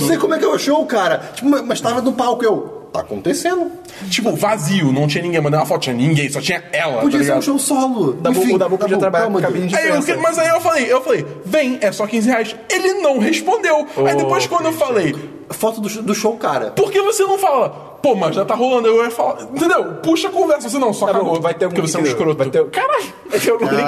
Não sei como é que é o show, cara. Tipo, mas- mas tava no palco eu. Tá acontecendo.
Tipo, vazio, não tinha ninguém. Mandei uma foto, tinha ninguém, só tinha ela.
Podia
tá
ser um
ligado?
show solo.
Dabu-
Enfim,
o Dabu podia
Dabu,
trabalhar
calma,
com cabine de
Aí eu-
imprensa.
mas aí eu falei, eu falei, vem, é só 15 reais. Ele não respondeu. aí depois quando eu falei,
Dabu. Foto do, do show, cara.
por que você não fala? Pô, mas já tá rolando, eu ia falar. Entendeu? Puxa a conversa, você não, só
Dabu,
acabou.
Tá vai ter algum
porque você é um
link,
escroto.
Vai ter... Caralho! Vai ter algum link.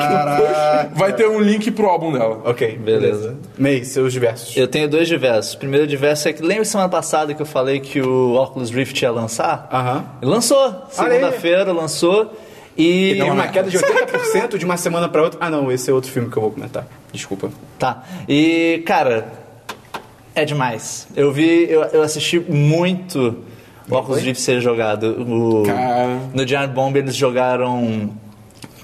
Vai ter um link pro álbum dela.
Ok,
Beleza.
beleza. Mei, seus diversos.
Eu tenho dois diversos. O primeiro diverso é que lembra semana passada que eu falei que o Oculus Rift ia lançar?
Aham.
Lançou.
Olha aí.
Segunda-feira lançou. E.
Teve uma queda de 80% de uma semana pra outra. Ah, não, esse é outro filme que eu vou comentar. Desculpa.
Tá. E, cara, é demais. Eu vi, eu, eu assisti muito o Oculus Rift ser jogado. O,
Cara.
no Giant Bomb eles jogaram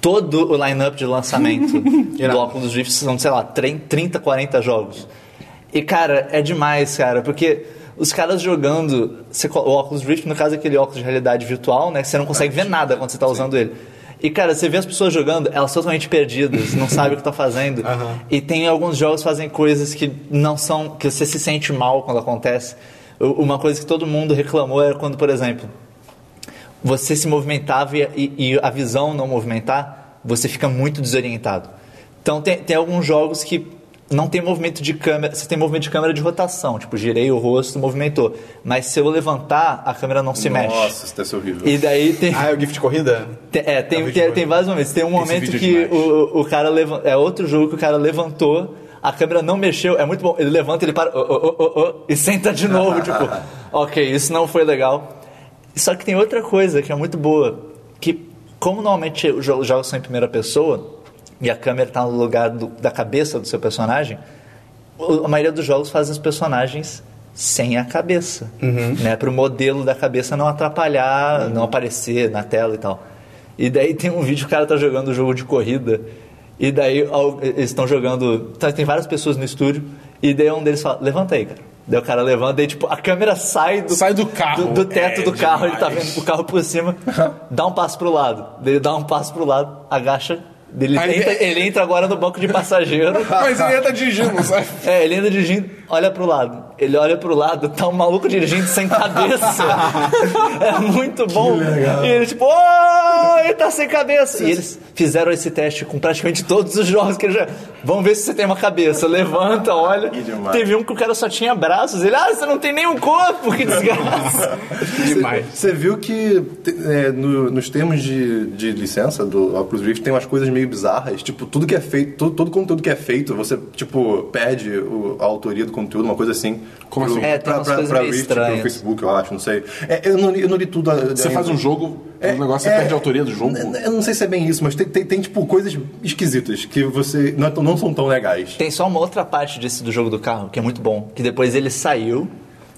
todo o line-up de lançamento do
Irado.
Oculus Rift. São, sei lá, 30, 40 jogos. E, cara, é demais, cara, porque... Os caras jogando, você co- o Oculus Rift, no caso é aquele óculos de realidade virtual, né? que Você não consegue ver nada quando você tá usando ele. E, cara, você vê as pessoas jogando, elas totalmente perdidas, não sabem o que tá fazendo. E tem alguns jogos que fazem coisas que não são. que você se sente mal quando acontece. U- Uma coisa que todo mundo reclamou era quando, por exemplo, você se movimentava e, e- e a visão não movimentar, você fica muito desorientado. Então tem, tem alguns jogos que não tem movimento de câmera, você tem movimento de câmera de rotação, tipo, girei o rosto, movimentou. Mas se eu levantar, a câmera não se mexe.
isso deve ser horrível.
E daí tem.
Ah, é o GIF de corrida?
Te- É, tem,
Talvez
tem,
foi.
tem vários momentos. Tem um momento
vídeo é
que
demais.
o, o cara levanta. É outro jogo que o cara levantou, a câmera não mexeu, é muito bom. Ele levanta, ele para "Oh, oh, oh, oh", e senta de novo. tipo, ok, isso não foi legal. Só que tem outra coisa que é muito boa: que, como normalmente os jo- os jogos são em primeira pessoa e a câmera está no lugar do- da cabeça do seu personagem, o- a maioria dos jogos faz os personagens sem a cabeça,
Uhum.
né? Para o modelo da cabeça não atrapalhar, não aparecer na tela e tal. E daí tem um vídeo, o cara tá jogando um jogo de corrida, e daí al- eles estão jogando, tá, tem várias pessoas no estúdio, e daí um deles fala, levanta aí, cara. Daí o cara levanta e tipo, a câmera sai do,
Sai do carro.
do, do teto
É
do carro, ele tá
demais.
vendo o carro por cima, dá um passo pro lado, Daí ele dá um passo pro lado, agacha, ele
Aí-
entra, ele entra agora no banco de passageiro.
tá.
Mas ele ia tá dirigindo, sabe?
É, ele anda dirigindo. olha pro lado. Ele olha pro lado, tá um maluco dirigindo sem cabeça. é muito bom. E ele, tipo, "Oh, ele tá sem cabeça. E eles fizeram esse teste com praticamente todos os jogos que eles já. Vamos ver se você tem uma cabeça. Levanta, olha.
demais.
Teve um que o cara só tinha braços. Ele, ah, você não tem nenhum corpo, que desgraça.
Demais.
Você viu que te- é, no- nos termos de, de licença do Oculus Rift tem umas coisas meio bizarras. Tipo, tudo que é feito, todo, todo conteúdo que é feito, você, tipo, perde o- a autoria do conteúdo, uma coisa assim.
Como assim?
É, tem umas coisas meio estranhas.
pro Facebook, eu acho, não sei. É, eu, não, li- eu não li tudo. É,
Você faz um jogo,
É,
o negócio você perde a autoria do jogo.
Eu não sei se é bem isso, mas tem, tem- tem, tipo, coisas esquisitas que você não, é tão- não são tão legais.
Tem só uma outra parte desse do jogo do carro que é muito bom. Que depois ele saiu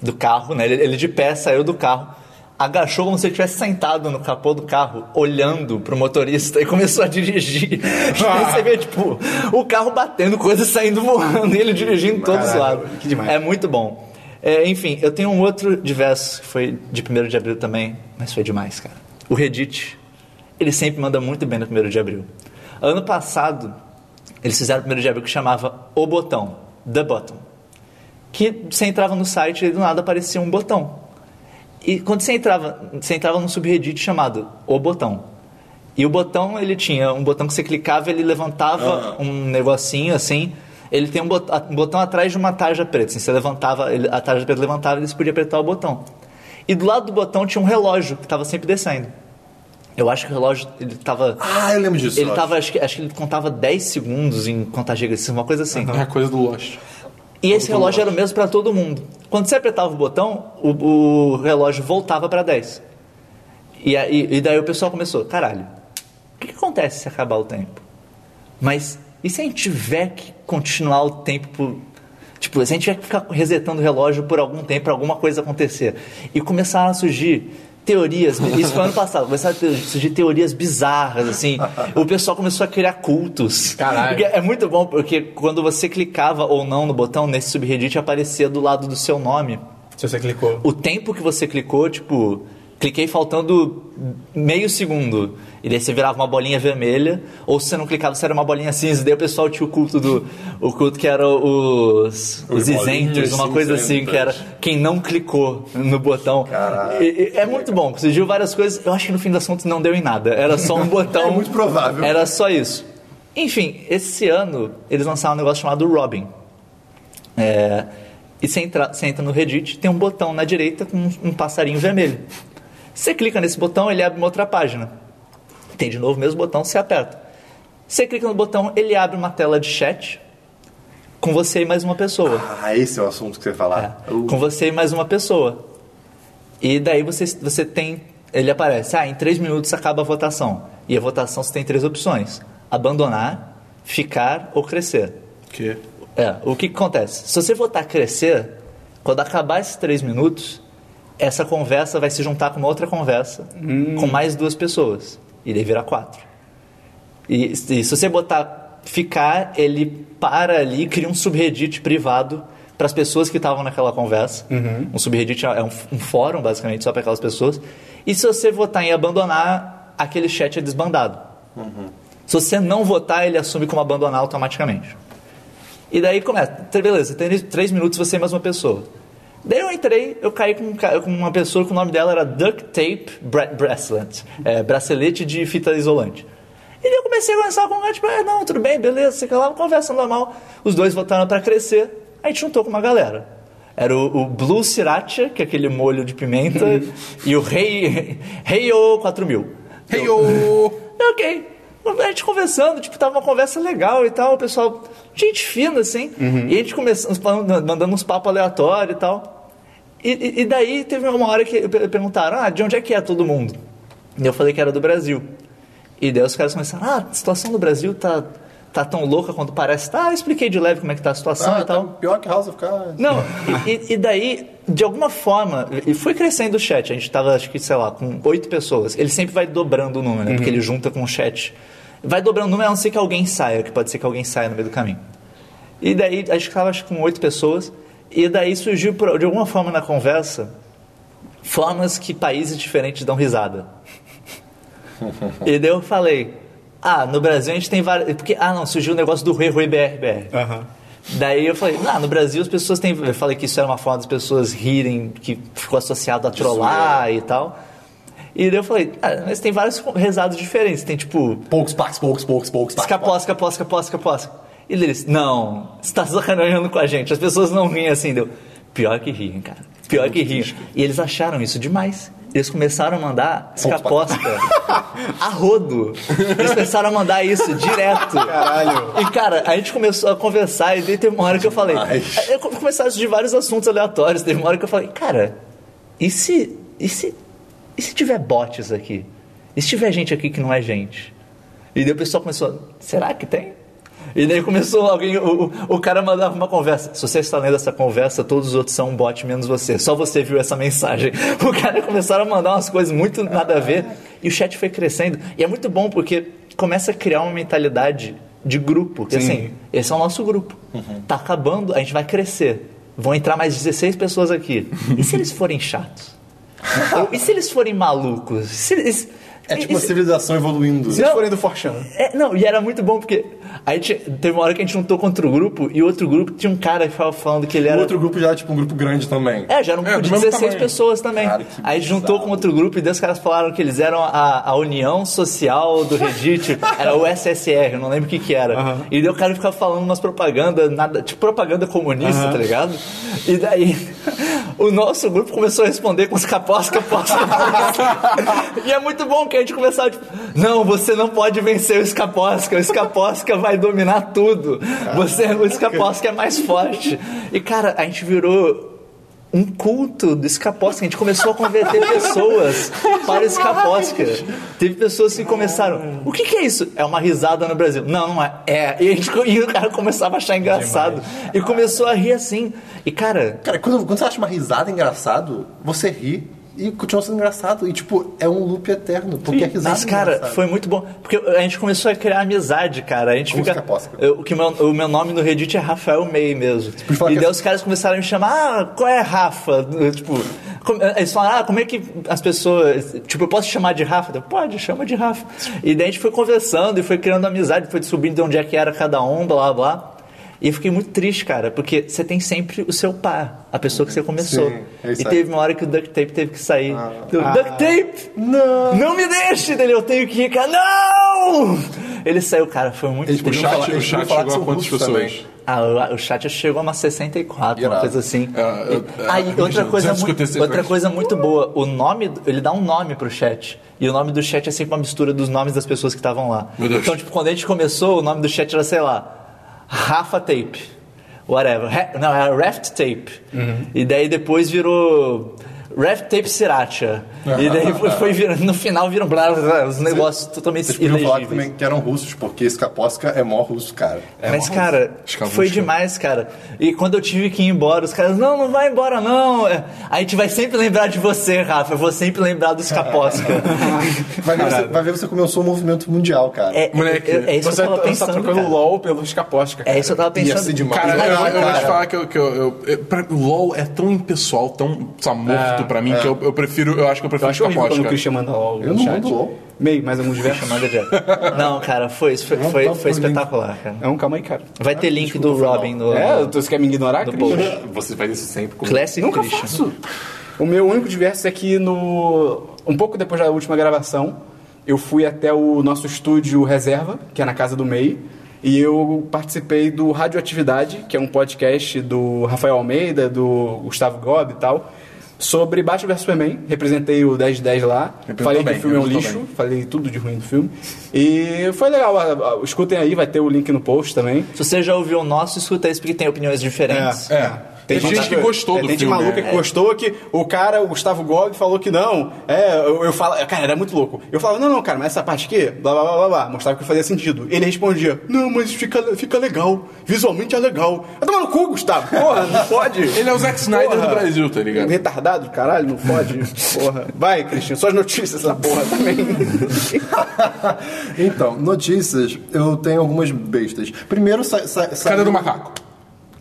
do carro, né? Ele, ele de pé saiu do carro, agachou como se ele estivesse sentado no capô do carro, olhando pro motorista e começou a dirigir. E aí você vê, tipo, o carro batendo, coisa saindo voando, e ele dirigindo todos os lados.
que demais.
É muito bom. É, enfim, eu tenho um outro diverso que foi de 1 de abril também, mas foi demais, cara. O Reddit, ele sempre manda muito bem no 1 de abril. Ano passado, eles fizeram o 1 de abril que chamava O Botão, The Button. Que você entrava no site e do nada aparecia um botão. E quando você entrava, você entrava num subreddit chamado O Botão. E o botão, ele tinha um botão que você clicava, ele levantava um negocinho assim. Ele tem um bot- a- um botão, atrás de uma tarja preta. Assim, você levantava, ele- a tarja preta levantava e você podia apertar o botão. E do lado do botão tinha um relógio que estava sempre descendo. Eu acho que o relógio ele estava.
Ah, eu lembro disso.
ele
eu
tava, acho que, acho que ele contava 10 segundos em contagem regressiva, uma coisa assim.
É a coisa do Lost.
E esse relógio era o mesmo para todo mundo. Quando você apertava o botão, o, o relógio voltava para 10. E, aí- e daí o pessoal começou: caralho, o que, que acontece se acabar o tempo? Mas e se a gente tiver que continuar o tempo por. Tipo, se a gente tiver que ficar resetando o relógio por algum tempo, pra alguma coisa acontecer. E começaram a surgir teorias, isso foi ano passado, começaram a ter- surgir teorias bizarras, assim. O pessoal começou a criar cultos.
Caralho.
Porque É muito bom, porque quando você clicava ou não no botão, nesse subreddit aparecia do lado do seu nome
Se você clicou.
o tempo que você clicou, tipo, cliquei faltando meio segundo. E daí você virava uma bolinha vermelha, ou se você não clicava, você era uma bolinha cinza. E daí o pessoal tinha o culto do. O culto que era os. Os,
Os
isentos,
bolinhas
uma coisa assim,
cinzentas.
que era quem não clicou no botão.
Caralho.
E- e- é muito bom, surgiu várias coisas. Eu acho que no fim do assunto não deu em nada. Era só um botão.
É muito provável.
Era só isso. Enfim, esse ano eles lançaram um negócio chamado Robin. É, e você entra, você entra no Reddit, tem um botão na direita com um, um passarinho vermelho. Você clica nesse botão, ele abre uma outra página. Tem de novo o mesmo botão, você aperta. Você clica no botão, ele abre uma tela de chat com você e mais uma pessoa.
Ah, esse é o assunto que você ia falar.
É,
Uh.
Com você e mais uma pessoa. E daí você, você tem. Ele aparece, ah, em três minutos acaba a votação. E a votação você tem três opções: abandonar, ficar ou crescer.
Que?
É, o que, que acontece? Se você votar crescer, quando acabar esses três minutos, essa conversa vai se juntar com uma outra conversa com mais duas pessoas. E daí vira quatro. E, e se você botar ficar, ele para ali e cria um subreddit privado para as pessoas que estavam naquela conversa. Um subreddit é um, f- um fórum, basicamente, só para aquelas pessoas. E se você votar em abandonar, aquele chat é desbandado. Se você não votar, ele assume como abandonar automaticamente. E daí começa, tá, beleza, tem três minutos você e mais uma pessoa. Daí eu entrei, eu caí com, um ca- com uma pessoa que o nome dela era Duct Tape Bra- Bracelet, é, bracelete de fita isolante. E daí eu comecei a conversar com o cara, tipo, ah, não, tudo bem, beleza, sei lá, conversa normal. Os dois votaram pra crescer, a gente juntou com uma galera. Era o, o Blue Sriracha, que é aquele molho de pimenta, e o Rei hey, 4000.
Hey, ô!
É, Ok. A gente conversando, tipo, tava uma conversa legal e tal, o pessoal, gente fina, assim.
Uhum.
E a gente começando, falando- mandando uns papos aleatórios e tal. E, e- e daí teve uma hora que per- perguntaram, ah, de onde é que é todo mundo? E eu falei que era do Brasil. E daí os caras começaram, ah, a situação do Brasil tá, tá tão louca quanto parece. Tá, eu expliquei de leve como é que tá a situação
Ah,
e tal.
tá pior que House of Cards.
Não, e, e daí, de alguma forma, e foi crescendo o chat. A gente tava, acho que, sei lá, com oito pessoas. Ele sempre vai dobrando o número, né? Porque ele junta com o chat. Vai dobrando o número, a não ser que alguém saia, que pode ser que alguém saia no meio do caminho. E daí, a gente tava, acho que, com oito pessoas. E daí surgiu, por- de alguma forma, na conversa, formas que países diferentes dão risada. e daí eu falei, ah, no Brasil a gente tem várias... Porque, ah, não, surgiu o negócio do Rui Rui BR BR.
Aham.
Daí eu falei, ah, no Brasil as pessoas têm. Eu falei que isso era uma forma das pessoas rirem, que ficou associado a trollar e tal. E daí eu falei, ah, mas tem vários rezados diferentes. Tem tipo,
Poucos, packs, poucos, poucos, poucos. packs, packs.
escaposca, posca, posca, posca. E ele disse, não, você tá sacaneando com a gente. As pessoas não riem assim, deu. Pior que riem, cara. Pior que riem. E eles acharam isso demais. Eles começaram a mandar escaposca a rodo. Eles começaram a mandar isso direto.
Caralho.
E, cara, a gente começou a conversar e daí teve uma hora que eu falei... Eu come- começaram isso de vários assuntos aleatórios. Teve uma hora que eu falei, cara, e se... E se, e se tiver bots aqui? E se tiver gente aqui que não é gente? E daí o pessoal começou, será que tem? E daí começou alguém, o, o o cara mandava uma conversa. Se você está lendo essa conversa, todos os outros são um bot menos você. Só você viu essa mensagem. O cara começaram a mandar umas coisas muito nada a ver. E o chat foi crescendo. E é muito bom porque começa a criar uma mentalidade de grupo. Que, assim, esse é o nosso grupo.
Uhum.
Tá acabando, a gente vai crescer. Vão entrar mais 16 pessoas aqui. E se eles forem chatos? Ou, e se eles forem malucos? E se eles-
É tipo
e
uma
se-
civilização evoluindo.
Vocês forem do Forchan.
é, não, e era muito bom porque a gente, teve uma hora que a gente juntou contra o grupo e o outro grupo tinha um cara que ficava falando que ele
O
era.
outro grupo já era tipo um grupo grande também.
É, já era um grupo
do
de
mesmo
16
tamanho.
pessoas também.
Cara, que
Aí juntou
bizarro.
com outro grupo e daí os caras falaram que eles eram a, a união social do Reddit. era o SSR, eu não lembro o que que era. E daí o cara ficava falando umas propagandas, nada, tipo propaganda comunista, tá ligado? E daí o nosso grupo começou a responder com os capós, capós, capós. e é muito bom que a gente começava tipo, não, você não pode vencer o escaposca, o escaposca vai dominar tudo. Você, o escaposca é mais forte. E cara, a gente virou um culto do Escaposca. A gente começou a converter pessoas para o Escaposca. Teve pessoas que começaram. O que, que é isso? É uma risada no Brasil. Não, não é. É. E, a gente, e o cara começava a achar engraçado. E começou a rir assim. E cara,
Cara, quando, quando você acha uma risada engraçado, você ri e continua sendo engraçado. E tipo, é um loop eterno. Porque a risada
Mas, cara,
é engraçada.
foi muito bom. Porque a gente começou a criar amizade, cara. A gente
Como
fica.
você aposta?
Eu- o, que meu, o meu nome no Reddit é Rafael May mesmo.
podia falar
E
que
daí
é-
os caras começaram a me chamar, ah, qual é Rafa? Tipo. como- Eles falaram, ah, como é que as pessoas. Tipo, eu posso te chamar de Rafa? Eu, Pode, chama de Rafa. E daí a gente foi conversando e foi criando amizade, foi descobrindo de onde é que era cada um, blá blá. E eu fiquei muito triste, cara, porque você tem sempre o seu par, a pessoa que você começou.
Sim, é isso
e
aí. Ah.
teve uma hora que o duct tape teve que sair. Então, Duct tape! Não! Não me deixe dele, eu tenho que ir, cara. Não! Ele saiu, cara, foi muito
Eles
O
triste.
podiam
chat,
falar-
o
eles
chat
podiam falar que
chegou a
são
quantas
russos
pessoas?
também.
Ah, o- o chat chegou a umas 64, uma
Irado.
coisa assim.
É, eu-
E- ah, e outra, coisa
256.
muito, outra coisa muito boa, o nome, ele dá um nome pro chat. E o nome do chat é sempre uma mistura dos nomes das pessoas que estavam lá.
Meu Deus.
Então, tipo, quando a gente começou, o nome do chat era, sei lá, Rafa Tape. Whatever. Ra- não, era Raft Tape.
Uhum.
E daí depois virou Raft Tape Sriracha. E daí foi, foi virando, no final viram blá, blá, blá, os negócios totalmente
Vocês podiam falar que
é
ilegíveis.
também que eram russos, porque Escaposca é mó russo, cara. É
Mas,
mó
cara,
Escavou,
foi
escavou.
demais, cara. E quando eu tive que ir embora, os caras, não, não vai embora, não. É, A gente vai sempre lembrar de você, Rafa. Eu vou sempre lembrar dos Caposca.
russo. vai, ver você, vai ver você começou um movimento mundial, cara.
é,
Moleque,
é, é isso que
Você
eu tava
tá, você tá
pensando.
trocando
cara.
LOL pelos caposca.
É isso que eu tava pensando.
ser demais.
Cara,
Mas,
eu, eu
cara.
vou te falar que, eu, que eu, eu- eu- pra- o LOL é tão impessoal, tão tá morto pra mim, que eu, eu prefiro, eu acho que
é
eu
Eu
prefiro
acho é horrível
Escaposca.
quando o Christian manda logo
Eu
no
não
chat.
mando logo.
Meio, mais alguns diversos.
Manda direto. é, Não, cara, foi, foi, foi, foi espetacular, cara.
Não, calma aí, cara.
Vai ter link do Robin no
É, tu- você quer me ignorar,
Do
Christian?
post.
Você faz isso sempre comigo.
Classic
Nunca
Christian.
faço. O meu único diverso é que no um pouco depois da última gravação, eu fui até o nosso estúdio reserva, que é na casa do MEI, e eu participei do Radioatividade, que é um podcast do Rafael Almeida, do Gustavo Gob e tal, sobre Batman vs Superman. Representei o 1010 lá,
Representou
falei que
bem,
o filme é um
representou
lixo, falei tudo de ruim do filme. E foi legal, a- a- escutem aí, vai ter o link no post também.
Se você já ouviu o nosso, escuta isso porque tem opiniões diferentes.
É. Tem, gente que gostou
é,
do
tem
filme.
gente maluca
né?
que gostou que o cara, o Gustavo Gobi, falou que não. É, eu, eu falo, cara, era muito louco. Eu falava, não, não, cara, mas essa parte aqui, blá blá blá blá, blá. mostrava que fazia sentido. Ele respondia, não, mas fica, fica legal. Visualmente é legal. Eu tava no cu, Gustavo. Porra, não pode.
Ele é o Zack Snyder
Porra.
do Brasil, tá ligado?
Retardado, caralho, não pode. Porra. Vai, Cristian, suas notícias da porra também.
Então, notícias, eu tenho algumas bestas. Primeiro, sa, sa,
é
sa-
Cadê do macaco?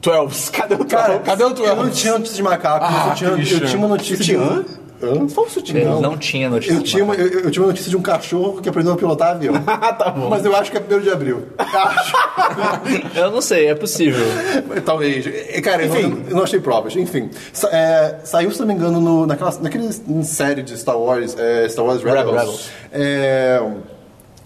Twelves, cadê o
Cara,
Twelves?
Cadê o Twelves?
Eu não tinha notícia de macaco,
Ah,
mas eu, tinha,
Christian.
eu tinha uma notícia de...
Eu não sou sutil,
é,
Ele não tinha notícia.
Eu tinha, uma, eu, eu tinha uma notícia de um cachorro que aprendeu a pilotar avião.
tá bom.
Mas eu acho que é 1 de abril. Acho.
Eu não sei, é possível.
Talvez. É, Cara, eu não, eu não achei provas. Enfim. Sa- é, saiu, se não me engano, no, naquela naquele série de Star Wars, é, Star Wars Rebels.
Rebels.
É,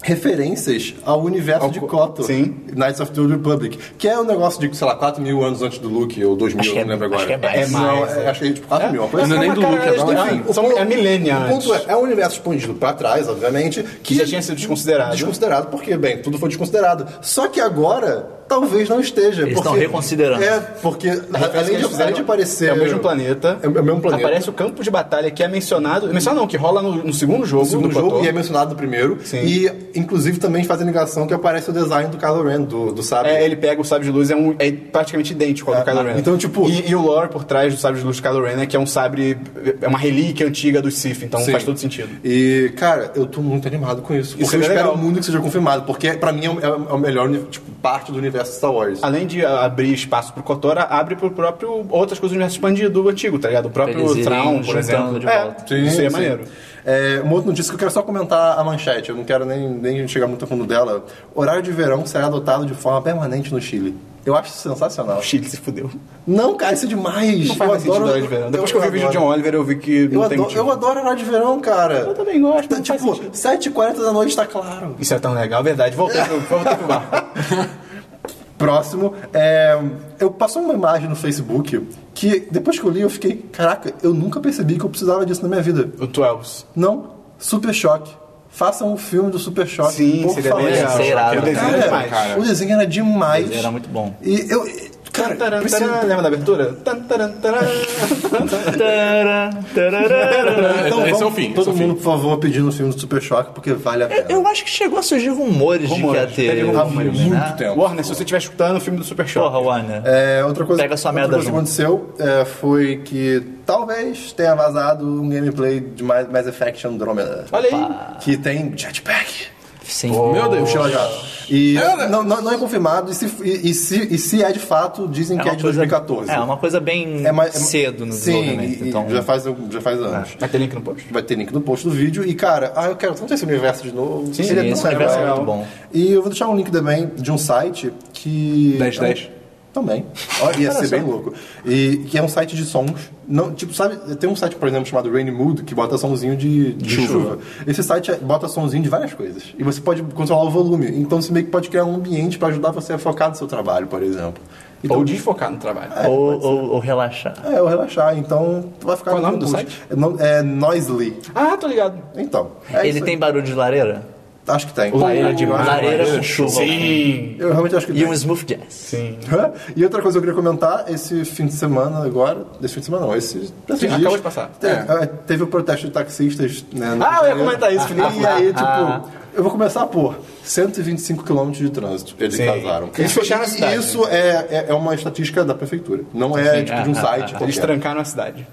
referências ao universo de Kotor.
sim.
Knights of the Old Republic. Que é um negócio de, sei lá, 4 mil anos antes do Luke, ou 2 mil,
Acho que é-
não lembro agora.
acho que é mais.
Não,
É mais,
é, acho que é tipo 4 mil. uma coisa
Não é
assim.
nem do Luke, é da
Mas,
Leia.
enfim, são- é millennial
O ponto é, é um universo expandido pra trás, obviamente, que,
já tinha sido desconsiderado.
Desconsiderado, porque, bem, tudo foi desconsiderado. Só que agora, talvez não esteja.
Eles
porque-
estão reconsiderando.
É, porque a- além de, além de aparecer.
É o mesmo planeta.
É o mesmo planeta.
Aparece o campo de batalha que é mencionado. Mencionado não, que rola no, no segundo jogo.
o segundo
do
jogo
Kotor.
e é mencionado no primeiro.
Sim.
E, inclusive, também fazem ligação que aparece o design do Kylo Ren, do, do Sabre.
É, ele pega o sábio de luz é, um, é praticamente idêntico ao do
É,
Kylo Ren.
então, tipo-
E, e o lore por trás do sábio de luz do Kylo Ren é que é um sabre... É uma relíquia antiga do Sith, então
Sim.
faz todo sentido.
E, cara, eu tô muito animado com isso. Porque
Isso
eu
é
espero
legal.
muito que seja confirmado. Porque, pra mim, é o, é o- é o melhor, tipo, parte do universo Star Wars.
Além de ah, abrir espaço pro Kotora, abre pro próprio... Outras coisas do universo expandido do antigo, tá ligado? O
Eles
próprio
irem
Traum, por
juntando
exemplo.
de volta.
É, isso aí é maneiro.
É, uma outra notícia que eu quero só comentar a manchete, eu não quero nem, nem chegar muito a fundo dela. Horário de verão será adotado de forma permanente no Chile. Eu acho isso sensacional.
O Chile se fudeu.
Não, cara, isso é demais.
Não faz
eu
mais sentido
adoro
horário de verão. Depois que eu vi o vídeo de John
adoro.
Oliver, eu vi que não
Eu
tem
adoro,
motivo.
eu adoro horário de verão, cara.
Eu também gosto,
Tá,
não faz
tipo,
sentido.
7h40 da noite tá claro.
Isso é tão legal, verdade. Voltei pro, voltei pro bar.
Próximo, é, eu passou uma imagem no Facebook que depois que eu li eu fiquei, caraca, eu nunca percebi que eu precisava disso na minha vida.
O Twelves.
Não, Super Choque. Façam um filme do Super Choque.
Sim,
por
seria
favor.
bem legal.
Isso é irado,
O desenho é
Cara,
demais.
O desenho era demais.
Ele era muito bom.
E eu. Cara,
Taran,
preciso-
taran, lembra da abertura? Tan, taran, taran.
Tará, tarará.
Então,
Esse
vamos,
é o fim, esse é
Todo
o
mundo, por favor, pedindo o filme do Super Choque, porque vale a pena.
É, Eu acho que chegou a surgir rumores,
Rumores,
de que ia ter.
teve rumores,
filme, né?
Muito tempo.
Warner, se você estiver escutando o filme do Super Show.
Porra, Warner.
É, outra coisa,
Pega sua
outra
merda
coisa que
junto.
aconteceu é, foi que talvez tenha vazado um gameplay de Ma- Mass Effect Andromeda.
Olha aí.
Que tem jetpack.
Sim.
Meu Deus.
Mochila jato. E
Cara.
não, não- não é confirmado, e se, e, e se, e se é de fato, dizem
É
que é
uma
de
coisa-
2014.
É, uma coisa bem
É mais- é-
cedo no
Sim,
desenvolvimento.
e- e
então, É.
já, faz, já faz anos.
Vai ter link no post.
Vai ter link no post do vídeo. E, cara, ah, eu quero tanto esse universo de novo.
Sim,
Seria
esse
tão
universo
é
legal.
muito
bom.
E eu vou deixar um link também de um site que... é
1010.
Também. Ó, ia ser bem louco. E que é um site de sons. Não, tipo, sabe, tem um site, por exemplo, chamado Rainy Mood, que bota somzinho de, de chuva. Esse site é, bota somzinho de várias coisas. E você pode controlar o volume. Então você meio que pode criar um ambiente pra ajudar você a focar no seu trabalho, por exemplo. Então,
Ou desfocar no trabalho.
ou, ou- ou relaxar.
É, ou relaxar. Então, vai ficar...
Qual é o
no
nome do
post.
site?
É, no- é Noisely.
Ah, tô ligado.
Então, é
Ele
isso
tem
aí. É
barulho de lareira?
Acho que tem.
Lareira de mar.
lareira com chuva.
Sim.
Eu realmente acho que
E
tem.
um smooth jazz.
Sim.
Hã? E outra coisa que eu queria comentar, esse fim de semana agora, esse fim de semana não, esse... esses dias,
acabou de passar.
te- é, teve o protesto de taxistas, né? no
Ah, eu ia
Rio de Janeiro.
comentar isso, Felipe.
E aí, tipo, eu vou começar por 125 km de trânsito.
Eles
Sim.
casaram.
Eles fecharam a
E
cidade.
Isso é, é, é uma estatística da prefeitura, não é tipo, de um
ah,
site
Eles
qualquer.
trancaram a cidade.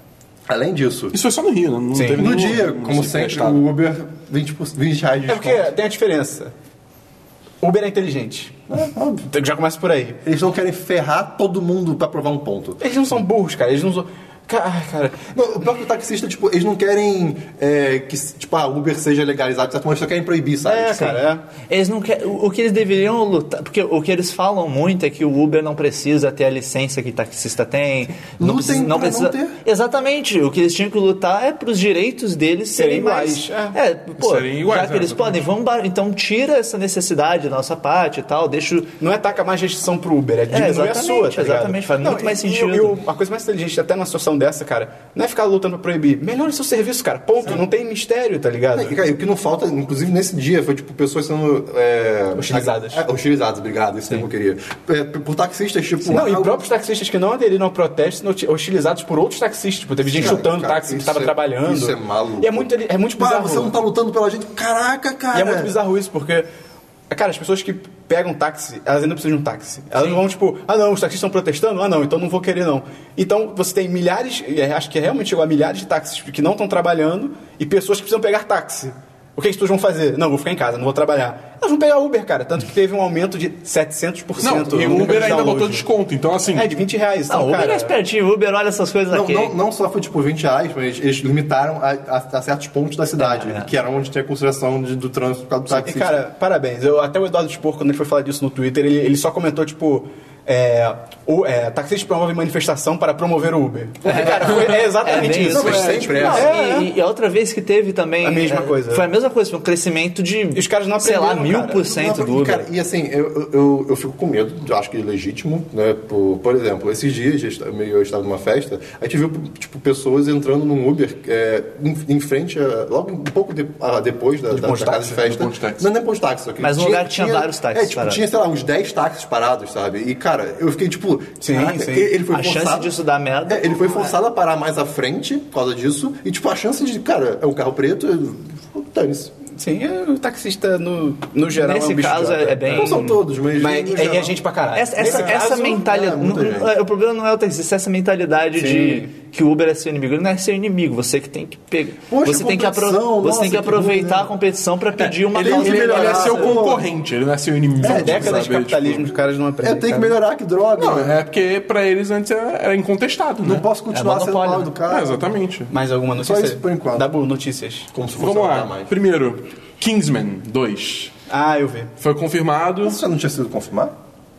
Além disso,
Isso foi só no Rio, né? Não
Sim.
teve
no
nenhum-
dia,
não
como
sei,
sempre,
estado.
o Uber, 20, por- 20 reais de
É
desconto.
porque tem a diferença. Uber é inteligente.
É, óbvio.
Então, Já começa por aí.
Eles não querem ferrar todo mundo pra provar um ponto.
Eles não são burros, cara. Eles não são... Ca- Ai, cara.
Não, o próprio taxista, tipo, eles não querem é, que, tipo, a Uber seja legalizado, de certo modo, eles só querem proibir, sabe?
É,
Tipo,
cara.
Eles não quer, o o que eles deveriam lutar, porque o que eles falam muito é que o Uber não precisa ter a licença que taxista tem, não
Lutem
precisa, não
pra
precisa.
não ter.
Exatamente, o que eles tinham que lutar é para os direitos deles
Serem
serem
iguais,
mais, é, pô,
Serem iguais,
já que
né?
eles podem, vamos bar- então tira essa necessidade da nossa parte e tal, deixa o-
Não é tacar mais restrição pro Uber, é diminuir a
exatamente,
sua, tá ligado?
exatamente, faz muito
e-
mais
e-
sentido.
E, o- a coisa mais inteligente, até numa situação dessa, cara, não é ficar lutando pra proibir. Melhora o seu serviço, cara, ponto. Não tem mistério, tá ligado?
E, cara, e o que não falta, inclusive nesse dia, foi tipo pessoas sendo. É,
Hostilizadas.
ag- é, hostilizadas, obrigado, isso é o que eu queria. É, p- por taxistas, tipo.
Não, e
algo-
próprios taxistas que não aderiram ao protesto sendo hoti- hostilizados por outros taxistas. Tipo, teve gente
Cara,
chutando
cara,
táxi que
isso
tava
é-
trabalhando.
isso é maluco.
E é muito, é muito
Pá,
bizarro.
você não tá lutando pela gente. Caraca, cara.
E é muito bizarro isso, porque. Cara, as pessoas que pegam táxi, elas ainda precisam de um táxi. Elas não vão, tipo, ah não, os taxistas estão protestando, ah não, então não vou querer não. Então você tem é, milhares, e acho que realmente chegou a milhares de táxis que não estão trabalhando e pessoas que precisam pegar táxi. O que, é que vocês vão fazer? Não, vou ficar em casa, não vou trabalhar. Elas vão pegar Uber, cara. Tanto que teve um aumento de 700%.
Não, e
no
o Uber
número de
ainda botou
downloads.
desconto, então assim.
É, de 20 reais.
Não,
então,
Uber
cara,
é espertinho, Uber olha essas coisas
Não,
aqui.
não, não só foi tipo 20 reais, mas eles- eles limitaram a, a- a certos pontos da cidade,
É, é.
que era onde tinha consideração de- do trânsito por causa do
E,
táxi.
cara, parabéns. Eu, até o Eduardo Spor, quando ele foi falar disso no Twitter, ele, ele só comentou, tipo... É, o, é, taxistas promovem manifestação para promover o Uber. Porque, cara, foi- é
É
exatamente
bem
isso.
isso,
cara.
mas
Tipo,
sempre é
não,
assim.
é, é.
E, e a outra vez que teve também.
A mesma
eh,
coisa.
Foi a mesma coisa, foi um crescimento de.
E os caras não
Sei lá,
aprenderam,
mil
cara.
por cento do
Não,
Uber.
cara, e assim, eu, eu- eu, eu fico com medo, eu acho que é legítimo, né? Por, por exemplo, esses dias, eu esta- meio- eu estava numa festa, a gente viu, tipo, pessoas entrando num Uber é, em, em frente, a- logo um pouco de- ah, depois da, da, da casa de festa.
Do ponto-táxi.
Não, não é ponto-táxi, só que
Mas um lugar que tinha vários táxis
É, tipo,
parados.
tinha, sei lá, uns 10 táxis parados, sabe? E, cara, eu fiquei, tipo...
Sim,
caraca,
sim.
Ele ele foi
A chance
forçado...
disso dar merda.
É, ele foi forçado a parar mais à frente por causa disso, e, tipo, a chance de, cara, é um carro preto, é- dane-se.
Sim, é, o taxista, no, no geral, é
Nesse
um bicho
caso
idiota.
é bem.
Não são todos, mas...
Mas
no
é, é
geral.
gente pra caralho.
Essa, essa,
Nesse
essa
caso, é,
mentalidade.
muita
não-
gente.
o problema não é o taxista, é essa mentalidade de que o Uber é seu inimigo. Ele não é seu inimigo, você que tem que pegar.
Poxa,
você, tem que apro-
competição,
você tem
nossa,
que
que
aproveitar
ruim, né?
a competição pra pedir uma
Ele,
causa
ele- ele é
melhorar,
seu
né?
sei lá.
concorrente, ele não é seu inimigo.
É, décadas de
sabe?
capitalismo,
Tipo,
os caras não
É,
aprendem.
tem que
cara.
melhorar, que droga.
não,
né?
é porque pra eles antes era, era incontestado, né?
Não posso
É
continuar sendo
monopólio.
mal do
É,
cara.
exatamente.
Mais alguma notícia?
isso por enquanto.
Dabu, notícias.
Como se fosse
Vamos
nada
lá. Primeiro, Kingsman 2.
Ah, eu vi.
Foi confirmado.
Isso já não tinha sido confirmado?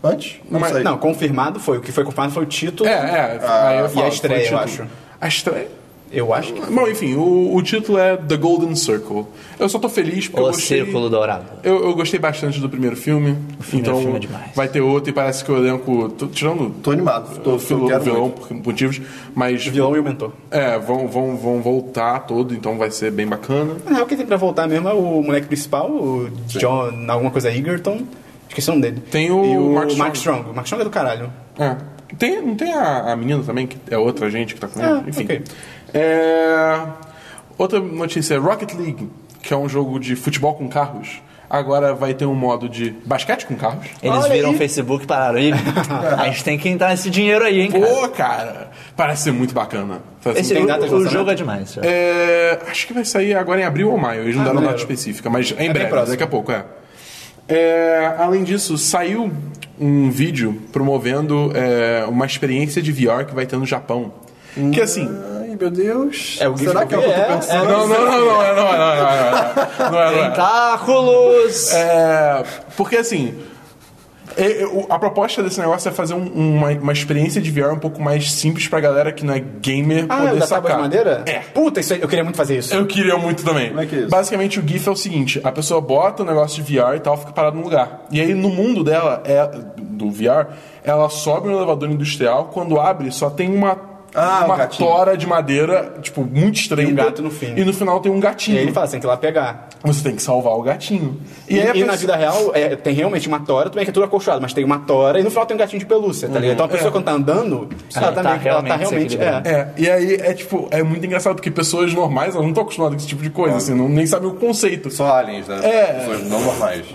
Antes? Não
Mas-
sei.
Não, confirmado foi. O que foi confirmado foi o título.
É, é. aí eu
e
falo,
a estreia,
foi o
eu
título.
acho.
A estreia?
Eu acho que...
Bom, enfim, o, o título é The Golden Circle. Eu só tô feliz porque eu
O
gostei...
Círculo Dourado.
Eu, eu gostei bastante do primeiro filme. então
filme é demais.
vai ter outro e parece que o elenco... Tô tirando...
Tô animado. Tô,
o vilão,
quero
vilão
muito.
por motivos, mas...
O vilão e o mentor.
É, vão, vão, vão voltar todo, então vai ser bem bacana.
Na real, quem tem pra voltar mesmo é o moleque principal, o John, alguma coisa Egerton. Esqueci o nome dele.
Tem o
e o
Mark
Mark
Strong.
Strong. O Mark Strong é do caralho.
É. Tem, não tem a, a menina também, que é outra gente que tá com ele?
Ah,
Enfim.
ok.
É, Outra notícia é Rocket League, que é um jogo de futebol com carros. Agora vai ter um modo de basquete com carros.
Eles
Olha
viram
aí.
o Facebook e pararam. "Ih, a gente tem que entrar nesse dinheiro aí, hein, cara.
Pô, cara, parece ser muito bacana. Tá
é
Parece
Esse,
tem
o,
data de
o
lançamento?
jogo é demais. cara.
um- É, acho que vai sair agora em abril ou maio. Eles não
Ah,
deram data
maneiro.
específica, mas é em breve,
próximo.
daqui a pouco, é. É, Além disso, saiu um vídeo promovendo é, uma experiência de VR que vai ter no Japão. Que assim.
Ai, meu Deus.
É o GIF
Será
que
que é
eu
o que eu
vi,
tô
é,
pensando?
Não, não, não, não, não, é, não, é, não, é, não, é, não, é, não, é, não, é.
Tentáculos!
É, porque assim. é, é, o- a proposta desse negócio é fazer um- uma, uma experiência de VR um pouco mais simples pra galera que não é gamer
Ah, é o
poder
da tábua
sacar.
de madeira?
É.
Puta, isso aí, eu queria muito fazer isso.
Eu queria muito também.
Como é que é isso?
Basicamente, o GIF é o seguinte: a pessoa bota o negócio de VR e tal, fica parado num lugar. E aí, no mundo dela, é, do VR, ela sobe no elevador industrial, quando abre, só tem uma,
Ah, um
uma
gatinho.
tora de madeira, tipo, muito estreita.
E um gato no fim.
E no final tem um gatinho.
E aí ele fala assim, tem que ir lá pegar.
Você tem que salvar o gatinho.
E,
aí a
e na
pessoa-
vida real, é, tem realmente uma tora, tudo bem que é tudo acolchoado, mas tem uma tora e no final tem um gatinho de pelúcia, tá ligado?
Uhum.
Então a pessoa quando tá andando, ela,
tá
tá, meio que- ela tá realmente...
realmente se
É.
equilibrando.
É, e aí é tipo, é muito engraçado porque pessoas normais elas não estão acostumadas com esse tipo de coisa, assim, não, nem sabem o conceito.
Só aliens, né?
É.
Pessoas não normais.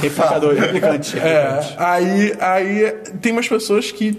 Replicador, replicante.
É, aí, aí tem umas pessoas que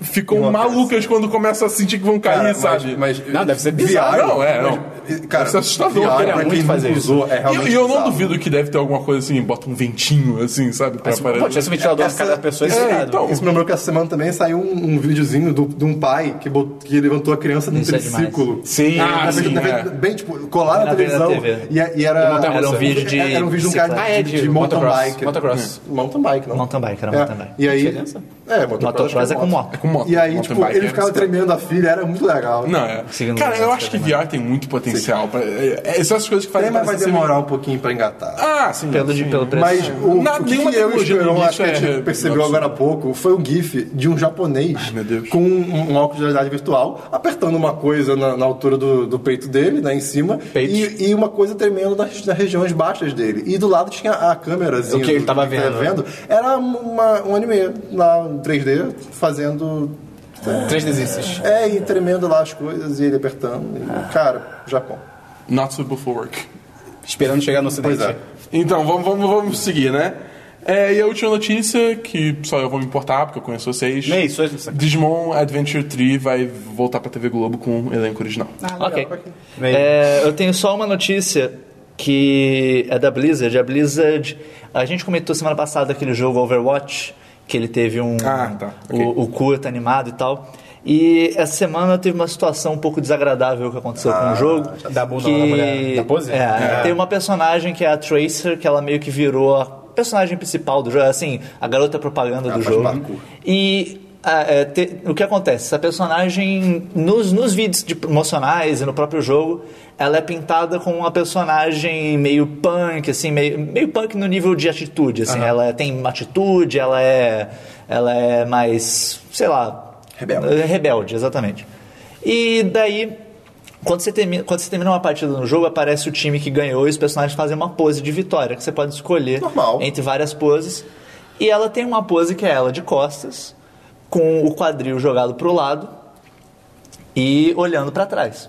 ficam
Enlouquece.
malucas quando começam a sentir que vão cair,
Cara, mas-
sabe?
Mas,
é. Não, deve ser
Ah,
bizarro.
não, é, não.
mas- Cara,
Isso é assustador,
VR,
eu queria
pra
muito
quem
fazer
nunca
isso.
usou, é
E eu-
realmente
e eu não
bizarro.
duvido que deve ter alguma coisa assim, bota um ventinho, assim, sabe? Pra
Pô, tinha esse ventilador de cada pessoa esse
É,
cara.
então.
Isso me lembrou que essa semana também saiu um, um videozinho do- de um pai que, bot- que levantou a criança num
Isso é
triciclo.
Sim,
Ah,
Na
sim,
frente- na frente-
é.
Bem, tipo, colaram
Na
a
frente da
televisão
TV.
e, é, e era...
Era um vídeo de
Era um vídeo de um cara
bicicleta.
Ah, é,
de,
de
de mountain
motocross,
bike.
motocross.
É. Mountain bike, não.
Mountain bike, era
é.
mountain bike.
E aí...
Diferença?
É, motocross,
Motocross é
acho que
com moto.
É com moto.
E aí,
mountain
tipo,
bike,
ele
é
ficava
bicicleta.
tremendo a filha, era muito legal.
Não, é.
Seguindo
Cara, eu
essa
acho que
também.
VR tem muito potencial. Pra, é, é, são essas coisas que
É,
fazem
mas vai
parecer
demorar um pouquinho pra engatar.
Ah, sim.
Pelo, de,
sim.
pelo preço.
Mas o,
Nada,
o que
nenhuma
eu e o
tecnologia no
Esperon,
início
acho que a gente
é-
percebeu agora há pouco, foi um gif de um japonês
meu Deus.
com um, um óculos de realidade virtual apertando uma coisa na, na altura do, do peito dele, né, em cima, e, e uma coisa tremendo nas, nas regiões baixas dele. E do lado tinha a câmerazinha
O que ele
do-
tava
que ele
vendo.
Era uma- um anime lá, em 3D, fazendo...
Três desistes.
É, e tremendo lá as coisas, e ele apertando. E,
Ah.
cara, Japão.
Not suitable for work.
Esperando chegar no ocidente.
Pois é.
Então, vamos, vamos, vamos seguir, né? É, e a última notícia, que só eu vou me importar, porque eu conheço vocês.
Nem isso, isso.
Digimon Adventure 3 vai voltar pra TV Globo com o elenco original.
Ah,
Ok. É, eu tenho só uma notícia que é da Blizzard. A Blizzard. A gente comentou semana passada aquele jogo Overwatch, que ele teve um.
Ah, tá. Ok.
O, o curta animado e tal. E essa semana teve uma situação um pouco desagradável que aconteceu com o jogo.
Da Ah, bunda
que...
da mulher. Da pose?
É, tem uma personagem que é a Tracer, que ela meio que virou a personagem principal do jogo, assim, a garota propaganda do
faz
jogo.
parkour.
E ah, é, te- o que acontece? Essa personagem, nos, nos vídeos de promocionais e no próprio jogo, ela é pintada como uma personagem meio punk, assim, meio, meio punk no nível de atitude, assim. Ela tem uma atitude, ela é, ela é mais, sei lá...
Rebelde.
é Rebelde, exatamente. E daí, quando você, termina, quando você termina uma partida no jogo, aparece o time que ganhou e os personagens fazem uma pose de vitória, que você pode escolher
Normal.
entre várias poses. E ela tem uma pose que é ela de costas, com o quadril jogado pro lado e olhando para trás.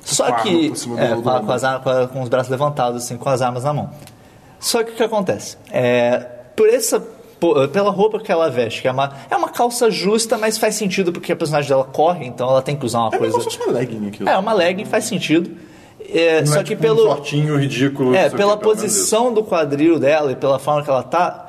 Só
Com a arma
que.
por cima do-
é,
do
com, a-
ombro.
com as ar- com a- com os braços levantados, assim, com as armas na mão. Só que o que acontece? É, por essa. po- Pela roupa que ela veste, que é uma, é uma calça justa, mas faz sentido porque a personagem dela corre, então ela tem que usar uma
É
coisa.
como se fosse uma legging aquilo.
É, uma legging faz sentido. É,
Não
só
é,
que
tipo, Um
pelo.
shortinho ridículo.
É,
isso aqui,
pela
pelo menos
posição do quadril dela e pela forma que ela tá,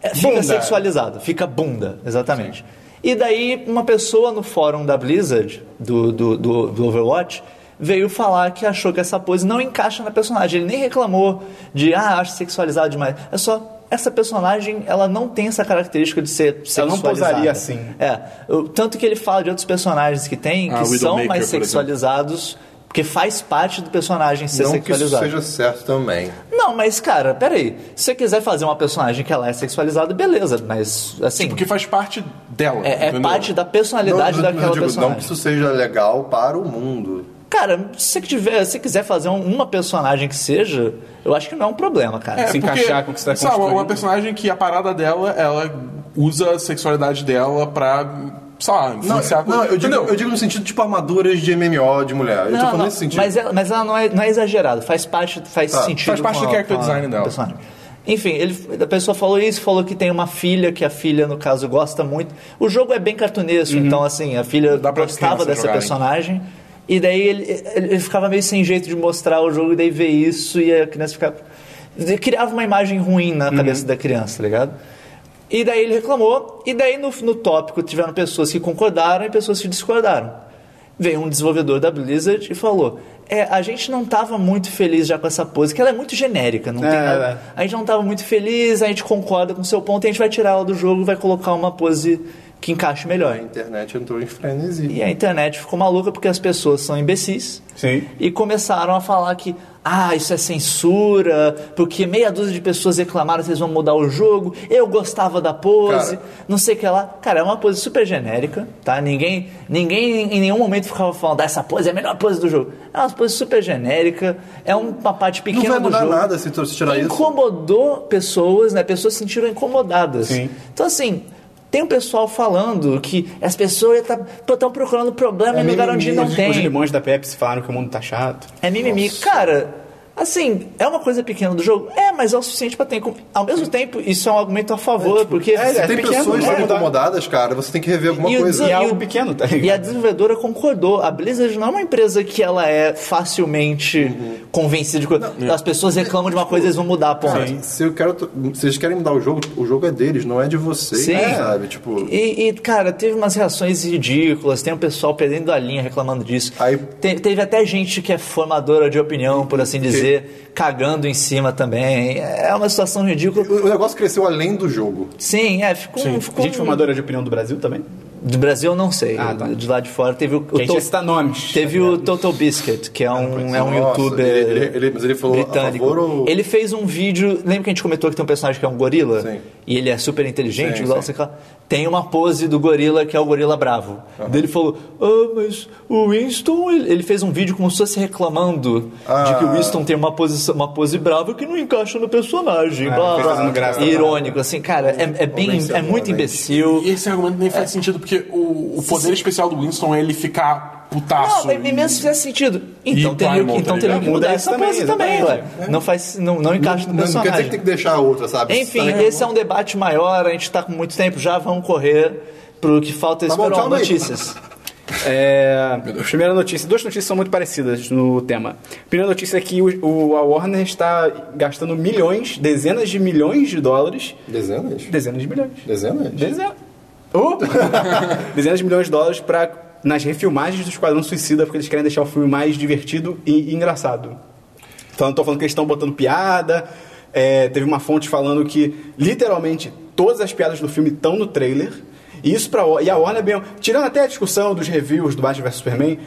é, fica
Bunda.
sexualizado, fica bunda, exatamente. E daí, uma pessoa no fórum da Blizzard, do, do, do, do Overwatch, veio falar que achou que essa pose não encaixa na personagem. Ele nem reclamou de, ah, acho sexualizado demais. É só. Essa personagem, ela não tem essa característica de ser
Ela não
sexualizada.
posaria assim.
É. o- Tanto que ele fala de outros personagens que tem,
Ah,
que
Widowmaker,
são mais
por exemplo.
sexualizados, porque faz parte do personagem ser
Não que isso
sexualizado.
seja certo também.
Não, mas cara, peraí. Se você quiser fazer uma personagem que ela é sexualizada, beleza, mas assim.
Porque faz parte dela.
é, é
entendeu?
parte da personalidade
Não,
daquela
eu digo,
personagem.
não que isso seja legal para o mundo.
Cara, se você tiver, se quiser fazer um- uma personagem que seja, eu acho que não é um problema, cara.
É,
se encaixar com o que você tá
sabe,
construindo.
uma personagem que a parada dela, ela usa a sexualidade dela pra, sei lá,
Não,
influenciar...
não, eu, digo,
Entendeu?
eu digo no sentido tipo armaduras de MMO de mulher. eu tô
Não,
falando
não,
nesse sentido.
Mas ela, mas ela não, é, não é exagerado, faz parte, faz
Tá,
sentido.
faz parte
com a-
do character
com a
design dela.
personagem. Enfim, ele, a pessoa falou isso, falou que tem uma filha, que a filha, no caso, gosta muito. O jogo é bem cartunesco, então, assim, a filha
Uhum. Dá pra
gostava
criança
dessa
jogar, hein?
personagem. E daí ele, ele, ele ficava meio sem jeito de mostrar o jogo, e daí ver isso, e a criança ficava. ele Criava uma imagem ruim na cabeça
Uhum.
da criança, tá ligado? E daí ele reclamou, e daí no, no tópico tiveram pessoas que concordaram e pessoas que discordaram veio um desenvolvedor da Blizzard e falou: é, a gente não tava muito feliz já com essa pose, que ela é muito genérica, não tem
É,
nada. A gente não tava muito feliz, a gente concorda com o seu ponto, e a gente vai tirar ela do jogo e vai colocar uma pose que encaixe
A
melhor.
internet entrou em frenesi.
E a internet ficou maluca porque as pessoas são imbecis
Sim.
e começaram a falar que ah, isso é censura, porque meia dúzia de pessoas reclamaram, vocês vão mudar o jogo, eu gostava da pose,
Cara.
não sei o que lá. Cara, é uma pose super genérica, tá? Ninguém, ninguém em nenhum momento ficava falando, "Ah, essa pose é a melhor pose do jogo. É uma pose super genérica, é uma parte
Não
pequena
vai
do
mudar
jogo
nada se tu- se tirar isso.
incomodou pessoas, né? Pessoas se sentiram incomodadas.
Sim.
Então, assim, tem um pessoal falando que as pessoas estão procurando problema em lugar onde não
os,
tem.
Os limões da Pepsi falaram que o mundo tá chato.
É mimimi. Cara, assim, é uma coisa pequena do jogo? É, mas é o suficiente pra ter. Ao mesmo tempo, isso é um argumento a favor, porque.
é,
Se tem
pequeno,
pessoas
não vai
que
né?
ficam
mudar.
incomodadas, cara, você tem que rever alguma
E o
coisa.
E é
desa-
algo
o-
pequeno, tá ligado?
E a desenvolvedora concordou. A Blizzard não é uma empresa que ela é facilmente convencida de coisa. As pessoas reclamam de uma coisa, eles vão mudar a ponta.
Cara, se eu quero, to- se eles querem mudar o jogo, o jogo é deles, não é de vocês,
Sim.
sabe? Tipo,
E, e, cara, teve umas reações ridículas. Tem um pessoal perdendo a linha reclamando disso.
Aí-
Te- teve até gente que é formadora de opinião, por assim dizer, cagando em cima também. É uma situação ridícula.
o o negócio cresceu além do jogo.
Sim, é, ficou, um- ficou
Gente
um-
formadora de opinião do Brasil também?
Do Brasil, eu não sei.
Ah, tá.
De lá de fora teve o.
Que a gente
o
ia citar nomes.
Teve o Total Biscuit, que é um, é um
Ah, Nossa,
youtuber.
ele- ele- ele- mas ele falou a
britânico.
favor ou-
Ele fez um vídeo. Lembra que a gente comentou que tem um personagem que é um gorila?
Sim.
E ele é super inteligente,
Sim,
igual
sim.
sei lá. Tem uma pose do gorila que é o gorila bravo. Daí ele falou: Ah, mas o Winston. Ele, ele fez um vídeo como se fosse reclamando de
Ah.
que o Winston tem uma, posição, uma pose brava que não encaixa no
É,
personagem. blá,
fez
blá,
fazendo
né?
graça.
Irônico, assim, cara, é, é bem, é muito imbecil.
E esse argumento nem faz sentido, porque o, o poder especial do Winston é ele ficar putaço.
Não, mas
e-
mesmo se fizesse sentido. Então
e
teria
Primal,
que, então
tá
teria
ligado?
que
Muda
mudar
isso
essa
também,
coisa também, ué.
exatamente.
Não faz. Não, não encaixa no
Não, não quer dizer que
personagem.
tem que deixar a outra, sabe?
Enfim,
Tá-
esse é um debate maior, a gente tá com muito tempo já, vamos correr pro que falta
bom,
esperar
tchau, Ney.
notícias.
É, primeira notícia. Duas notícias são muito parecidas no tema. Primeira notícia é que o, o- a Warner está gastando milhões, dezenas de milhões de dólares.
Dezenas?
Dezenas de milhões.
Dezenas?
Dezenas. Oh! dezenas de milhões de dólares para nas refilmagens do Esquadrão Suicida, porque eles querem deixar o filme mais divertido e, e engraçado. Então, estou falando que eles estão botando piada. é, teve uma fonte falando que literalmente todas as piadas do filme estão no trailer. E isso para e a Warner bem, tirando até a discussão dos reviews do Batman vs Superman,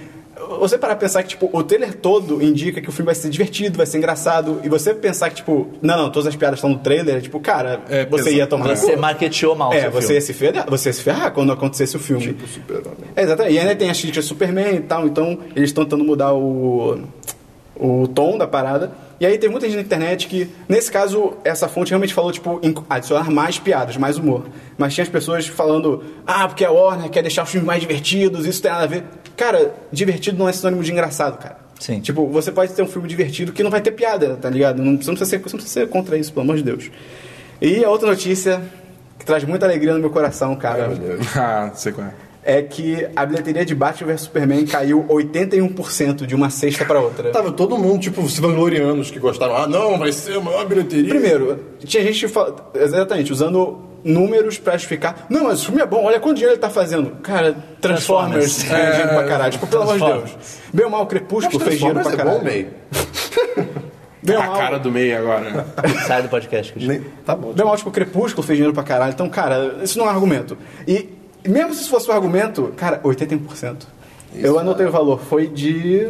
você para pensar que tipo o trailer todo indica que o filme vai ser divertido, vai ser engraçado, e você pensar que tipo, não, não, todas as piadas estão no trailer, é tipo, cara,
É,
você
pesa-
ia tomar no
Você
cu.
marketeou mal o
É,
seu
você
filme.
ia, se ferrar, você ia se ferrar quando acontecesse o filme.
Tipo super-homem.
É, exatamente. E ainda tem a crítica Superman e tal, então eles estão tentando mudar o, o tom da parada. E aí teve muita gente na internet que, nesse caso, essa fonte realmente falou, tipo, em- adicionar mais piadas, mais humor. Mas tinha as pessoas falando, ah, porque a Warner quer deixar os filmes mais divertidos, isso tem nada a ver. Cara, divertido não é sinônimo de engraçado, cara.
Sim.
Tipo, você pode ter um filme divertido que não vai ter piada, tá ligado? Não, você, não precisa ser, você não precisa ser contra isso, pelo amor de Deus. E a outra notícia, que traz muita alegria no meu coração, cara
Ah, sei qual é.
é que a bilheteria de Batman vs Superman caiu 81% de uma sexta pra outra.
Tava todo mundo, tipo, os vanglorianos que gostaram. Ah, não, vai ser a maior bilheteria.
Primeiro, tinha gente fal- exatamente usando números pra justificar. Não, mas o filme é bom, olha quanto dinheiro ele tá fazendo. Cara, Transformers fez dinheiro pra caralho. Tipo, pelo amor de Deus. Bem ou mal, Crepúsculo fez dinheiro pra
É, Transformers é bom, Ah,
caralho.
meio.
Bem ou
a
mal,
cara do meio agora.
Sai do podcast, Cristian.
Nem- Tá bom.
bem ou mal, tipo, Crepúsculo fez dinheiro pra caralho. Então, cara, isso não é um argumento. E mesmo se isso fosse um argumento, cara, 81%. Eu anotei o valor, foi de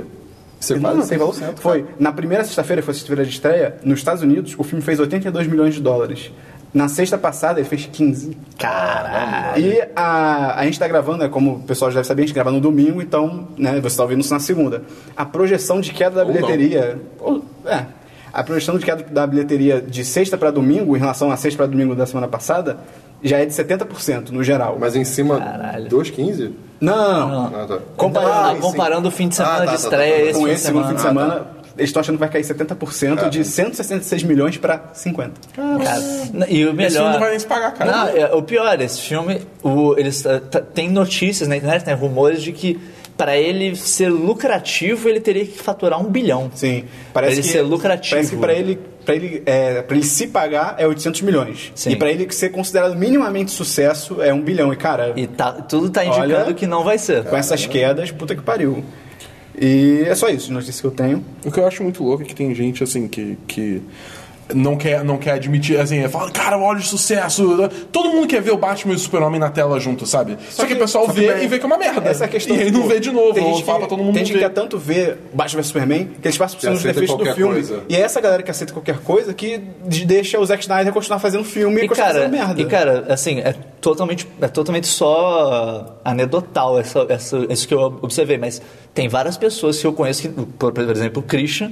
Você
não,
quase
não tem valor.
100%, cara.
Foi na primeira sexta-feira, foi a sexta-feira de estreia, nos Estados Unidos, o filme fez 82 milhões de dólares. Na sexta passada, ele fez 15. Caralho! E a, a gente tá gravando, né, como o pessoal já deve saber, a gente grava no domingo, então, né, você tá ouvindo isso na segunda. A projeção de queda da
não.
bilheteria... ou- é. A projeção de queda da bilheteria de sexta pra domingo, em relação à sexta pra domingo da semana passada, já é de 70% no geral.
Mas em cima, 2,15?
Não, não, não.
Ah, tá.
Comparando,
sim.
comparando o fim de semana
Ah, tá,
de
tá,
estreia
tá, tá.
esse
com
fim de
esse segundo
semana. ah,
fim de semana, eles estão achando que vai cair 70% de 166 milhões pra 50.
Cara, e o melhor.
filme não vai nem se pagar, cara.
Não, é, o pior, esse filme, o- eles, ah, tá- tem notícias na internet, tem rumores de que para ele ser lucrativo, ele teria que faturar um bilhão.
Sim.
Pra ele ser lucrativo.
Parece que pra ele, pra ele, é, pra ele se pagar é 800 milhões.
Sim.
E pra ele ser considerado minimamente sucesso é 1 bilhão. E cara,
E tá- tudo tá indicando
Olha.
que não vai ser.
com essas quedas, puta que pariu. E é só isso de notícia que eu tenho.
O que eu acho muito louco é que tem gente assim que. que... Não quer, não quer admitir, assim, fala, cara, olha o sucesso. Todo mundo quer ver o Batman e o Super-Homem na tela junto, sabe? Só, que, o pessoal
só que,
vê
bem,
e vê que é uma merda.
Essa é a questão
e aí
tipo,
não vê de novo,
Tem
ou
gente
fala
que,
pra todo mundo
tem gente
ver.
que quer tanto ver Batman vs Superman que eles passam por cima dos
aceita
defeitos do
qualquer
filme.
coisa.
E é essa galera que aceita qualquer coisa que de- deixa o Zack Snyder continuar fazendo filme e,
E
continuar
cara,
fazendo merda.
e cara, assim, é totalmente, é totalmente só ah, anedotal essa, essa, isso que eu observei, mas tem várias pessoas que eu conheço, que, por, por exemplo, o Christian,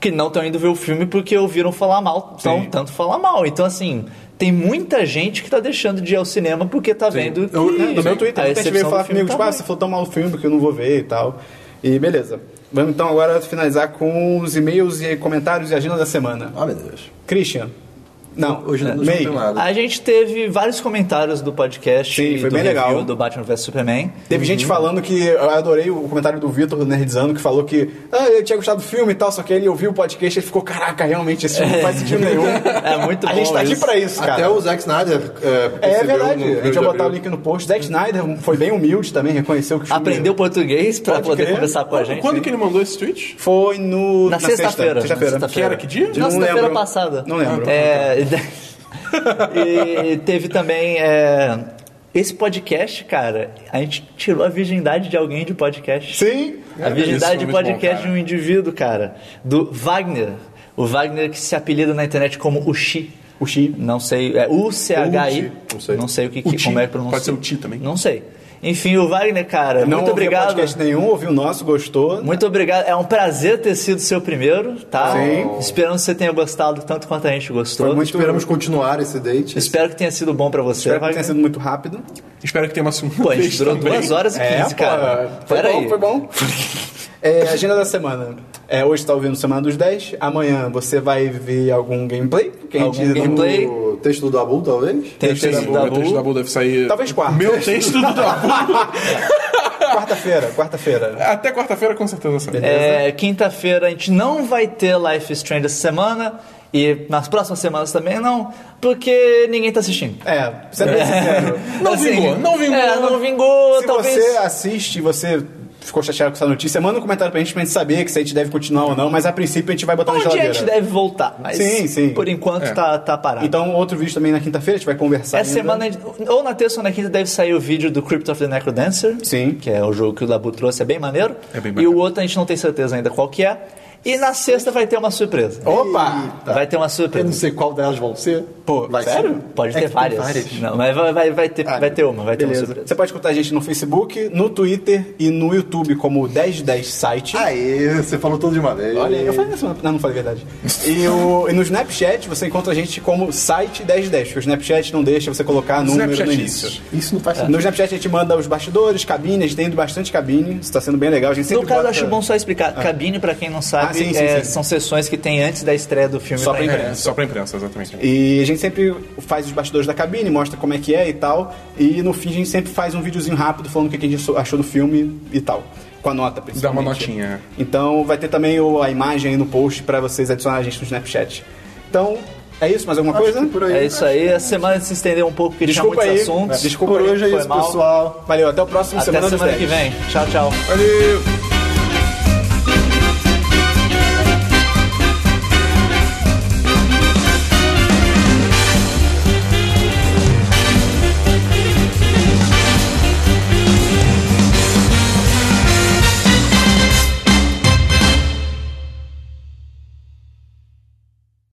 que não estão indo ver o filme porque ouviram falar mal, tão, tanto falar mal. Então, assim, tem muita gente que tá deixando de ir ao cinema porque tá vendo que
Eu, no meu
a
Twitter, muita gente
recepção
veio
do
falar
filme
comigo,
tá
tipo, ah,
ruim.
você falou tão mal o filme que eu não vou ver e tal. E beleza. Vamos então agora finalizar com os e-mails e comentários e agenda da semana.
Ah, meu Deus.
Christian. Não, é,
Hoje não- hoje não
May.
tem nada.
A gente teve vários comentários do podcast
Sim,
e
foi
do
bem
review
legal.
do Batman vs Superman.
Teve
Uhum.
gente falando que. Eu adorei o comentário do Vitor do Nerdzano que falou que. Ah, eu tinha gostado do filme e tal, só que ele ouviu o podcast e ele ficou, caraca, realmente, esse filme não faz sentido nenhum.
É muito
A
bom
gente tá aqui
isso.
pra isso, cara.
Até o Zack Snyder é,
É
percebeu
verdade,
no- no
a gente
de
vai botar o
abril.
link no post. Zack Snyder foi bem humilde também, reconheceu que o filme-
Aprendeu português pra
Pode
poder
crer.
conversar com a gente.
Quando que ele mandou esse tweet?
Foi no.
Na sexta-feira.
Sexta-feira.
Na
Que era que dia?
Não
Na sexta-feira
lembro.
passada.
Não lembro.
É, e teve também. é, esse podcast, cara, a gente tirou a virgindade de alguém de podcast.
Sim.
A virgindade
Isso é
de
muito
podcast
bom,
de
cara.
um indivíduo, cara. Do Wagner. O Wagner que se apelida na internet como Uchi.
Uchi.
Não sei. É U-C-H-I.
Uchi, não sei.
Não sei o que, que-
Uchi.
como é que pronuncia.
Pode ser Uchi também.
Não sei. Enfim, o Wagner, cara,
Não
muito
ouviu
obrigado.
podcast nenhum, ouviu o nosso, gostou.
Muito obrigado. É um prazer ter sido seu primeiro, tá?
Sim.
Esperamos que você tenha gostado tanto quanto a gente gostou.
Foi muito-
Esperamos continuar esse date.
Espero que tenha sido bom pra você.
Espero que tenha
Wagner.
sido muito rápido.
Espero que tenha uma segunda
Pô, a gente
vez
durou
também.
duas horas e quinze,
É, pô,
cara.
Foi
Pera
bom,
aí.
foi bom. É, agenda da semana. É, hoje tá ouvindo Semana dos 10. Amanhã você vai ver algum gameplay. Que a
Algum
gente não-
gameplay?
O texto do Dabu, talvez?
Tem o
Texto
texto
do-
da
Meu texto da
Bu.
Bull deve sair...
Talvez quarta.
Meu texto do Dabu.
Quarta-feira, quarta-feira.
Até quarta-feira com certeza sai.
É, Quinta-feira a gente não vai ter Life is Strange essa semana. E nas próximas semanas também não, porque ninguém tá assistindo.
É, sendo bem sincero.
Não vingou, não vingou.
É, não vingou,
Se
talvez.
você assiste e você ficou chateado com essa notícia, manda um comentário pra gente pra gente saber que se a gente deve continuar ou não, mas a princípio a gente vai botar na
Um dia a
geladeira.
gente deve voltar, mas
Sim, sim. É.
por enquanto tá, tá parado.
Então, outro vídeo também na quinta-feira, a gente vai conversar.
Essa
ainda.
semana, ou na terça ou na quinta, deve sair o vídeo do Crypt of the Necrodancer.
Sim.
Que é o jogo que o Labu trouxe, é bem maneiro.
É bem
e
bacana.
o outro a gente não tem certeza ainda qual que é. E na sexta vai ter uma surpresa.
Opa!
Vai ter uma
Eu não
surpresa.
sei qual delas vão ser.
Pô,
Vai
sério?
ser.
Pode
É
ter
que tem
várias.
várias.
Não, mas vai, vai, vai ter, vai ter uma, vai ter uma
Ah, Beleza.
surpresa.
Então, Você pode escutar a gente no Facebook, no Twitter e no YouTube como 1010 site.
Aê, você falou tudo de uma vez.
Olha, aí, eu falei na semana. Não, não falei a verdade. E, o- e no Snapchat você encontra a gente como site 1010, porque o Snapchat não deixa você colocar número no
Snapchat é
início.
isso.
Isso não faz sentido.
No Snapchat a gente manda os bastidores, cabine, a gente tem ido bastante cabine, isso tá sendo bem legal. A gente sempre
No caso,
bota-
acho bom só explicar. Cabine, pra quem não sabe,
Ah, sim, sim,
é,
sim.
são sessões que tem antes da estreia do filme.
Só pra
entrar.
imprensa.
É, só pra imprensa, exatamente.
E a gente sempre faz os bastidores da cabine, mostra como é que é e tal. E no fim a gente sempre faz um videozinho rápido falando o que a gente so- achou do filme e tal. Com a nota,
Dá
principalmente.
uma notinha. é.
Então vai ter também o- a imagem aí no post pra vocês adicionarem a gente no Snapchat. Então, é isso? Mais alguma coisa?
Por aí.
É isso aí. A semana se estendeu um pouco, porque tinha
Desculpa
muitos
aí.
assuntos.
Desculpa
Por
aí.
hoje é
Foi
isso,
mal.
pessoal.
Valeu, até o próximo
Até
Semana dos
semana que
10.
vem. Tchau, tchau.
Valeu!